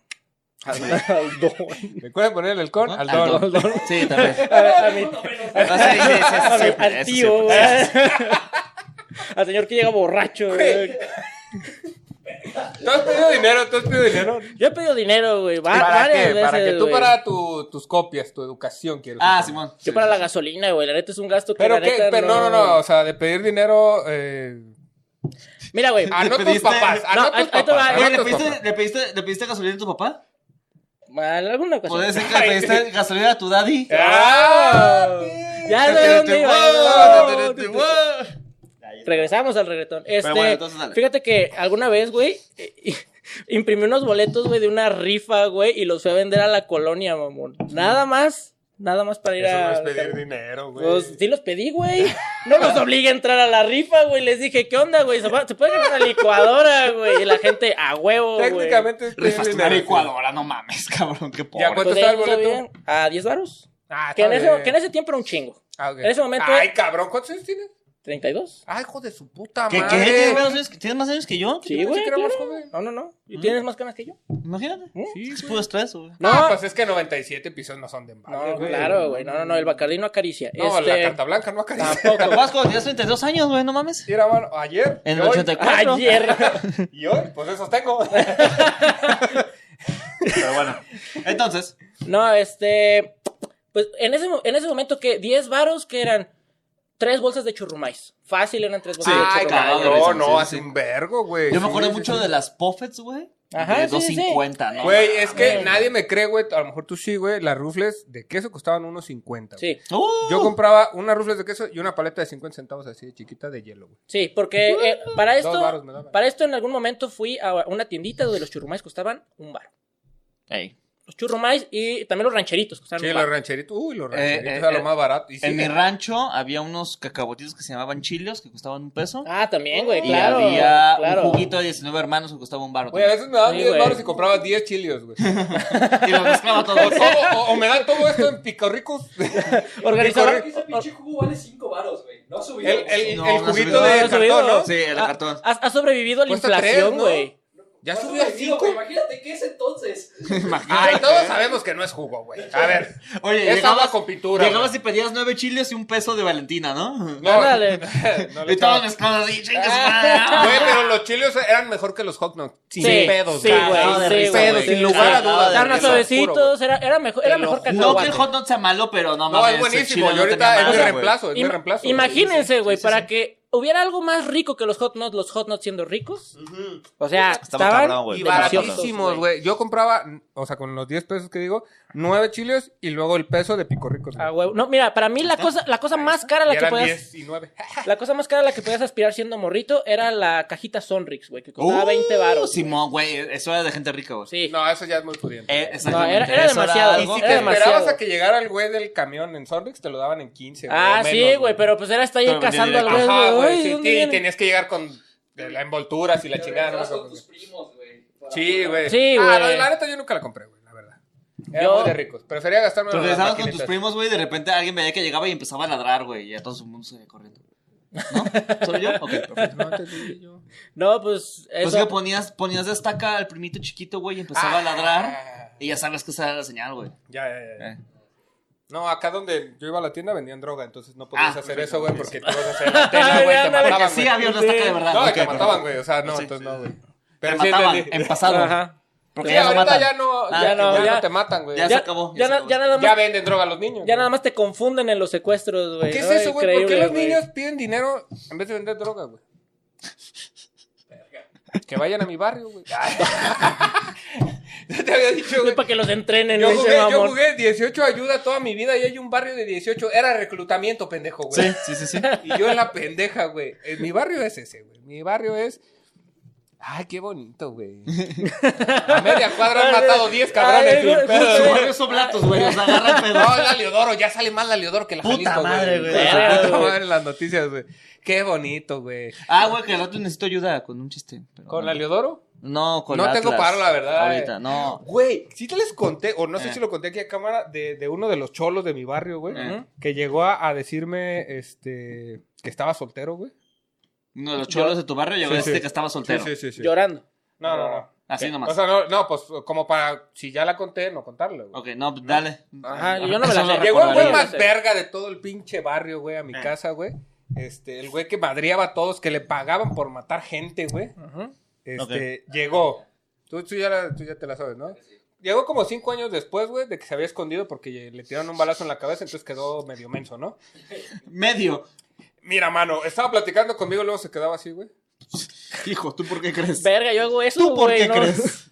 [SPEAKER 3] Aldo.
[SPEAKER 1] Recuerden ponerle el con
[SPEAKER 2] ¿No?
[SPEAKER 1] al don.
[SPEAKER 2] Al don. Sí, también.
[SPEAKER 3] A mi-
[SPEAKER 2] Ah, sí, sí, sí, sí,
[SPEAKER 3] al-
[SPEAKER 2] siempre,
[SPEAKER 3] al
[SPEAKER 2] eso
[SPEAKER 3] tío,
[SPEAKER 2] siempre.
[SPEAKER 3] güey. Al señor que llega borracho, pues, güey.
[SPEAKER 1] ¿Tú has pedido dinero? ¿Tú has pedido dinero?
[SPEAKER 3] Yo he pedido dinero, güey. va-
[SPEAKER 1] ¿Para
[SPEAKER 3] varias
[SPEAKER 1] qué?
[SPEAKER 3] veces.
[SPEAKER 1] Para que tú
[SPEAKER 3] güey.
[SPEAKER 1] para tu- tus copias, tu educación, quiero
[SPEAKER 2] Ah,
[SPEAKER 1] suponer.
[SPEAKER 2] Simón.
[SPEAKER 3] Yo para la gasolina, güey. La neta es un gasto que
[SPEAKER 1] Pero
[SPEAKER 3] la
[SPEAKER 1] qué,
[SPEAKER 3] neta
[SPEAKER 1] pero no, no, no, o sea, de pedir dinero eh,
[SPEAKER 3] Mira, güey.
[SPEAKER 1] a no tus
[SPEAKER 2] pediste-
[SPEAKER 1] papás, a
[SPEAKER 3] No,
[SPEAKER 1] no
[SPEAKER 3] ahí-
[SPEAKER 1] tus
[SPEAKER 3] ahí te va,
[SPEAKER 1] papás, a
[SPEAKER 2] Oye,
[SPEAKER 1] no
[SPEAKER 2] ¿le
[SPEAKER 1] tus
[SPEAKER 2] pediste,
[SPEAKER 1] papás.
[SPEAKER 2] le pediste- le pediste gasolina a tu papá?
[SPEAKER 3] Mal, alguna cosa.
[SPEAKER 2] Puede ser que le pediste gasolina a tu daddy.
[SPEAKER 1] ¡Ah!
[SPEAKER 3] Ya sé dónde iba.
[SPEAKER 2] Ahí está.
[SPEAKER 3] Regresamos al reggaetón. Este,
[SPEAKER 2] bueno, entonces dale.
[SPEAKER 3] fíjate que alguna vez, güey, imprimí unos boletos, güey, de una rifa, güey, y los fui a vender a la colonia, mamón. Nada más, nada más para ir
[SPEAKER 1] Eso
[SPEAKER 3] a.
[SPEAKER 1] no es pedir dinero, güey.
[SPEAKER 3] Pues sí los pedí, güey. No los obligué a entrar a la rifa, güey. Les dije, ¿qué onda, güey? Se, va- se puede ganar una licuadora, güey. Y la gente, a huevo, güey.
[SPEAKER 1] Técnicamente es pedir
[SPEAKER 2] Rifaste una
[SPEAKER 1] dinero,
[SPEAKER 2] licuadora, no mames, cabrón, qué pobre.
[SPEAKER 1] Ya, ¿cuánto
[SPEAKER 3] Pues,
[SPEAKER 1] estaba el
[SPEAKER 3] ¿está
[SPEAKER 1] boleto?
[SPEAKER 3] bien? A 10 varos.
[SPEAKER 1] sí. Ah,
[SPEAKER 3] Que en,
[SPEAKER 1] está
[SPEAKER 3] ese,
[SPEAKER 1] bien.
[SPEAKER 3] que en ese tiempo era un chingo.
[SPEAKER 1] Ah, ok.
[SPEAKER 3] en ese momento-
[SPEAKER 1] Ay, cabrón, ¿cuántos años tienes?
[SPEAKER 3] ¿32?
[SPEAKER 1] Ay, hijo de su puta
[SPEAKER 2] ¿Qué,
[SPEAKER 1] madre.
[SPEAKER 2] qué? ¿Tienes más, años que, ¿Tienes más años que yo?
[SPEAKER 3] Sí,
[SPEAKER 1] pensé
[SPEAKER 3] güey.
[SPEAKER 1] que era más
[SPEAKER 3] claro.
[SPEAKER 1] joven.
[SPEAKER 3] No, no, no. ¿Y
[SPEAKER 2] Mm.
[SPEAKER 3] tienes más canas que yo?
[SPEAKER 2] Imagínate.
[SPEAKER 3] Sí,
[SPEAKER 2] es puro estrés, güey.
[SPEAKER 1] No,
[SPEAKER 3] No.
[SPEAKER 1] pues es que 97 pisos no son de embargo,
[SPEAKER 3] No, claro, ah, güey. No, no, no. El Bacardí no acaricia.
[SPEAKER 1] No,
[SPEAKER 3] Este,
[SPEAKER 1] la carta blanca no acaricia.
[SPEAKER 3] Tampoco.
[SPEAKER 2] Capaz cuando tenías 32 años, güey, no mames.
[SPEAKER 1] Sí, era bueno, ayer.
[SPEAKER 2] En
[SPEAKER 1] y
[SPEAKER 2] el
[SPEAKER 1] hoy,
[SPEAKER 2] 84.
[SPEAKER 3] Ayer.
[SPEAKER 1] Y hoy, pues esos tengo.
[SPEAKER 2] Pero bueno. Entonces,
[SPEAKER 3] No, este. Pues en ese, mo- en ese momento que 10 varos que eran tres bolsas de churrumais. Fácil eran tres bolsas
[SPEAKER 2] Sí,
[SPEAKER 3] de
[SPEAKER 1] Ay,
[SPEAKER 2] chocado,
[SPEAKER 3] churrumais.
[SPEAKER 1] cabrón,
[SPEAKER 2] Luis, sí,
[SPEAKER 1] no, hace
[SPEAKER 2] sí.
[SPEAKER 1] un vergo, güey.
[SPEAKER 2] yo me
[SPEAKER 1] Sí,
[SPEAKER 2] acuerdo
[SPEAKER 1] sí,
[SPEAKER 2] mucho
[SPEAKER 1] sí.
[SPEAKER 2] de las Puffets, güey.
[SPEAKER 3] Ajá,
[SPEAKER 2] de
[SPEAKER 3] sí, sí, sí.
[SPEAKER 2] 250, ¿no?
[SPEAKER 1] Güey, es que
[SPEAKER 3] Güey.
[SPEAKER 1] nadie me cree, güey. A lo mejor tú sí, güey. Las rufles de queso costaban unos 50. güey.
[SPEAKER 3] Sí,
[SPEAKER 2] Uh,
[SPEAKER 1] Yo compraba unas rufles de queso y una paleta de 50 centavos así de chiquita de hielo, güey.
[SPEAKER 3] sí, porque eh, para
[SPEAKER 1] Dos varos
[SPEAKER 3] esto.
[SPEAKER 1] me daban.
[SPEAKER 3] Para esto en algún momento fui a una tiendita donde los churrumais costaban un varo.
[SPEAKER 2] ey.
[SPEAKER 3] Los churrumais y también los rancheritos costaban
[SPEAKER 1] Sí,
[SPEAKER 3] un
[SPEAKER 1] los
[SPEAKER 3] varo.
[SPEAKER 1] rancheritos. Uy, los rancheritos
[SPEAKER 2] eh,
[SPEAKER 1] era lo
[SPEAKER 2] eh,
[SPEAKER 1] más barato. Y sí,
[SPEAKER 2] En mi
[SPEAKER 1] eh,
[SPEAKER 2] rancho había unos cacabotitos que se llamaban chilios que costaban un peso.
[SPEAKER 3] Ah, también, güey,
[SPEAKER 2] y
[SPEAKER 3] claro.
[SPEAKER 2] había
[SPEAKER 3] claro.
[SPEAKER 2] un juguito de 19 hermanos que costaba un baro.
[SPEAKER 1] Güey, a veces me daban
[SPEAKER 3] Sí,
[SPEAKER 1] 10
[SPEAKER 3] güey.
[SPEAKER 1] baros y compraba 10 chilios, güey.
[SPEAKER 2] Y lo mezclaba todo.
[SPEAKER 1] O, todo- o- o me dan todo esto en picorricos.
[SPEAKER 3] Organizaba-
[SPEAKER 1] Corre-
[SPEAKER 4] que ese pinche cubo vale 5 varos, güey. No subió.
[SPEAKER 1] El, el,
[SPEAKER 2] No,
[SPEAKER 1] el
[SPEAKER 2] no
[SPEAKER 1] juguito
[SPEAKER 2] subido.
[SPEAKER 1] de
[SPEAKER 3] No, no
[SPEAKER 1] cartón,
[SPEAKER 3] subido.
[SPEAKER 1] ¿no?
[SPEAKER 2] Sí, el
[SPEAKER 3] Ah,
[SPEAKER 2] cartón.
[SPEAKER 3] Has, has sobrevivido a la
[SPEAKER 1] Cuesta tres,
[SPEAKER 3] inflación,
[SPEAKER 1] ¿no?
[SPEAKER 3] güey.
[SPEAKER 1] Ya
[SPEAKER 4] ¿Cuánto
[SPEAKER 1] subió a 5.
[SPEAKER 4] vendido, güey? Imagínate que es entonces.
[SPEAKER 1] Ay, todos sabemos que no es jugo, güey. A ver.
[SPEAKER 2] Oye,
[SPEAKER 1] es agua
[SPEAKER 2] llegabas,
[SPEAKER 1] con pintura.
[SPEAKER 2] llegabas y pedías nueve chiles y un peso de Valentina, ¿no?
[SPEAKER 1] No, Ah.
[SPEAKER 3] Ándale.
[SPEAKER 1] no le
[SPEAKER 2] y todos
[SPEAKER 1] echaba-
[SPEAKER 2] mezclados así, chingas
[SPEAKER 1] Güey, pero los chilios eran mejor que los hot dogs. Sin
[SPEAKER 3] Sí,
[SPEAKER 1] pedos,
[SPEAKER 3] sí,
[SPEAKER 1] güey.
[SPEAKER 3] güey,
[SPEAKER 1] Sin
[SPEAKER 3] sí,
[SPEAKER 1] pedos,
[SPEAKER 3] güey.
[SPEAKER 1] sin lugar a
[SPEAKER 2] Cagado de
[SPEAKER 1] dudas.
[SPEAKER 2] risa.
[SPEAKER 1] te
[SPEAKER 3] Estaban
[SPEAKER 1] lo juro,
[SPEAKER 3] suavecitos, era, era mejor, era
[SPEAKER 1] Te lo
[SPEAKER 3] mejor
[SPEAKER 1] juro.
[SPEAKER 2] No que
[SPEAKER 3] cacahuate.
[SPEAKER 2] el hot dog sea malo, pero no
[SPEAKER 1] No,
[SPEAKER 2] mames,
[SPEAKER 1] es buenísimo.
[SPEAKER 2] el chile
[SPEAKER 1] Yo
[SPEAKER 2] no
[SPEAKER 1] ahorita
[SPEAKER 2] tenía
[SPEAKER 1] es mi
[SPEAKER 2] madre,
[SPEAKER 1] reemplazo, es mi
[SPEAKER 3] Ima-
[SPEAKER 1] reemplazo.
[SPEAKER 3] Imagínense, güey, para que hubiera algo más rico que los hot nuts, los hot nuts siendo ricos. O sea,
[SPEAKER 2] Estaba
[SPEAKER 3] estaban
[SPEAKER 2] cabrón, güey.
[SPEAKER 1] Y
[SPEAKER 3] deliciosos,
[SPEAKER 1] baratísimos, güey. Yo compraba, o sea, con los 10 pesos que digo, 9 chilios y luego el peso de picorricos.
[SPEAKER 3] Ah, güey. No, mira, para mí la cosa, la cosa más cara a la que
[SPEAKER 1] eran
[SPEAKER 3] podías,
[SPEAKER 1] 10 y 9.
[SPEAKER 3] la cosa más cara a la que podías aspirar siendo morrito era la cajita Sonrix, güey, que costaba
[SPEAKER 2] Uh,
[SPEAKER 3] 20 varos. güey.
[SPEAKER 2] Simón, güey, eso era de gente rica, güey.
[SPEAKER 3] Sí.
[SPEAKER 1] No, eso ya es muy pudiente.
[SPEAKER 2] Eh,
[SPEAKER 3] No,
[SPEAKER 2] exactamente.
[SPEAKER 3] era- era
[SPEAKER 2] eso
[SPEAKER 3] demasiado.
[SPEAKER 1] Y
[SPEAKER 2] algo
[SPEAKER 1] si
[SPEAKER 3] era
[SPEAKER 1] te
[SPEAKER 3] demasiado.
[SPEAKER 1] esperabas a que llegara el güey del camión en Sonrix, te lo daban en 15.
[SPEAKER 3] ah,
[SPEAKER 1] o menos,
[SPEAKER 3] sí, güey, pero pues era hasta ahí
[SPEAKER 2] Pero
[SPEAKER 3] cazando al
[SPEAKER 2] directo.
[SPEAKER 3] güey.
[SPEAKER 1] Ajá,
[SPEAKER 3] Ay,
[SPEAKER 1] güey. sí,
[SPEAKER 3] ¿dónde
[SPEAKER 1] sí, y
[SPEAKER 3] viene?
[SPEAKER 1] tenías que llegar con de la envoltura, si la chingada. No me
[SPEAKER 4] Vas
[SPEAKER 1] acuerdo
[SPEAKER 4] con
[SPEAKER 1] qué.
[SPEAKER 4] tus primos, güey.
[SPEAKER 1] Sí, güey.
[SPEAKER 3] Sí,
[SPEAKER 1] Ah,
[SPEAKER 3] güey.
[SPEAKER 1] no, la neta yo nunca la compré, güey, la verdad. Era
[SPEAKER 3] Yo-
[SPEAKER 1] muy de ricos. Prefería gastarme
[SPEAKER 2] Tú regresabas con tus primos, güey, y de repente alguien veía que llegaba y empezaba a ladrar, güey, y a todo su mundo se iba corriendo. ¿No? ¿Solo yo? Ok, perfecto.
[SPEAKER 1] primos.
[SPEAKER 3] No, pues
[SPEAKER 2] Pues
[SPEAKER 3] eso.
[SPEAKER 2] que ponías, ponías de estaca al primito chiquito, güey, y
[SPEAKER 1] Ah.
[SPEAKER 2] empezaba a ladrar, y ya sabes que esa era la señal, güey.
[SPEAKER 1] Ya, ya, ya.
[SPEAKER 2] Eh.
[SPEAKER 1] No, acá donde yo iba a la tienda vendían droga, entonces no podías
[SPEAKER 2] Ah,
[SPEAKER 1] hacer
[SPEAKER 2] perfecto,
[SPEAKER 1] eso, güey,
[SPEAKER 2] sí,
[SPEAKER 1] porque te vas a hacer la tela,
[SPEAKER 3] Ay,
[SPEAKER 1] güey, te
[SPEAKER 3] ándale, que
[SPEAKER 1] mataban,
[SPEAKER 2] sí
[SPEAKER 1] güey.
[SPEAKER 2] había una estaca de verdad.
[SPEAKER 1] No, y
[SPEAKER 2] Ok,
[SPEAKER 1] te mataban,
[SPEAKER 2] perfecto.
[SPEAKER 1] güey, o sea, no,
[SPEAKER 2] Sí,
[SPEAKER 1] entonces
[SPEAKER 2] sí,
[SPEAKER 1] no, güey.
[SPEAKER 2] Te
[SPEAKER 1] Pero sí
[SPEAKER 2] mataban
[SPEAKER 1] entendí.
[SPEAKER 2] en pasado.
[SPEAKER 3] Ajá.
[SPEAKER 2] Porque
[SPEAKER 1] Sí,
[SPEAKER 2] ya no
[SPEAKER 1] ahorita
[SPEAKER 2] matan.
[SPEAKER 1] ya no,
[SPEAKER 2] Ah,
[SPEAKER 1] ya,
[SPEAKER 3] ya no,
[SPEAKER 1] ya no
[SPEAKER 3] ya.
[SPEAKER 1] te matan, güey.
[SPEAKER 2] Ya
[SPEAKER 1] Ya,
[SPEAKER 2] se acabó, ya
[SPEAKER 3] Ya,
[SPEAKER 2] se
[SPEAKER 3] na-
[SPEAKER 2] acabó.
[SPEAKER 3] ya nada más,
[SPEAKER 1] venden droga a los niños.
[SPEAKER 3] ya
[SPEAKER 1] güey.
[SPEAKER 3] nada más te confunden en los secuestros, güey.
[SPEAKER 1] ¿Qué es
[SPEAKER 3] Ay,
[SPEAKER 1] eso, güey? ¿Por qué
[SPEAKER 3] increíble,
[SPEAKER 1] los
[SPEAKER 3] güey.
[SPEAKER 1] niños piden dinero en vez de vender droga, güey? Que vayan a mi barrio, güey. Ya te había dicho,
[SPEAKER 3] Güey,
[SPEAKER 1] güey.
[SPEAKER 3] para que los entrenen,
[SPEAKER 1] Yo
[SPEAKER 3] güey,
[SPEAKER 1] jugué, yo
[SPEAKER 3] ese mamón.
[SPEAKER 1] jugué 18 ayuda toda mi vida y hay un barrio de 18. Era reclutamiento, pendejo, güey.
[SPEAKER 2] Sí, sí, sí, sí.
[SPEAKER 1] Y yo en la pendeja, güey. Eh, Mi barrio es ese, güey. Mi barrio es. Ay, qué bonito, güey. A media cuadra han matado 10 cabrones.
[SPEAKER 3] Ay,
[SPEAKER 1] sin
[SPEAKER 3] güey,
[SPEAKER 1] pedo,
[SPEAKER 3] justo,
[SPEAKER 1] güey.
[SPEAKER 3] güey.
[SPEAKER 2] oblatos, güey, o sea, agarra el
[SPEAKER 1] No, la Leodoro, ya sale más la Leodoro que la
[SPEAKER 2] Puta
[SPEAKER 1] Jalisco,
[SPEAKER 2] madre, güey.
[SPEAKER 1] Puta
[SPEAKER 3] Verga, güey.
[SPEAKER 1] madre en las noticias, güey. Qué bonito, güey.
[SPEAKER 2] Ah, güey, que el otro necesito ayuda con un chiste. pero
[SPEAKER 1] ¿Con
[SPEAKER 2] no.
[SPEAKER 1] la Leodoro?
[SPEAKER 2] No, con
[SPEAKER 1] No
[SPEAKER 2] Atlas.
[SPEAKER 1] tengo paro, la verdad,
[SPEAKER 2] Ahorita,
[SPEAKER 1] eh.
[SPEAKER 2] no.
[SPEAKER 1] Güey, sí te les conté, o no sé
[SPEAKER 2] Eh.
[SPEAKER 1] si lo conté aquí a cámara, de, de uno de los cholos de mi barrio, güey,
[SPEAKER 2] Eh.
[SPEAKER 1] que llegó a, a decirme, este, que estaba soltero, güey.
[SPEAKER 2] Uno de los cholos de tu barrio llegó
[SPEAKER 1] Sí,
[SPEAKER 2] a decirte
[SPEAKER 1] sí.
[SPEAKER 2] que estaba soltero.
[SPEAKER 1] sí, sí.
[SPEAKER 3] Llorando.
[SPEAKER 1] No, no, no.
[SPEAKER 2] Así
[SPEAKER 1] O
[SPEAKER 2] nomás.
[SPEAKER 1] sea, no, no, pues como para, si ya la conté, no contarla, güey.
[SPEAKER 2] Ok, no, pues, dale.
[SPEAKER 3] Ajá, yo no me la
[SPEAKER 2] Eso
[SPEAKER 3] sé.
[SPEAKER 1] Llegó el güey
[SPEAKER 2] recordaría.
[SPEAKER 1] más verga de todo el pinche barrio, güey, a
[SPEAKER 2] Eh.
[SPEAKER 1] mi casa, güey. Este, el güey que madriaba a todos, que le pagaban por matar gente, güey. Este, llegó. Tú, tú ya la- tú ya te la sabes, ¿no? Llegó como cinco años después, güey, de que se había escondido porque le tiraron un balazo en la cabeza, entonces quedó medio menso, ¿no?
[SPEAKER 2] Medio.
[SPEAKER 1] Mira, mano, estaba platicando conmigo, luego se quedaba así, güey.
[SPEAKER 2] Hijo, ¿tú por qué crees?
[SPEAKER 3] Verga, yo hago eso,
[SPEAKER 2] ¿Tú por
[SPEAKER 3] güey,
[SPEAKER 2] qué
[SPEAKER 3] no.
[SPEAKER 2] crees?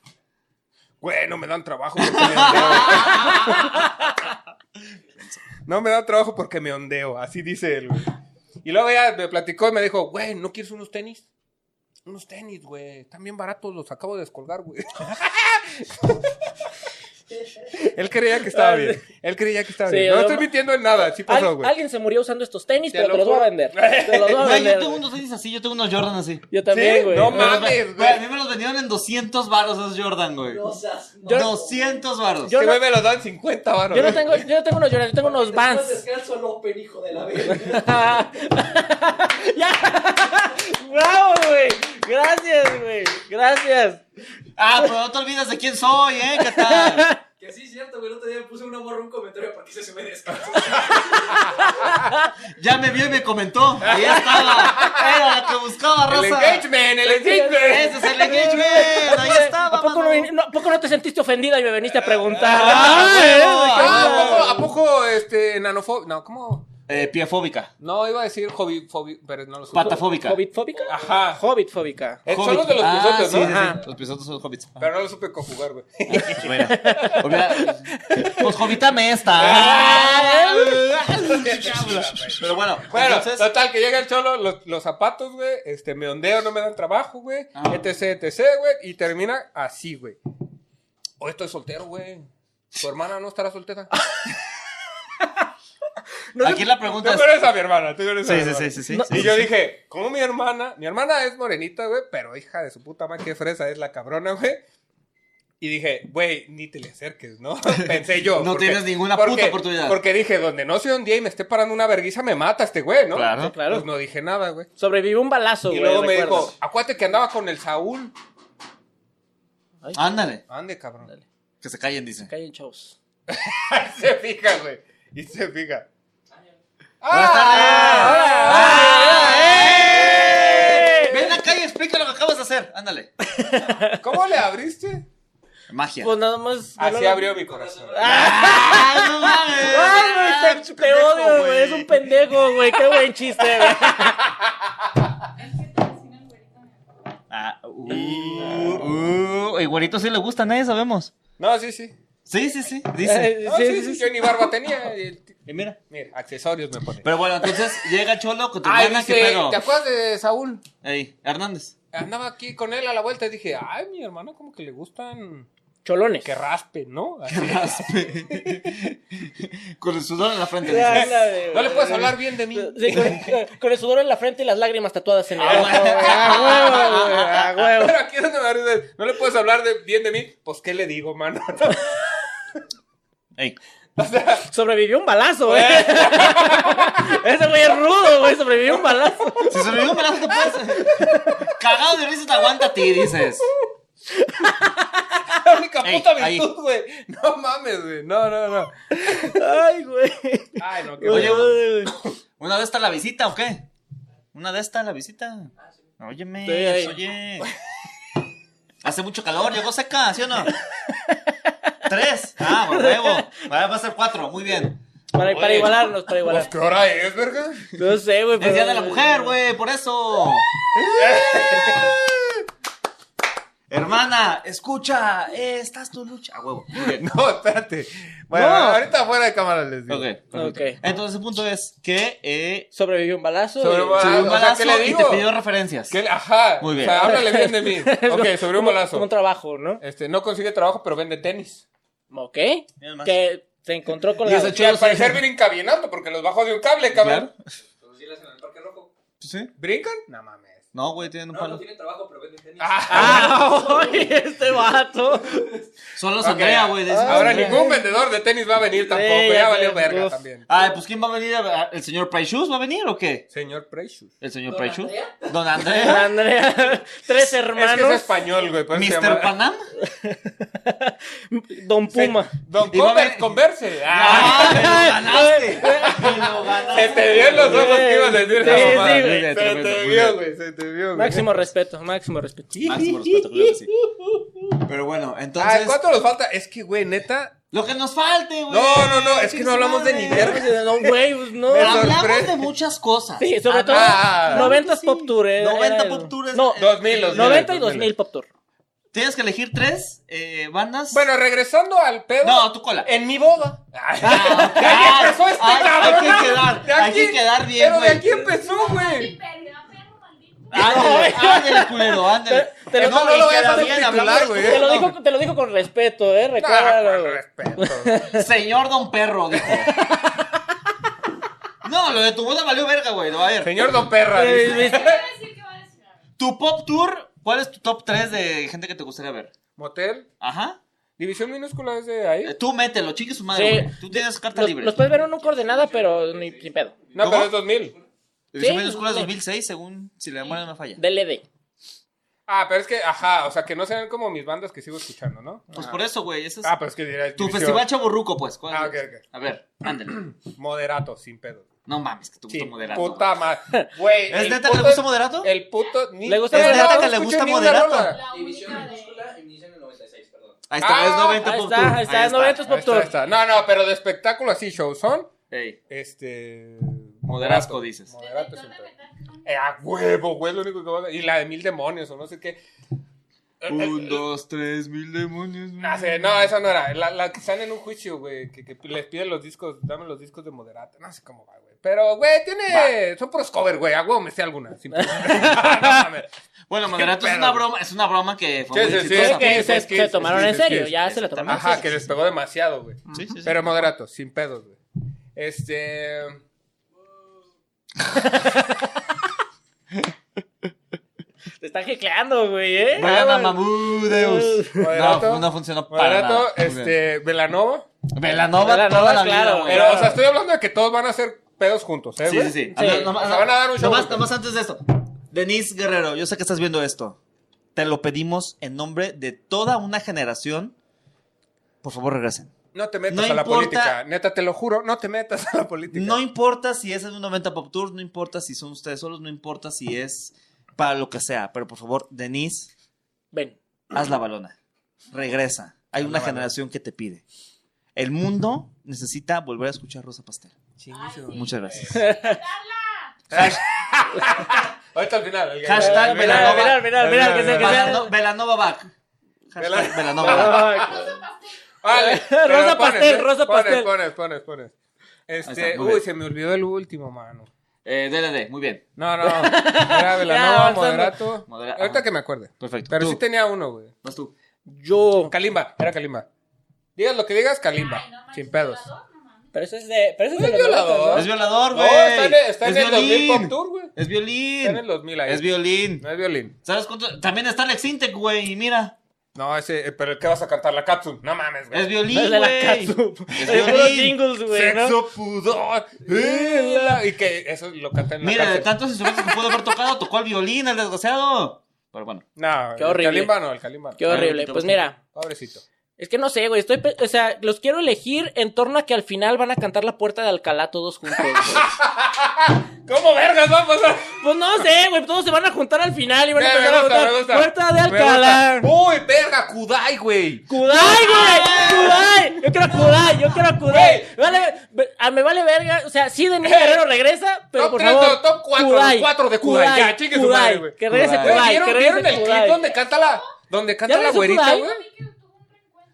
[SPEAKER 1] Güey, no me dan trabajo porque me ondeo. no me dan trabajo porque me ondeo. Así dice él, güey. Y luego ya me platicó y me dijo, güey, ¿no quieres unos tenis? Unos tenis, güey. Están bien baratos, los acabo de descolgar, güey. Él creía que estaba bien. Él creía que estaba
[SPEAKER 3] Ah, Sí,
[SPEAKER 1] bien. No
[SPEAKER 3] yo-
[SPEAKER 1] estoy mintiendo en nada. Sí
[SPEAKER 3] Al-
[SPEAKER 1] pasó, güey.
[SPEAKER 3] alguien se murió usando estos tenis,
[SPEAKER 1] Te
[SPEAKER 3] pero
[SPEAKER 1] lo
[SPEAKER 3] te los voy a
[SPEAKER 1] juro.
[SPEAKER 3] vender. Te los voy a
[SPEAKER 2] Güey, yo
[SPEAKER 3] vender.
[SPEAKER 2] tengo unos tenis así, yo tengo unos Jordan así.
[SPEAKER 3] Yo también,
[SPEAKER 1] ¿Sí?
[SPEAKER 3] güey.
[SPEAKER 1] No
[SPEAKER 3] Pero-
[SPEAKER 1] mames,
[SPEAKER 2] Eh, Güey,
[SPEAKER 1] güey.
[SPEAKER 2] a mí me los vendieron en 200 baros esos Jordan, güey.
[SPEAKER 4] No seas.
[SPEAKER 3] Yo-
[SPEAKER 2] 200 baros.
[SPEAKER 3] yo
[SPEAKER 1] Este
[SPEAKER 3] no-
[SPEAKER 1] güey me lo dan 50 varos.
[SPEAKER 3] Yo no tengo, yo no tengo unos Jordan, yo tengo unos
[SPEAKER 4] Después
[SPEAKER 3] Vans.
[SPEAKER 4] descanso el open, hijo de la verga.
[SPEAKER 3] ya. Bravo, güey. Gracias, güey. Gracias.
[SPEAKER 2] Ah, pero no te olvides de quién soy, ¿eh? ¿Qué tal?
[SPEAKER 4] Que sí, cierto, güey. El otro día me puse una morra un comentario porque se se me descanso.
[SPEAKER 2] Ya me vio y me comentó. Ahí estaba. Era la que buscaba,
[SPEAKER 1] El
[SPEAKER 2] raza.
[SPEAKER 1] engagement, el engagement.
[SPEAKER 2] Ese es el engagement. Ahí estaba.
[SPEAKER 3] ¿A poco no,
[SPEAKER 2] mano.
[SPEAKER 3] vin- no- ¿A poco no te sentiste ofendida y me viniste a preguntar?
[SPEAKER 2] Ah,
[SPEAKER 3] Ay,
[SPEAKER 2] bueno,
[SPEAKER 3] güey, qué
[SPEAKER 1] Ah, ¿a
[SPEAKER 3] bueno.
[SPEAKER 1] poco, ¿A poco este nanofo- No, ¿cómo?
[SPEAKER 2] Eh, piefóbica.
[SPEAKER 1] No, iba a decir hobby, fobi- pero no lo supe.
[SPEAKER 2] Patafóbica.
[SPEAKER 3] ¿Hobbitfóbica?
[SPEAKER 1] Ajá.
[SPEAKER 3] Hobbitfóbica.
[SPEAKER 1] Eh, son
[SPEAKER 2] Hobbit.
[SPEAKER 1] los de los
[SPEAKER 2] Ah,
[SPEAKER 1] pisotes,
[SPEAKER 2] sí,
[SPEAKER 1] ¿no?
[SPEAKER 2] sí, sí.
[SPEAKER 1] Ajá.
[SPEAKER 2] Los pisotes son hobbits. Ajá.
[SPEAKER 1] Pero no lo supe conjugar, güey.
[SPEAKER 2] Mira. Mira, Pues hobbitame
[SPEAKER 1] Ah.
[SPEAKER 2] esta. Pero bueno,
[SPEAKER 1] Bueno,
[SPEAKER 2] entonces,
[SPEAKER 1] total, que llega el cholo, los, los zapatos, güey, este, me ondeo, no me dan trabajo, güey,
[SPEAKER 2] Ah.
[SPEAKER 1] etc, etc, güey, y termina así, güey. Hoy estoy soltero, güey. Tu hermana no estará soltera.
[SPEAKER 2] aquí la
[SPEAKER 1] Tú
[SPEAKER 2] pregunta es...
[SPEAKER 1] eres a mi hermana, tú eres a mi
[SPEAKER 2] Sí, sí,
[SPEAKER 1] hermana.
[SPEAKER 2] sí, sí, sí.
[SPEAKER 3] No.
[SPEAKER 2] sí,
[SPEAKER 1] Y
[SPEAKER 2] sí,
[SPEAKER 1] yo
[SPEAKER 2] sí.
[SPEAKER 1] dije, ¿cómo mi hermana? Mi hermana es morenita, güey, pero hija de su puta madre, qué fresa es la cabrona, güey. Y dije, güey, ni te le acerques, ¿no? Pensé yo.
[SPEAKER 2] No tienes ninguna puta oportunidad.
[SPEAKER 1] Porque dije, donde no sea un día y me esté parando una verguiza, me mata este güey, ¿no?
[SPEAKER 2] Claro.
[SPEAKER 3] Claro.
[SPEAKER 1] Pues no dije nada, güey.
[SPEAKER 3] Sobrevivió un balazo,
[SPEAKER 1] Y
[SPEAKER 3] güey.
[SPEAKER 1] luego me
[SPEAKER 3] ¿recuerdas?
[SPEAKER 1] dijo, acuérdate que andaba con el Saúl.
[SPEAKER 2] Ándale,
[SPEAKER 1] Ande, cabrón.
[SPEAKER 3] Dale.
[SPEAKER 2] que se callen, dice.
[SPEAKER 3] Callen, chavos.
[SPEAKER 1] se fija, güey. Y se fija.
[SPEAKER 2] Buenas
[SPEAKER 1] ¡Ah!
[SPEAKER 2] tardes.
[SPEAKER 1] ¡Hola!
[SPEAKER 2] Ah,
[SPEAKER 1] ¡Eh!
[SPEAKER 2] eh. Ven acá y explica lo que acabas de hacer. Ándale.
[SPEAKER 1] ah. ¿Cómo le abriste?
[SPEAKER 2] Magia.
[SPEAKER 3] Pues nada más.
[SPEAKER 1] Así
[SPEAKER 3] Manolo-
[SPEAKER 1] abrió mi corazón.
[SPEAKER 2] Ah, no
[SPEAKER 3] Ay,
[SPEAKER 1] Ah,
[SPEAKER 3] güey,
[SPEAKER 2] mames.
[SPEAKER 3] te, te odio, güey.
[SPEAKER 2] güey.
[SPEAKER 3] Es un pendejo, güey. Qué buen chiste, güey.
[SPEAKER 2] Ah, uh, uh, el güerito sí le gustan, nadie sabemos.
[SPEAKER 1] No, sí, sí.
[SPEAKER 2] Sí, sí, sí. Dice.
[SPEAKER 3] Eh,
[SPEAKER 1] No,
[SPEAKER 3] sí,
[SPEAKER 1] sí,
[SPEAKER 3] sí, sí.
[SPEAKER 1] Yo ni barba tenía. y el-
[SPEAKER 2] Y mira.
[SPEAKER 1] Mira, accesorios me pone.
[SPEAKER 2] Pero bueno, entonces llega Cholo con tu
[SPEAKER 1] Ay,
[SPEAKER 2] hermana,
[SPEAKER 1] dice,
[SPEAKER 2] ¿qué pedo?
[SPEAKER 1] ¿te acuerdas de Saúl?
[SPEAKER 2] Ey, Hernández.
[SPEAKER 1] Andaba aquí con él a la vuelta y dije, ay, mi hermana como que le gustan
[SPEAKER 3] Cholones.
[SPEAKER 1] que raspe, ¿no? Así.
[SPEAKER 2] Raspe. con el sudor en la frente.
[SPEAKER 3] Ya,
[SPEAKER 2] Dice.
[SPEAKER 3] la de-
[SPEAKER 1] No le puedes hablar bien de mí.
[SPEAKER 3] Sí, con, con el sudor en la frente y las lágrimas tatuadas en el
[SPEAKER 2] Ah,
[SPEAKER 3] ojo. güey. A ah, huevo, güey, a huevo.
[SPEAKER 1] Pero aquí es donde me arriesgo. no le puedes hablar de- bien de mí. Pues, ¿qué le digo, mano?
[SPEAKER 2] Ey.
[SPEAKER 1] o sea,
[SPEAKER 3] Sobrevivió un balazo, güey. Ese güey es rudo, güey. Sobrevivió un balazo.
[SPEAKER 2] Si se olvidó, me la te puedes. Cagado de risa, te aguanta a ti, dices.
[SPEAKER 1] la única
[SPEAKER 2] Ey,
[SPEAKER 1] puta
[SPEAKER 2] ahí.
[SPEAKER 1] virtud, güey. No mames, güey. No, no, no.
[SPEAKER 3] Ay, güey.
[SPEAKER 1] Ay, no, qué
[SPEAKER 2] Oye,
[SPEAKER 1] bueno.
[SPEAKER 3] Ay, güey.
[SPEAKER 2] ¿Una de estas la visita o qué? ¿Una de estas la visita? Óyeme,
[SPEAKER 3] Sí, ahí.
[SPEAKER 2] oye. Hace mucho calor, llegó seca, ¿sí o no? Tres. Ah, por huevo. Va va a ser cuatro, muy bien.
[SPEAKER 3] Para, para
[SPEAKER 2] Oye.
[SPEAKER 3] igualarnos, para
[SPEAKER 1] Pues,
[SPEAKER 3] igualar.
[SPEAKER 1] ¿qué hora es, verga?
[SPEAKER 3] No sé, güey.
[SPEAKER 2] Es
[SPEAKER 3] pero-
[SPEAKER 2] día de la mujer, güey, por eso. Hermana, escucha, eh, esta es tu lucha. A huevo. Muy bien.
[SPEAKER 1] No, espérate. Bueno,
[SPEAKER 3] No.
[SPEAKER 1] ahorita fuera de cámara les digo.
[SPEAKER 2] Ok,
[SPEAKER 3] Ok.
[SPEAKER 2] perfecto. Entonces el punto es que eh,
[SPEAKER 3] Sobrevivió un balazo.
[SPEAKER 1] Sobre
[SPEAKER 3] y-
[SPEAKER 1] un balazo.
[SPEAKER 2] subió un
[SPEAKER 1] ah, o sea,
[SPEAKER 2] balazo
[SPEAKER 1] ¿qué le
[SPEAKER 2] y
[SPEAKER 1] digo?
[SPEAKER 2] te pidió referencias.
[SPEAKER 1] ¿Qué le- Ajá.
[SPEAKER 2] Muy bien.
[SPEAKER 1] O sea, háblale bien de mí. Ok, sobre un
[SPEAKER 3] Como-
[SPEAKER 1] balazo.
[SPEAKER 3] como Un trabajo, ¿no?
[SPEAKER 1] Este, no consigue trabajo, pero vende tenis.
[SPEAKER 3] Ok.
[SPEAKER 2] Nada más.
[SPEAKER 3] Que se encontró con
[SPEAKER 2] Y
[SPEAKER 3] la.
[SPEAKER 2] ese
[SPEAKER 1] Y al
[SPEAKER 2] cholo se-
[SPEAKER 1] parecer vienen caminando porque los bajó de un cable, cabrón.
[SPEAKER 2] Claro.
[SPEAKER 4] Pues Entonces, en el Parque Rojo.
[SPEAKER 2] ¿Sí?
[SPEAKER 1] ¿Brincan? No mames.
[SPEAKER 2] No, güey, tienen un
[SPEAKER 4] No,
[SPEAKER 2] palo.
[SPEAKER 4] no tienen trabajo, pero venden tenis.
[SPEAKER 3] ¡Ah! oye, este vato!
[SPEAKER 2] Son los
[SPEAKER 1] Ok.
[SPEAKER 2] Andrea, güey. de esos
[SPEAKER 1] Ahora
[SPEAKER 2] Andrea.
[SPEAKER 1] ningún vendedor de tenis va a venir tampoco.
[SPEAKER 3] Sí,
[SPEAKER 1] ya,
[SPEAKER 3] ya sé,
[SPEAKER 1] valió verga
[SPEAKER 3] pues.
[SPEAKER 1] también.
[SPEAKER 2] Ah, pues ¿quién va a venir? a- ¿El señor Price Shoes va a venir o qué?
[SPEAKER 1] Señor Precious.
[SPEAKER 2] ¿El señor
[SPEAKER 4] ¿Don
[SPEAKER 2] Price Shoes?
[SPEAKER 4] Andrea?
[SPEAKER 2] ¿Don Andrea?
[SPEAKER 3] Andrea, tres
[SPEAKER 1] Es que es
[SPEAKER 3] hermanos,
[SPEAKER 1] español, güey. por eso se
[SPEAKER 2] ¿Mr.
[SPEAKER 1] llama-
[SPEAKER 2] Panam?
[SPEAKER 3] Don
[SPEAKER 1] Se-
[SPEAKER 3] Puma.
[SPEAKER 1] Don
[SPEAKER 2] Y va a
[SPEAKER 1] Conver-
[SPEAKER 2] haber-
[SPEAKER 1] Converse. Ah,
[SPEAKER 2] ¡Ah! ¡Me lo ganaste! ¡Me lo
[SPEAKER 1] se
[SPEAKER 2] ganaste!
[SPEAKER 1] te vio en los ojos que ibas a decir
[SPEAKER 3] Sí,
[SPEAKER 1] esa
[SPEAKER 3] sí,
[SPEAKER 1] mamada.
[SPEAKER 3] güey.
[SPEAKER 1] Se
[SPEAKER 2] Tremendo,
[SPEAKER 1] te
[SPEAKER 2] muy
[SPEAKER 1] vio,
[SPEAKER 2] bien.
[SPEAKER 1] güey. Se te vio, güey.
[SPEAKER 3] Máximo respeto, máximo respeto.
[SPEAKER 2] Máximo respeto, claro que sí. Pero bueno,
[SPEAKER 1] Ah,
[SPEAKER 2] entonces.
[SPEAKER 1] ¿cuánto nos falta? Es que, güey, neta.
[SPEAKER 2] Lo que nos falte, güey.
[SPEAKER 1] No, no, no, es que no hablamos de
[SPEAKER 2] Madre.
[SPEAKER 1] ni verga.
[SPEAKER 3] No, güey, pues no.
[SPEAKER 1] Me
[SPEAKER 2] Hablamos
[SPEAKER 1] sorprende.
[SPEAKER 2] de muchas cosas.
[SPEAKER 3] Sí, sobre todo
[SPEAKER 1] Ah,
[SPEAKER 3] 90s
[SPEAKER 2] sí.
[SPEAKER 3] Pop Tour. eh,
[SPEAKER 2] 90
[SPEAKER 3] era-
[SPEAKER 2] pop tour es-
[SPEAKER 3] No,
[SPEAKER 2] eh,
[SPEAKER 1] 2000,
[SPEAKER 3] 90 y 2000 Pop Tour.
[SPEAKER 2] Tienes que elegir tres eh, bandas.
[SPEAKER 1] Bueno, regresando al pedo.
[SPEAKER 2] no, tu cola.
[SPEAKER 1] En mi boda.
[SPEAKER 2] Ah,
[SPEAKER 1] De ahí empezó este
[SPEAKER 2] hay,
[SPEAKER 1] cabrón.
[SPEAKER 2] Hay que quedar,
[SPEAKER 1] De
[SPEAKER 2] hay que
[SPEAKER 1] aquí-
[SPEAKER 2] quedar bien,
[SPEAKER 1] Pero de
[SPEAKER 2] güey.
[SPEAKER 1] aquí empezó, güey.
[SPEAKER 2] Ándale, ándale, culero, ándale.
[SPEAKER 3] Te- te lo-
[SPEAKER 2] No,
[SPEAKER 3] no
[SPEAKER 2] y
[SPEAKER 1] lo vayas
[SPEAKER 2] queda
[SPEAKER 1] a
[SPEAKER 2] bien, hablamos
[SPEAKER 1] titular,
[SPEAKER 2] de-
[SPEAKER 1] güey.
[SPEAKER 3] Te lo, dijo, te lo dijo con respeto, ¿eh?
[SPEAKER 1] Ah,
[SPEAKER 3] Recuerda.
[SPEAKER 1] con respeto.
[SPEAKER 2] Señor Don Perro, dijo. No, lo de tu boda valió verga, güey. no, A ver,
[SPEAKER 1] Señor Don Perra. dice.
[SPEAKER 2] tu pop tour, ¿cuál es tu top 3 de gente que te gustaría ver?
[SPEAKER 1] Motel.
[SPEAKER 2] Ajá.
[SPEAKER 1] División minúscula es de ahí.
[SPEAKER 2] Eh, Tú mételo, chingue su madre.
[SPEAKER 3] Sí.
[SPEAKER 2] güey. Tú tienes carta
[SPEAKER 3] los,
[SPEAKER 2] libre.
[SPEAKER 3] los puedes ver en un coordenada, pero ni sin pedo.
[SPEAKER 1] No,
[SPEAKER 2] ¿Cómo?
[SPEAKER 1] pero es 2000.
[SPEAKER 2] División
[SPEAKER 3] sí,
[SPEAKER 2] minúscula
[SPEAKER 3] los-
[SPEAKER 2] 2006, según si la memoria no falla.
[SPEAKER 3] DLD.
[SPEAKER 1] Ah, pero es que, ajá, o sea, que no sean como mis bandas que sigo escuchando, ¿no?
[SPEAKER 2] Pues
[SPEAKER 1] Ah.
[SPEAKER 2] por eso, güey. ese es
[SPEAKER 1] Ah, pero es que dirá.
[SPEAKER 2] tu
[SPEAKER 1] división.
[SPEAKER 2] festival chaburruco, pues. ¿cuál
[SPEAKER 1] Ah,
[SPEAKER 2] es?
[SPEAKER 1] ok, ok.
[SPEAKER 2] A ver, ándale.
[SPEAKER 1] Moderato, sin pedo.
[SPEAKER 2] No mames, que te gusta
[SPEAKER 1] Sí,
[SPEAKER 2] moderato.
[SPEAKER 1] puta madre. Güey.
[SPEAKER 2] ¿Es
[SPEAKER 1] el
[SPEAKER 2] neta que le
[SPEAKER 1] puto-
[SPEAKER 2] gusta moderato?
[SPEAKER 1] El puto. Ni,
[SPEAKER 3] ¿Le gusta
[SPEAKER 1] Eh, no, no
[SPEAKER 3] Moderato?
[SPEAKER 2] ¿Es neta que le
[SPEAKER 1] escuché
[SPEAKER 2] gusta
[SPEAKER 1] ni una
[SPEAKER 2] Moderato?
[SPEAKER 1] rola.
[SPEAKER 4] División minúscula inicia en el 96, perdón.
[SPEAKER 2] Ahí está,
[SPEAKER 1] Ah,
[SPEAKER 2] es 90
[SPEAKER 3] ahí
[SPEAKER 2] pop
[SPEAKER 3] está,
[SPEAKER 2] tour.
[SPEAKER 3] ahí está, es 90
[SPEAKER 1] Ahí
[SPEAKER 3] pop
[SPEAKER 1] está, ahí
[SPEAKER 3] tour.
[SPEAKER 1] está. No, no, pero de espectáculo así, shows son.
[SPEAKER 2] Ey.
[SPEAKER 1] Este.
[SPEAKER 2] Moderasco, dices.
[SPEAKER 1] Moderato, sin pedo. Eh, a huevo, güey, lo único que va a... Y la de mil demonios, o no sé qué. eh,
[SPEAKER 2] Un, dos, tres, mil demonios.
[SPEAKER 1] No, sé, ah, no, esa no era. La, la que están en un juicio, güey, que, que les piden los discos, dame los discos de Moderato. No sé cómo va, güey. Pero, güey, tiene... Son puros cover, güey. A huevo me sé alguna. sin pedo. No mames.
[SPEAKER 2] Bueno, moderato es
[SPEAKER 1] pedo,
[SPEAKER 2] una
[SPEAKER 1] güey.
[SPEAKER 2] broma, es una broma que fue
[SPEAKER 1] Sí,
[SPEAKER 2] muy
[SPEAKER 1] sí, sí.
[SPEAKER 2] exitosa.
[SPEAKER 1] Es
[SPEAKER 3] Que
[SPEAKER 1] que-
[SPEAKER 3] se,
[SPEAKER 1] es que-
[SPEAKER 3] se
[SPEAKER 1] es
[SPEAKER 3] tomaron
[SPEAKER 1] que-
[SPEAKER 3] en
[SPEAKER 1] es que-
[SPEAKER 3] serio, ya se lo tomaron en
[SPEAKER 1] Ajá,
[SPEAKER 3] serio.
[SPEAKER 1] que les pegó demasiado, güey.
[SPEAKER 2] Sí, sí, sí.
[SPEAKER 1] Pero Moderato, sin pedos, güey. Este...
[SPEAKER 3] Te están jecleando, güey, ¿eh?
[SPEAKER 2] Vayan a
[SPEAKER 3] Ah,
[SPEAKER 2] Mamudeus.
[SPEAKER 1] Uh, Moderato.
[SPEAKER 2] No, no funcionó para nada.
[SPEAKER 1] Moderato, este... Velanova.
[SPEAKER 2] Velanova,
[SPEAKER 3] Velanova,
[SPEAKER 2] toda la
[SPEAKER 3] claro,
[SPEAKER 2] vida, güey.
[SPEAKER 1] Pero, o sea, estoy hablando de que todos van a hacer pedos juntos, ¿eh,
[SPEAKER 2] Sí,
[SPEAKER 1] güey?
[SPEAKER 2] sí, sí.
[SPEAKER 3] Sí.
[SPEAKER 2] ver,
[SPEAKER 3] Se
[SPEAKER 2] nomás-
[SPEAKER 1] van a dar un show,
[SPEAKER 2] Nomás,
[SPEAKER 1] güey.
[SPEAKER 2] nomás antes de esto. Denise Guerrero, yo sé que estás viendo esto. Te lo pedimos en nombre de toda una generación. Por favor, regresen.
[SPEAKER 1] No te metas
[SPEAKER 2] No
[SPEAKER 1] a la
[SPEAKER 2] importa.
[SPEAKER 1] política. Neta, te lo juro, no te metas a la política.
[SPEAKER 2] No importa si es en un 90 Pop Tour, no importa si son ustedes solos, no importa si es para lo que sea. Pero por favor, Denise,
[SPEAKER 3] Ven.
[SPEAKER 2] haz la balona. Regresa. Hay una
[SPEAKER 1] balona.
[SPEAKER 2] generación que te pide. El mundo necesita volver a escuchar Rosa Pastel. Muchas gracias.
[SPEAKER 1] Eh, Ahorita al final. el-
[SPEAKER 2] Hashtag
[SPEAKER 1] el-
[SPEAKER 2] Velanova.
[SPEAKER 1] el-
[SPEAKER 3] Velar, velar, velar, que se- que se-
[SPEAKER 2] Velano- Velanova Back. Hashtag
[SPEAKER 1] Vela-
[SPEAKER 2] Velanova Back.
[SPEAKER 1] Vale,
[SPEAKER 3] Rosa
[SPEAKER 1] pero
[SPEAKER 3] pastel,
[SPEAKER 1] eh,
[SPEAKER 3] rosa
[SPEAKER 1] pones,
[SPEAKER 3] pastel.
[SPEAKER 1] Pones, pones, pones.
[SPEAKER 2] Ahí
[SPEAKER 1] Este,
[SPEAKER 2] está,
[SPEAKER 1] uy,
[SPEAKER 2] muy bien.
[SPEAKER 1] se me olvidó el último, mano.
[SPEAKER 2] Eh, DLD, muy bien.
[SPEAKER 1] No, no. Era
[SPEAKER 3] Ya,
[SPEAKER 1] Velanova,
[SPEAKER 3] avanzando.
[SPEAKER 1] Moderato.
[SPEAKER 2] Modera-
[SPEAKER 1] Ahorita
[SPEAKER 2] ah.
[SPEAKER 1] que me acuerde.
[SPEAKER 2] Perfecto.
[SPEAKER 1] Pero
[SPEAKER 2] Tú,
[SPEAKER 1] sí tenía uno, güey.
[SPEAKER 2] vas tú.
[SPEAKER 3] Yo.
[SPEAKER 1] Kalimba, era Kalimba. Digas lo que digas, Kalimba. sin pedos.
[SPEAKER 3] Pero eso es de. Pero eso es de
[SPEAKER 1] Güey,
[SPEAKER 3] los
[SPEAKER 1] violador. No,
[SPEAKER 2] Es violador,
[SPEAKER 3] noventas, ¿no?
[SPEAKER 2] güey.
[SPEAKER 1] está en, está
[SPEAKER 2] Es
[SPEAKER 1] en el 2000
[SPEAKER 2] violín.
[SPEAKER 1] Pop Tour, güey.
[SPEAKER 2] Es violín.
[SPEAKER 1] Está en el 2000 ahí.
[SPEAKER 2] Es violín.
[SPEAKER 1] No es violín.
[SPEAKER 2] ¿Sabes cuánto? También está Alex Intec, güey. y Mira.
[SPEAKER 1] No, ese, eh, pero el que vas a cantar, la Katsu. No mames, güey.
[SPEAKER 2] Es violín,
[SPEAKER 3] No es de la
[SPEAKER 2] güey.
[SPEAKER 3] Katsup.
[SPEAKER 2] Es
[SPEAKER 3] Es de los
[SPEAKER 2] violín.
[SPEAKER 3] jingles, güey, ¿no?
[SPEAKER 1] Sexo, pudor. eh, la- Y que eso lo cantan en la
[SPEAKER 2] Mira, de
[SPEAKER 1] cárcel.
[SPEAKER 2] tantos instrumentos que pudo haber tocado, tocó el violín, el desgraciado. Pero bueno.
[SPEAKER 1] No,
[SPEAKER 3] Qué
[SPEAKER 1] el
[SPEAKER 3] horrible.
[SPEAKER 1] Kalimba no, el Kalimba. no.
[SPEAKER 3] Qué horrible.
[SPEAKER 2] Ahorita
[SPEAKER 3] Pues
[SPEAKER 2] vas tú.
[SPEAKER 3] mira,
[SPEAKER 1] Pobrecito.
[SPEAKER 3] es que no sé, güey. Estoy, pe- o sea, los quiero elegir en torno a que al final van a cantar la puerta de Alcalá todos juntos. güey.
[SPEAKER 1] ¿Cómo vergas va a pasar?
[SPEAKER 3] pues no sé, güey. Todos se van a juntar al final y van a
[SPEAKER 1] Me- me
[SPEAKER 3] empezar a
[SPEAKER 1] gusta, me
[SPEAKER 3] cantar
[SPEAKER 1] gusta.
[SPEAKER 3] puerta de
[SPEAKER 1] Me
[SPEAKER 3] Alcalá.
[SPEAKER 1] gusta. Uy, verga, Kudai, güey.
[SPEAKER 3] Kudai, güey, Kudai, yo quiero a Kudai, yo quiero a Kudai, Me vale, ve- ah, me vale verga, o sea, sí Denis Guerrero regresa, pero
[SPEAKER 1] Top
[SPEAKER 3] por
[SPEAKER 1] tres,
[SPEAKER 3] favor,
[SPEAKER 1] no, top cuatro, los cuatro de Kudai. Ya, chingue su madre, güey.
[SPEAKER 3] que regrese
[SPEAKER 2] Kudai.
[SPEAKER 1] Güey,
[SPEAKER 3] Kudai,
[SPEAKER 1] ¿Vieron,
[SPEAKER 3] que
[SPEAKER 1] vieron
[SPEAKER 3] regrese
[SPEAKER 1] el clip
[SPEAKER 3] Kudai,
[SPEAKER 1] donde canta la, donde canta
[SPEAKER 3] ¿Ya
[SPEAKER 1] la
[SPEAKER 3] ves a
[SPEAKER 1] güerita,
[SPEAKER 3] Kudai?
[SPEAKER 1] güey?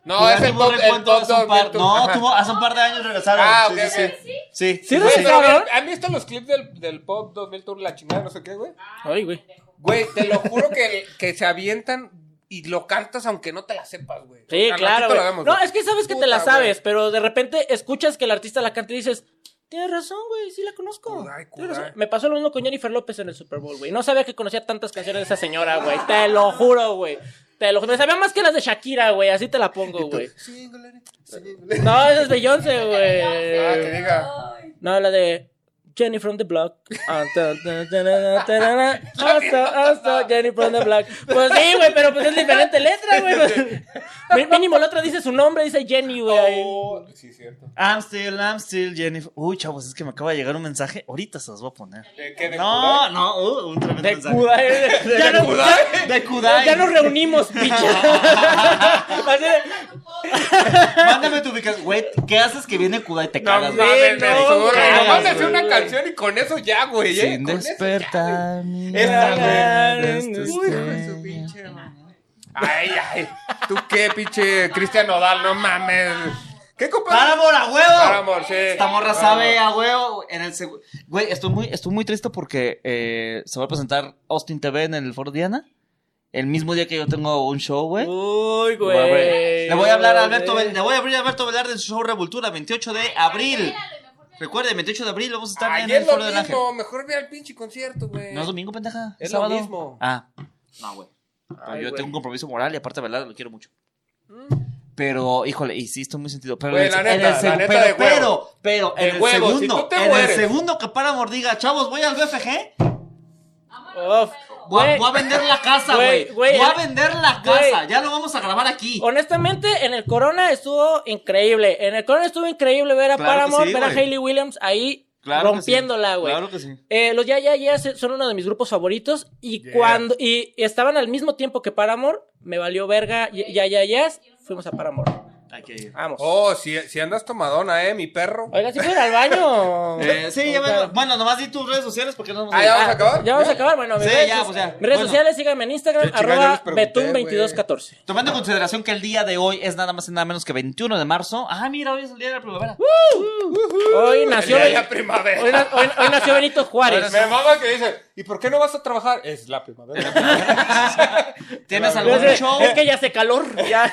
[SPEAKER 1] No,
[SPEAKER 2] Kudai
[SPEAKER 1] es el
[SPEAKER 2] tuvo
[SPEAKER 1] top, el
[SPEAKER 2] recuento
[SPEAKER 1] top
[SPEAKER 2] hace un par-
[SPEAKER 1] 2000.
[SPEAKER 2] No,
[SPEAKER 1] Ajá.
[SPEAKER 2] tuvo hace un par de años regresaron.
[SPEAKER 1] Ah,
[SPEAKER 2] sí,
[SPEAKER 1] ok,
[SPEAKER 2] sí,
[SPEAKER 1] ok.
[SPEAKER 2] sí. Sí,
[SPEAKER 3] ¿Sí
[SPEAKER 1] Güey, pero
[SPEAKER 3] regresaron?
[SPEAKER 1] ¿Han visto los clips del, del Pop 2000 Tour, la chingada, no sé qué, güey?
[SPEAKER 3] Ay, güey.
[SPEAKER 1] Güey, te lo juro que, que se avientan y lo cantas aunque no te la sepas, güey.
[SPEAKER 3] Sí,
[SPEAKER 1] Al
[SPEAKER 3] claro,
[SPEAKER 1] ratito
[SPEAKER 3] güey.
[SPEAKER 1] lo hagamos,
[SPEAKER 3] No,
[SPEAKER 1] güey.
[SPEAKER 3] es que sabes que te
[SPEAKER 1] Puta,
[SPEAKER 3] la sabes,
[SPEAKER 1] güey.
[SPEAKER 3] pero de repente escuchas que el artista la canta y dices, tienes razón, güey, sí la conozco.
[SPEAKER 1] Kudai,
[SPEAKER 3] Tienes razón".
[SPEAKER 1] Kudai.
[SPEAKER 3] Me pasó lo mismo con Jennifer López en el Super Bowl, güey. No sabía que conocía tantas canciones de esa señora, güey. Te lo juro, güey. Te lo juro. Me sabía más que las de Shakira, güey. Así te la pongo, güey. No, esa es Beyoncé,
[SPEAKER 1] Ah, que
[SPEAKER 3] güey.
[SPEAKER 1] diga.
[SPEAKER 3] No, la de Jenny from the Block. Ah, ta, ta, ta, na, na, ta, na, na. Hasta, hasta Jenny from the Block. Pues sí, güey, pero pues es diferente letra, güey. Mí- Mínimo la otra dice su nombre, dice Jenny, güey. ahí.
[SPEAKER 1] Oh, sí, cierto.
[SPEAKER 2] I'm still, I'm still Jennifer. Uy, chavos, es que me acaba de llegar un mensaje. Ahorita se los voy a poner.
[SPEAKER 1] ¿De qué, de
[SPEAKER 2] No, no, uh, un tremendo
[SPEAKER 3] De
[SPEAKER 2] mensaje.
[SPEAKER 3] Kudai. de- Ya nos- ya-
[SPEAKER 2] De Kudai.
[SPEAKER 3] Ya nos reunimos, picha. Así de-
[SPEAKER 2] Mándame tu ubicación. Güey, ¿qué haces que viene Kudai y te
[SPEAKER 1] No
[SPEAKER 2] cagas?
[SPEAKER 1] mames,
[SPEAKER 2] güey?
[SPEAKER 3] güey,
[SPEAKER 1] me
[SPEAKER 3] no,
[SPEAKER 1] zurro.
[SPEAKER 3] güey.
[SPEAKER 1] Nomás me hace una
[SPEAKER 3] Güey.
[SPEAKER 1] canción y con eso ya, güey. eh,
[SPEAKER 2] Sin
[SPEAKER 1] con eso ya.
[SPEAKER 2] despertar. mi
[SPEAKER 1] Esta,
[SPEAKER 2] alma
[SPEAKER 3] güey.
[SPEAKER 2] desde
[SPEAKER 1] Uy, hijo de
[SPEAKER 2] este-
[SPEAKER 1] su pinche madre. Ay, ay. ¿Tú qué, pinche Cristian Nodal? No mames. ¿Qué compadre?
[SPEAKER 2] ¡Páramo, la huevo!
[SPEAKER 1] Paramore, sí. Ah,
[SPEAKER 2] Esta morra
[SPEAKER 1] Paramore.
[SPEAKER 2] sabe a huevo. En el segu- Güey, estoy muy, estoy muy triste porque eh, se va a presentar Austin TV en el Foro Diana. El mismo día que yo tengo un show, güey.
[SPEAKER 3] Uy, güey.
[SPEAKER 2] Le voy a hablar a Alberto Vel- le voy a abrir a Alberto Velarde en su show Revoltura, 28 de abril. Recuerde, 28 de abril vamos a estar
[SPEAKER 1] Ay,
[SPEAKER 2] en el
[SPEAKER 1] es lo
[SPEAKER 2] Foro del Ángel.
[SPEAKER 1] mismo. Mejor ve al pinche concierto, güey.
[SPEAKER 2] No es domingo, pendeja.
[SPEAKER 1] Es lo
[SPEAKER 2] sábado.
[SPEAKER 1] mismo.
[SPEAKER 2] Ah. No, güey. Pero
[SPEAKER 1] Ay,
[SPEAKER 2] yo
[SPEAKER 1] güey. Mm.
[SPEAKER 2] tengo un compromiso moral y aparte Velarde lo quiero mucho. Pero, híjole, y sí, estoy muy sentido. Pero,
[SPEAKER 1] Güey,
[SPEAKER 2] en el
[SPEAKER 1] la
[SPEAKER 2] se- en
[SPEAKER 1] neta,
[SPEAKER 2] el segu-
[SPEAKER 1] la neta
[SPEAKER 2] pero,
[SPEAKER 1] de huevo.
[SPEAKER 2] pero, pero, en
[SPEAKER 1] De
[SPEAKER 2] el
[SPEAKER 1] huevo, si tú
[SPEAKER 2] segundo,
[SPEAKER 1] te
[SPEAKER 2] en el
[SPEAKER 1] mueres.
[SPEAKER 2] segundo que Paramore diga, chavos, voy al BFG,
[SPEAKER 3] Uf.
[SPEAKER 2] voy, a-
[SPEAKER 3] Güey.
[SPEAKER 2] voy a vender la casa,
[SPEAKER 3] Güey,
[SPEAKER 2] güey.
[SPEAKER 3] güey,
[SPEAKER 2] Voy a
[SPEAKER 3] el-
[SPEAKER 2] vender la
[SPEAKER 3] güey.
[SPEAKER 2] casa, ya lo vamos a grabar aquí.
[SPEAKER 3] Honestamente, en el Corona estuvo increíble. En el Corona estuvo increíble ver a
[SPEAKER 2] Claro que
[SPEAKER 3] Paramore,
[SPEAKER 2] sí,
[SPEAKER 3] ver a
[SPEAKER 2] güey.
[SPEAKER 3] Hayley Williams ahí
[SPEAKER 2] Claro que
[SPEAKER 3] rompiéndola,
[SPEAKER 2] sí.
[SPEAKER 3] güey.
[SPEAKER 2] Claro que sí.
[SPEAKER 3] Eh, los Ya Ya Ya se- son uno de mis grupos favoritos y
[SPEAKER 1] Yeah.
[SPEAKER 3] cuando y estaban al mismo tiempo que Paramore, me valió verga Ya Ya Ya Yas, fuimos a Paramore.
[SPEAKER 2] Hay que ir.
[SPEAKER 3] Vamos.
[SPEAKER 1] Oh, si, si andas tomadona, eh, mi perro.
[SPEAKER 3] Oiga, si fueron al baño.
[SPEAKER 2] Eh, sí, ya
[SPEAKER 3] O sea,
[SPEAKER 2] bueno, bueno, nomás di tus redes sociales porque no nos
[SPEAKER 1] Ah, ya vamos a
[SPEAKER 3] ah,
[SPEAKER 1] acabar.
[SPEAKER 3] Ya vamos a acabar, bueno, mis
[SPEAKER 2] Sí,
[SPEAKER 3] redes,
[SPEAKER 2] ya,
[SPEAKER 3] so-
[SPEAKER 2] pues ya.
[SPEAKER 3] redes
[SPEAKER 2] Bueno.
[SPEAKER 3] sociales, síganme en Instagram,
[SPEAKER 1] Qué chingada, yo les
[SPEAKER 3] arroba
[SPEAKER 1] pregunté,
[SPEAKER 3] betun2214.
[SPEAKER 2] Tomando en consideración que el día de hoy es nada más y nada menos que 21 de marzo. Ah, mira, hoy es el día de la primavera.
[SPEAKER 3] Hoy nació,
[SPEAKER 1] Ya
[SPEAKER 3] Ben-
[SPEAKER 1] la primavera.
[SPEAKER 3] hoy, na- hoy- hoy nació Benito Juárez.
[SPEAKER 1] Me mama que dice, ¿y por qué no vas a trabajar? Es la primavera.
[SPEAKER 2] ¿Tienes
[SPEAKER 1] Claro.
[SPEAKER 2] algún
[SPEAKER 3] Es,
[SPEAKER 2] show?
[SPEAKER 3] que- es que ya hace calor. Ya,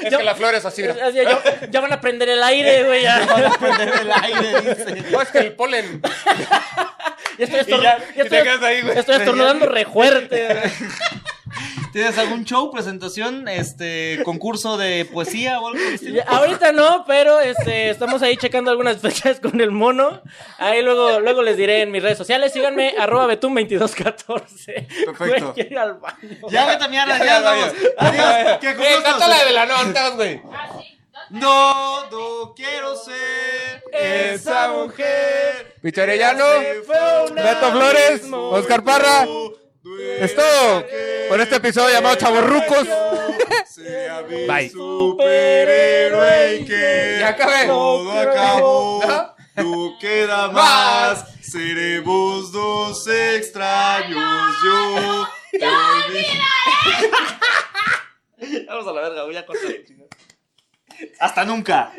[SPEAKER 1] es
[SPEAKER 3] Yo-
[SPEAKER 1] que la flor es así, mira.
[SPEAKER 3] Es- ya- ya van a prender el aire, güey. Ya, ya
[SPEAKER 2] Prender el aire, dice.
[SPEAKER 1] No, es que el polen.
[SPEAKER 3] estoy, estor-
[SPEAKER 1] Y ya-
[SPEAKER 3] ya
[SPEAKER 1] y te quedas ahí, güey.
[SPEAKER 3] estoy estornudando re fuerte.
[SPEAKER 2] ¿Tienes algún show, presentación, este, concurso de poesía o algo por el estilo?
[SPEAKER 3] Ya, ahorita no, pero este, estamos ahí checando algunas fechas con el mono. Ahí luego, luego les diré en mis redes sociales. Síganme, arroba betún2214.
[SPEAKER 2] Perfecto.
[SPEAKER 3] Güey, quiero ir al baño.
[SPEAKER 2] Ya vete a mierda,
[SPEAKER 1] Ya, ya,
[SPEAKER 2] ya, vamos.
[SPEAKER 1] vaya.
[SPEAKER 2] Adiós, que
[SPEAKER 1] Eh,
[SPEAKER 2] juntos-
[SPEAKER 1] cántala de Belanón, estás, güey.
[SPEAKER 2] Ah, No, no quiero ser esa mujer.
[SPEAKER 1] Víctor Arellano,
[SPEAKER 2] Se fue una
[SPEAKER 1] Beto Flores,
[SPEAKER 2] vez muy
[SPEAKER 1] Oscar Parra.
[SPEAKER 2] duele
[SPEAKER 1] Es todo por este episodio llamado Chavorrucos.
[SPEAKER 2] Sería mi
[SPEAKER 1] Bye.
[SPEAKER 2] superhéroe y que
[SPEAKER 1] Ya acabé.
[SPEAKER 2] todo acabó.
[SPEAKER 1] ¿No?
[SPEAKER 2] No queda más. Seremos dos extraños. Yo. te olvidaré. Vamos a la verga, voy a cortar. Hasta nunca.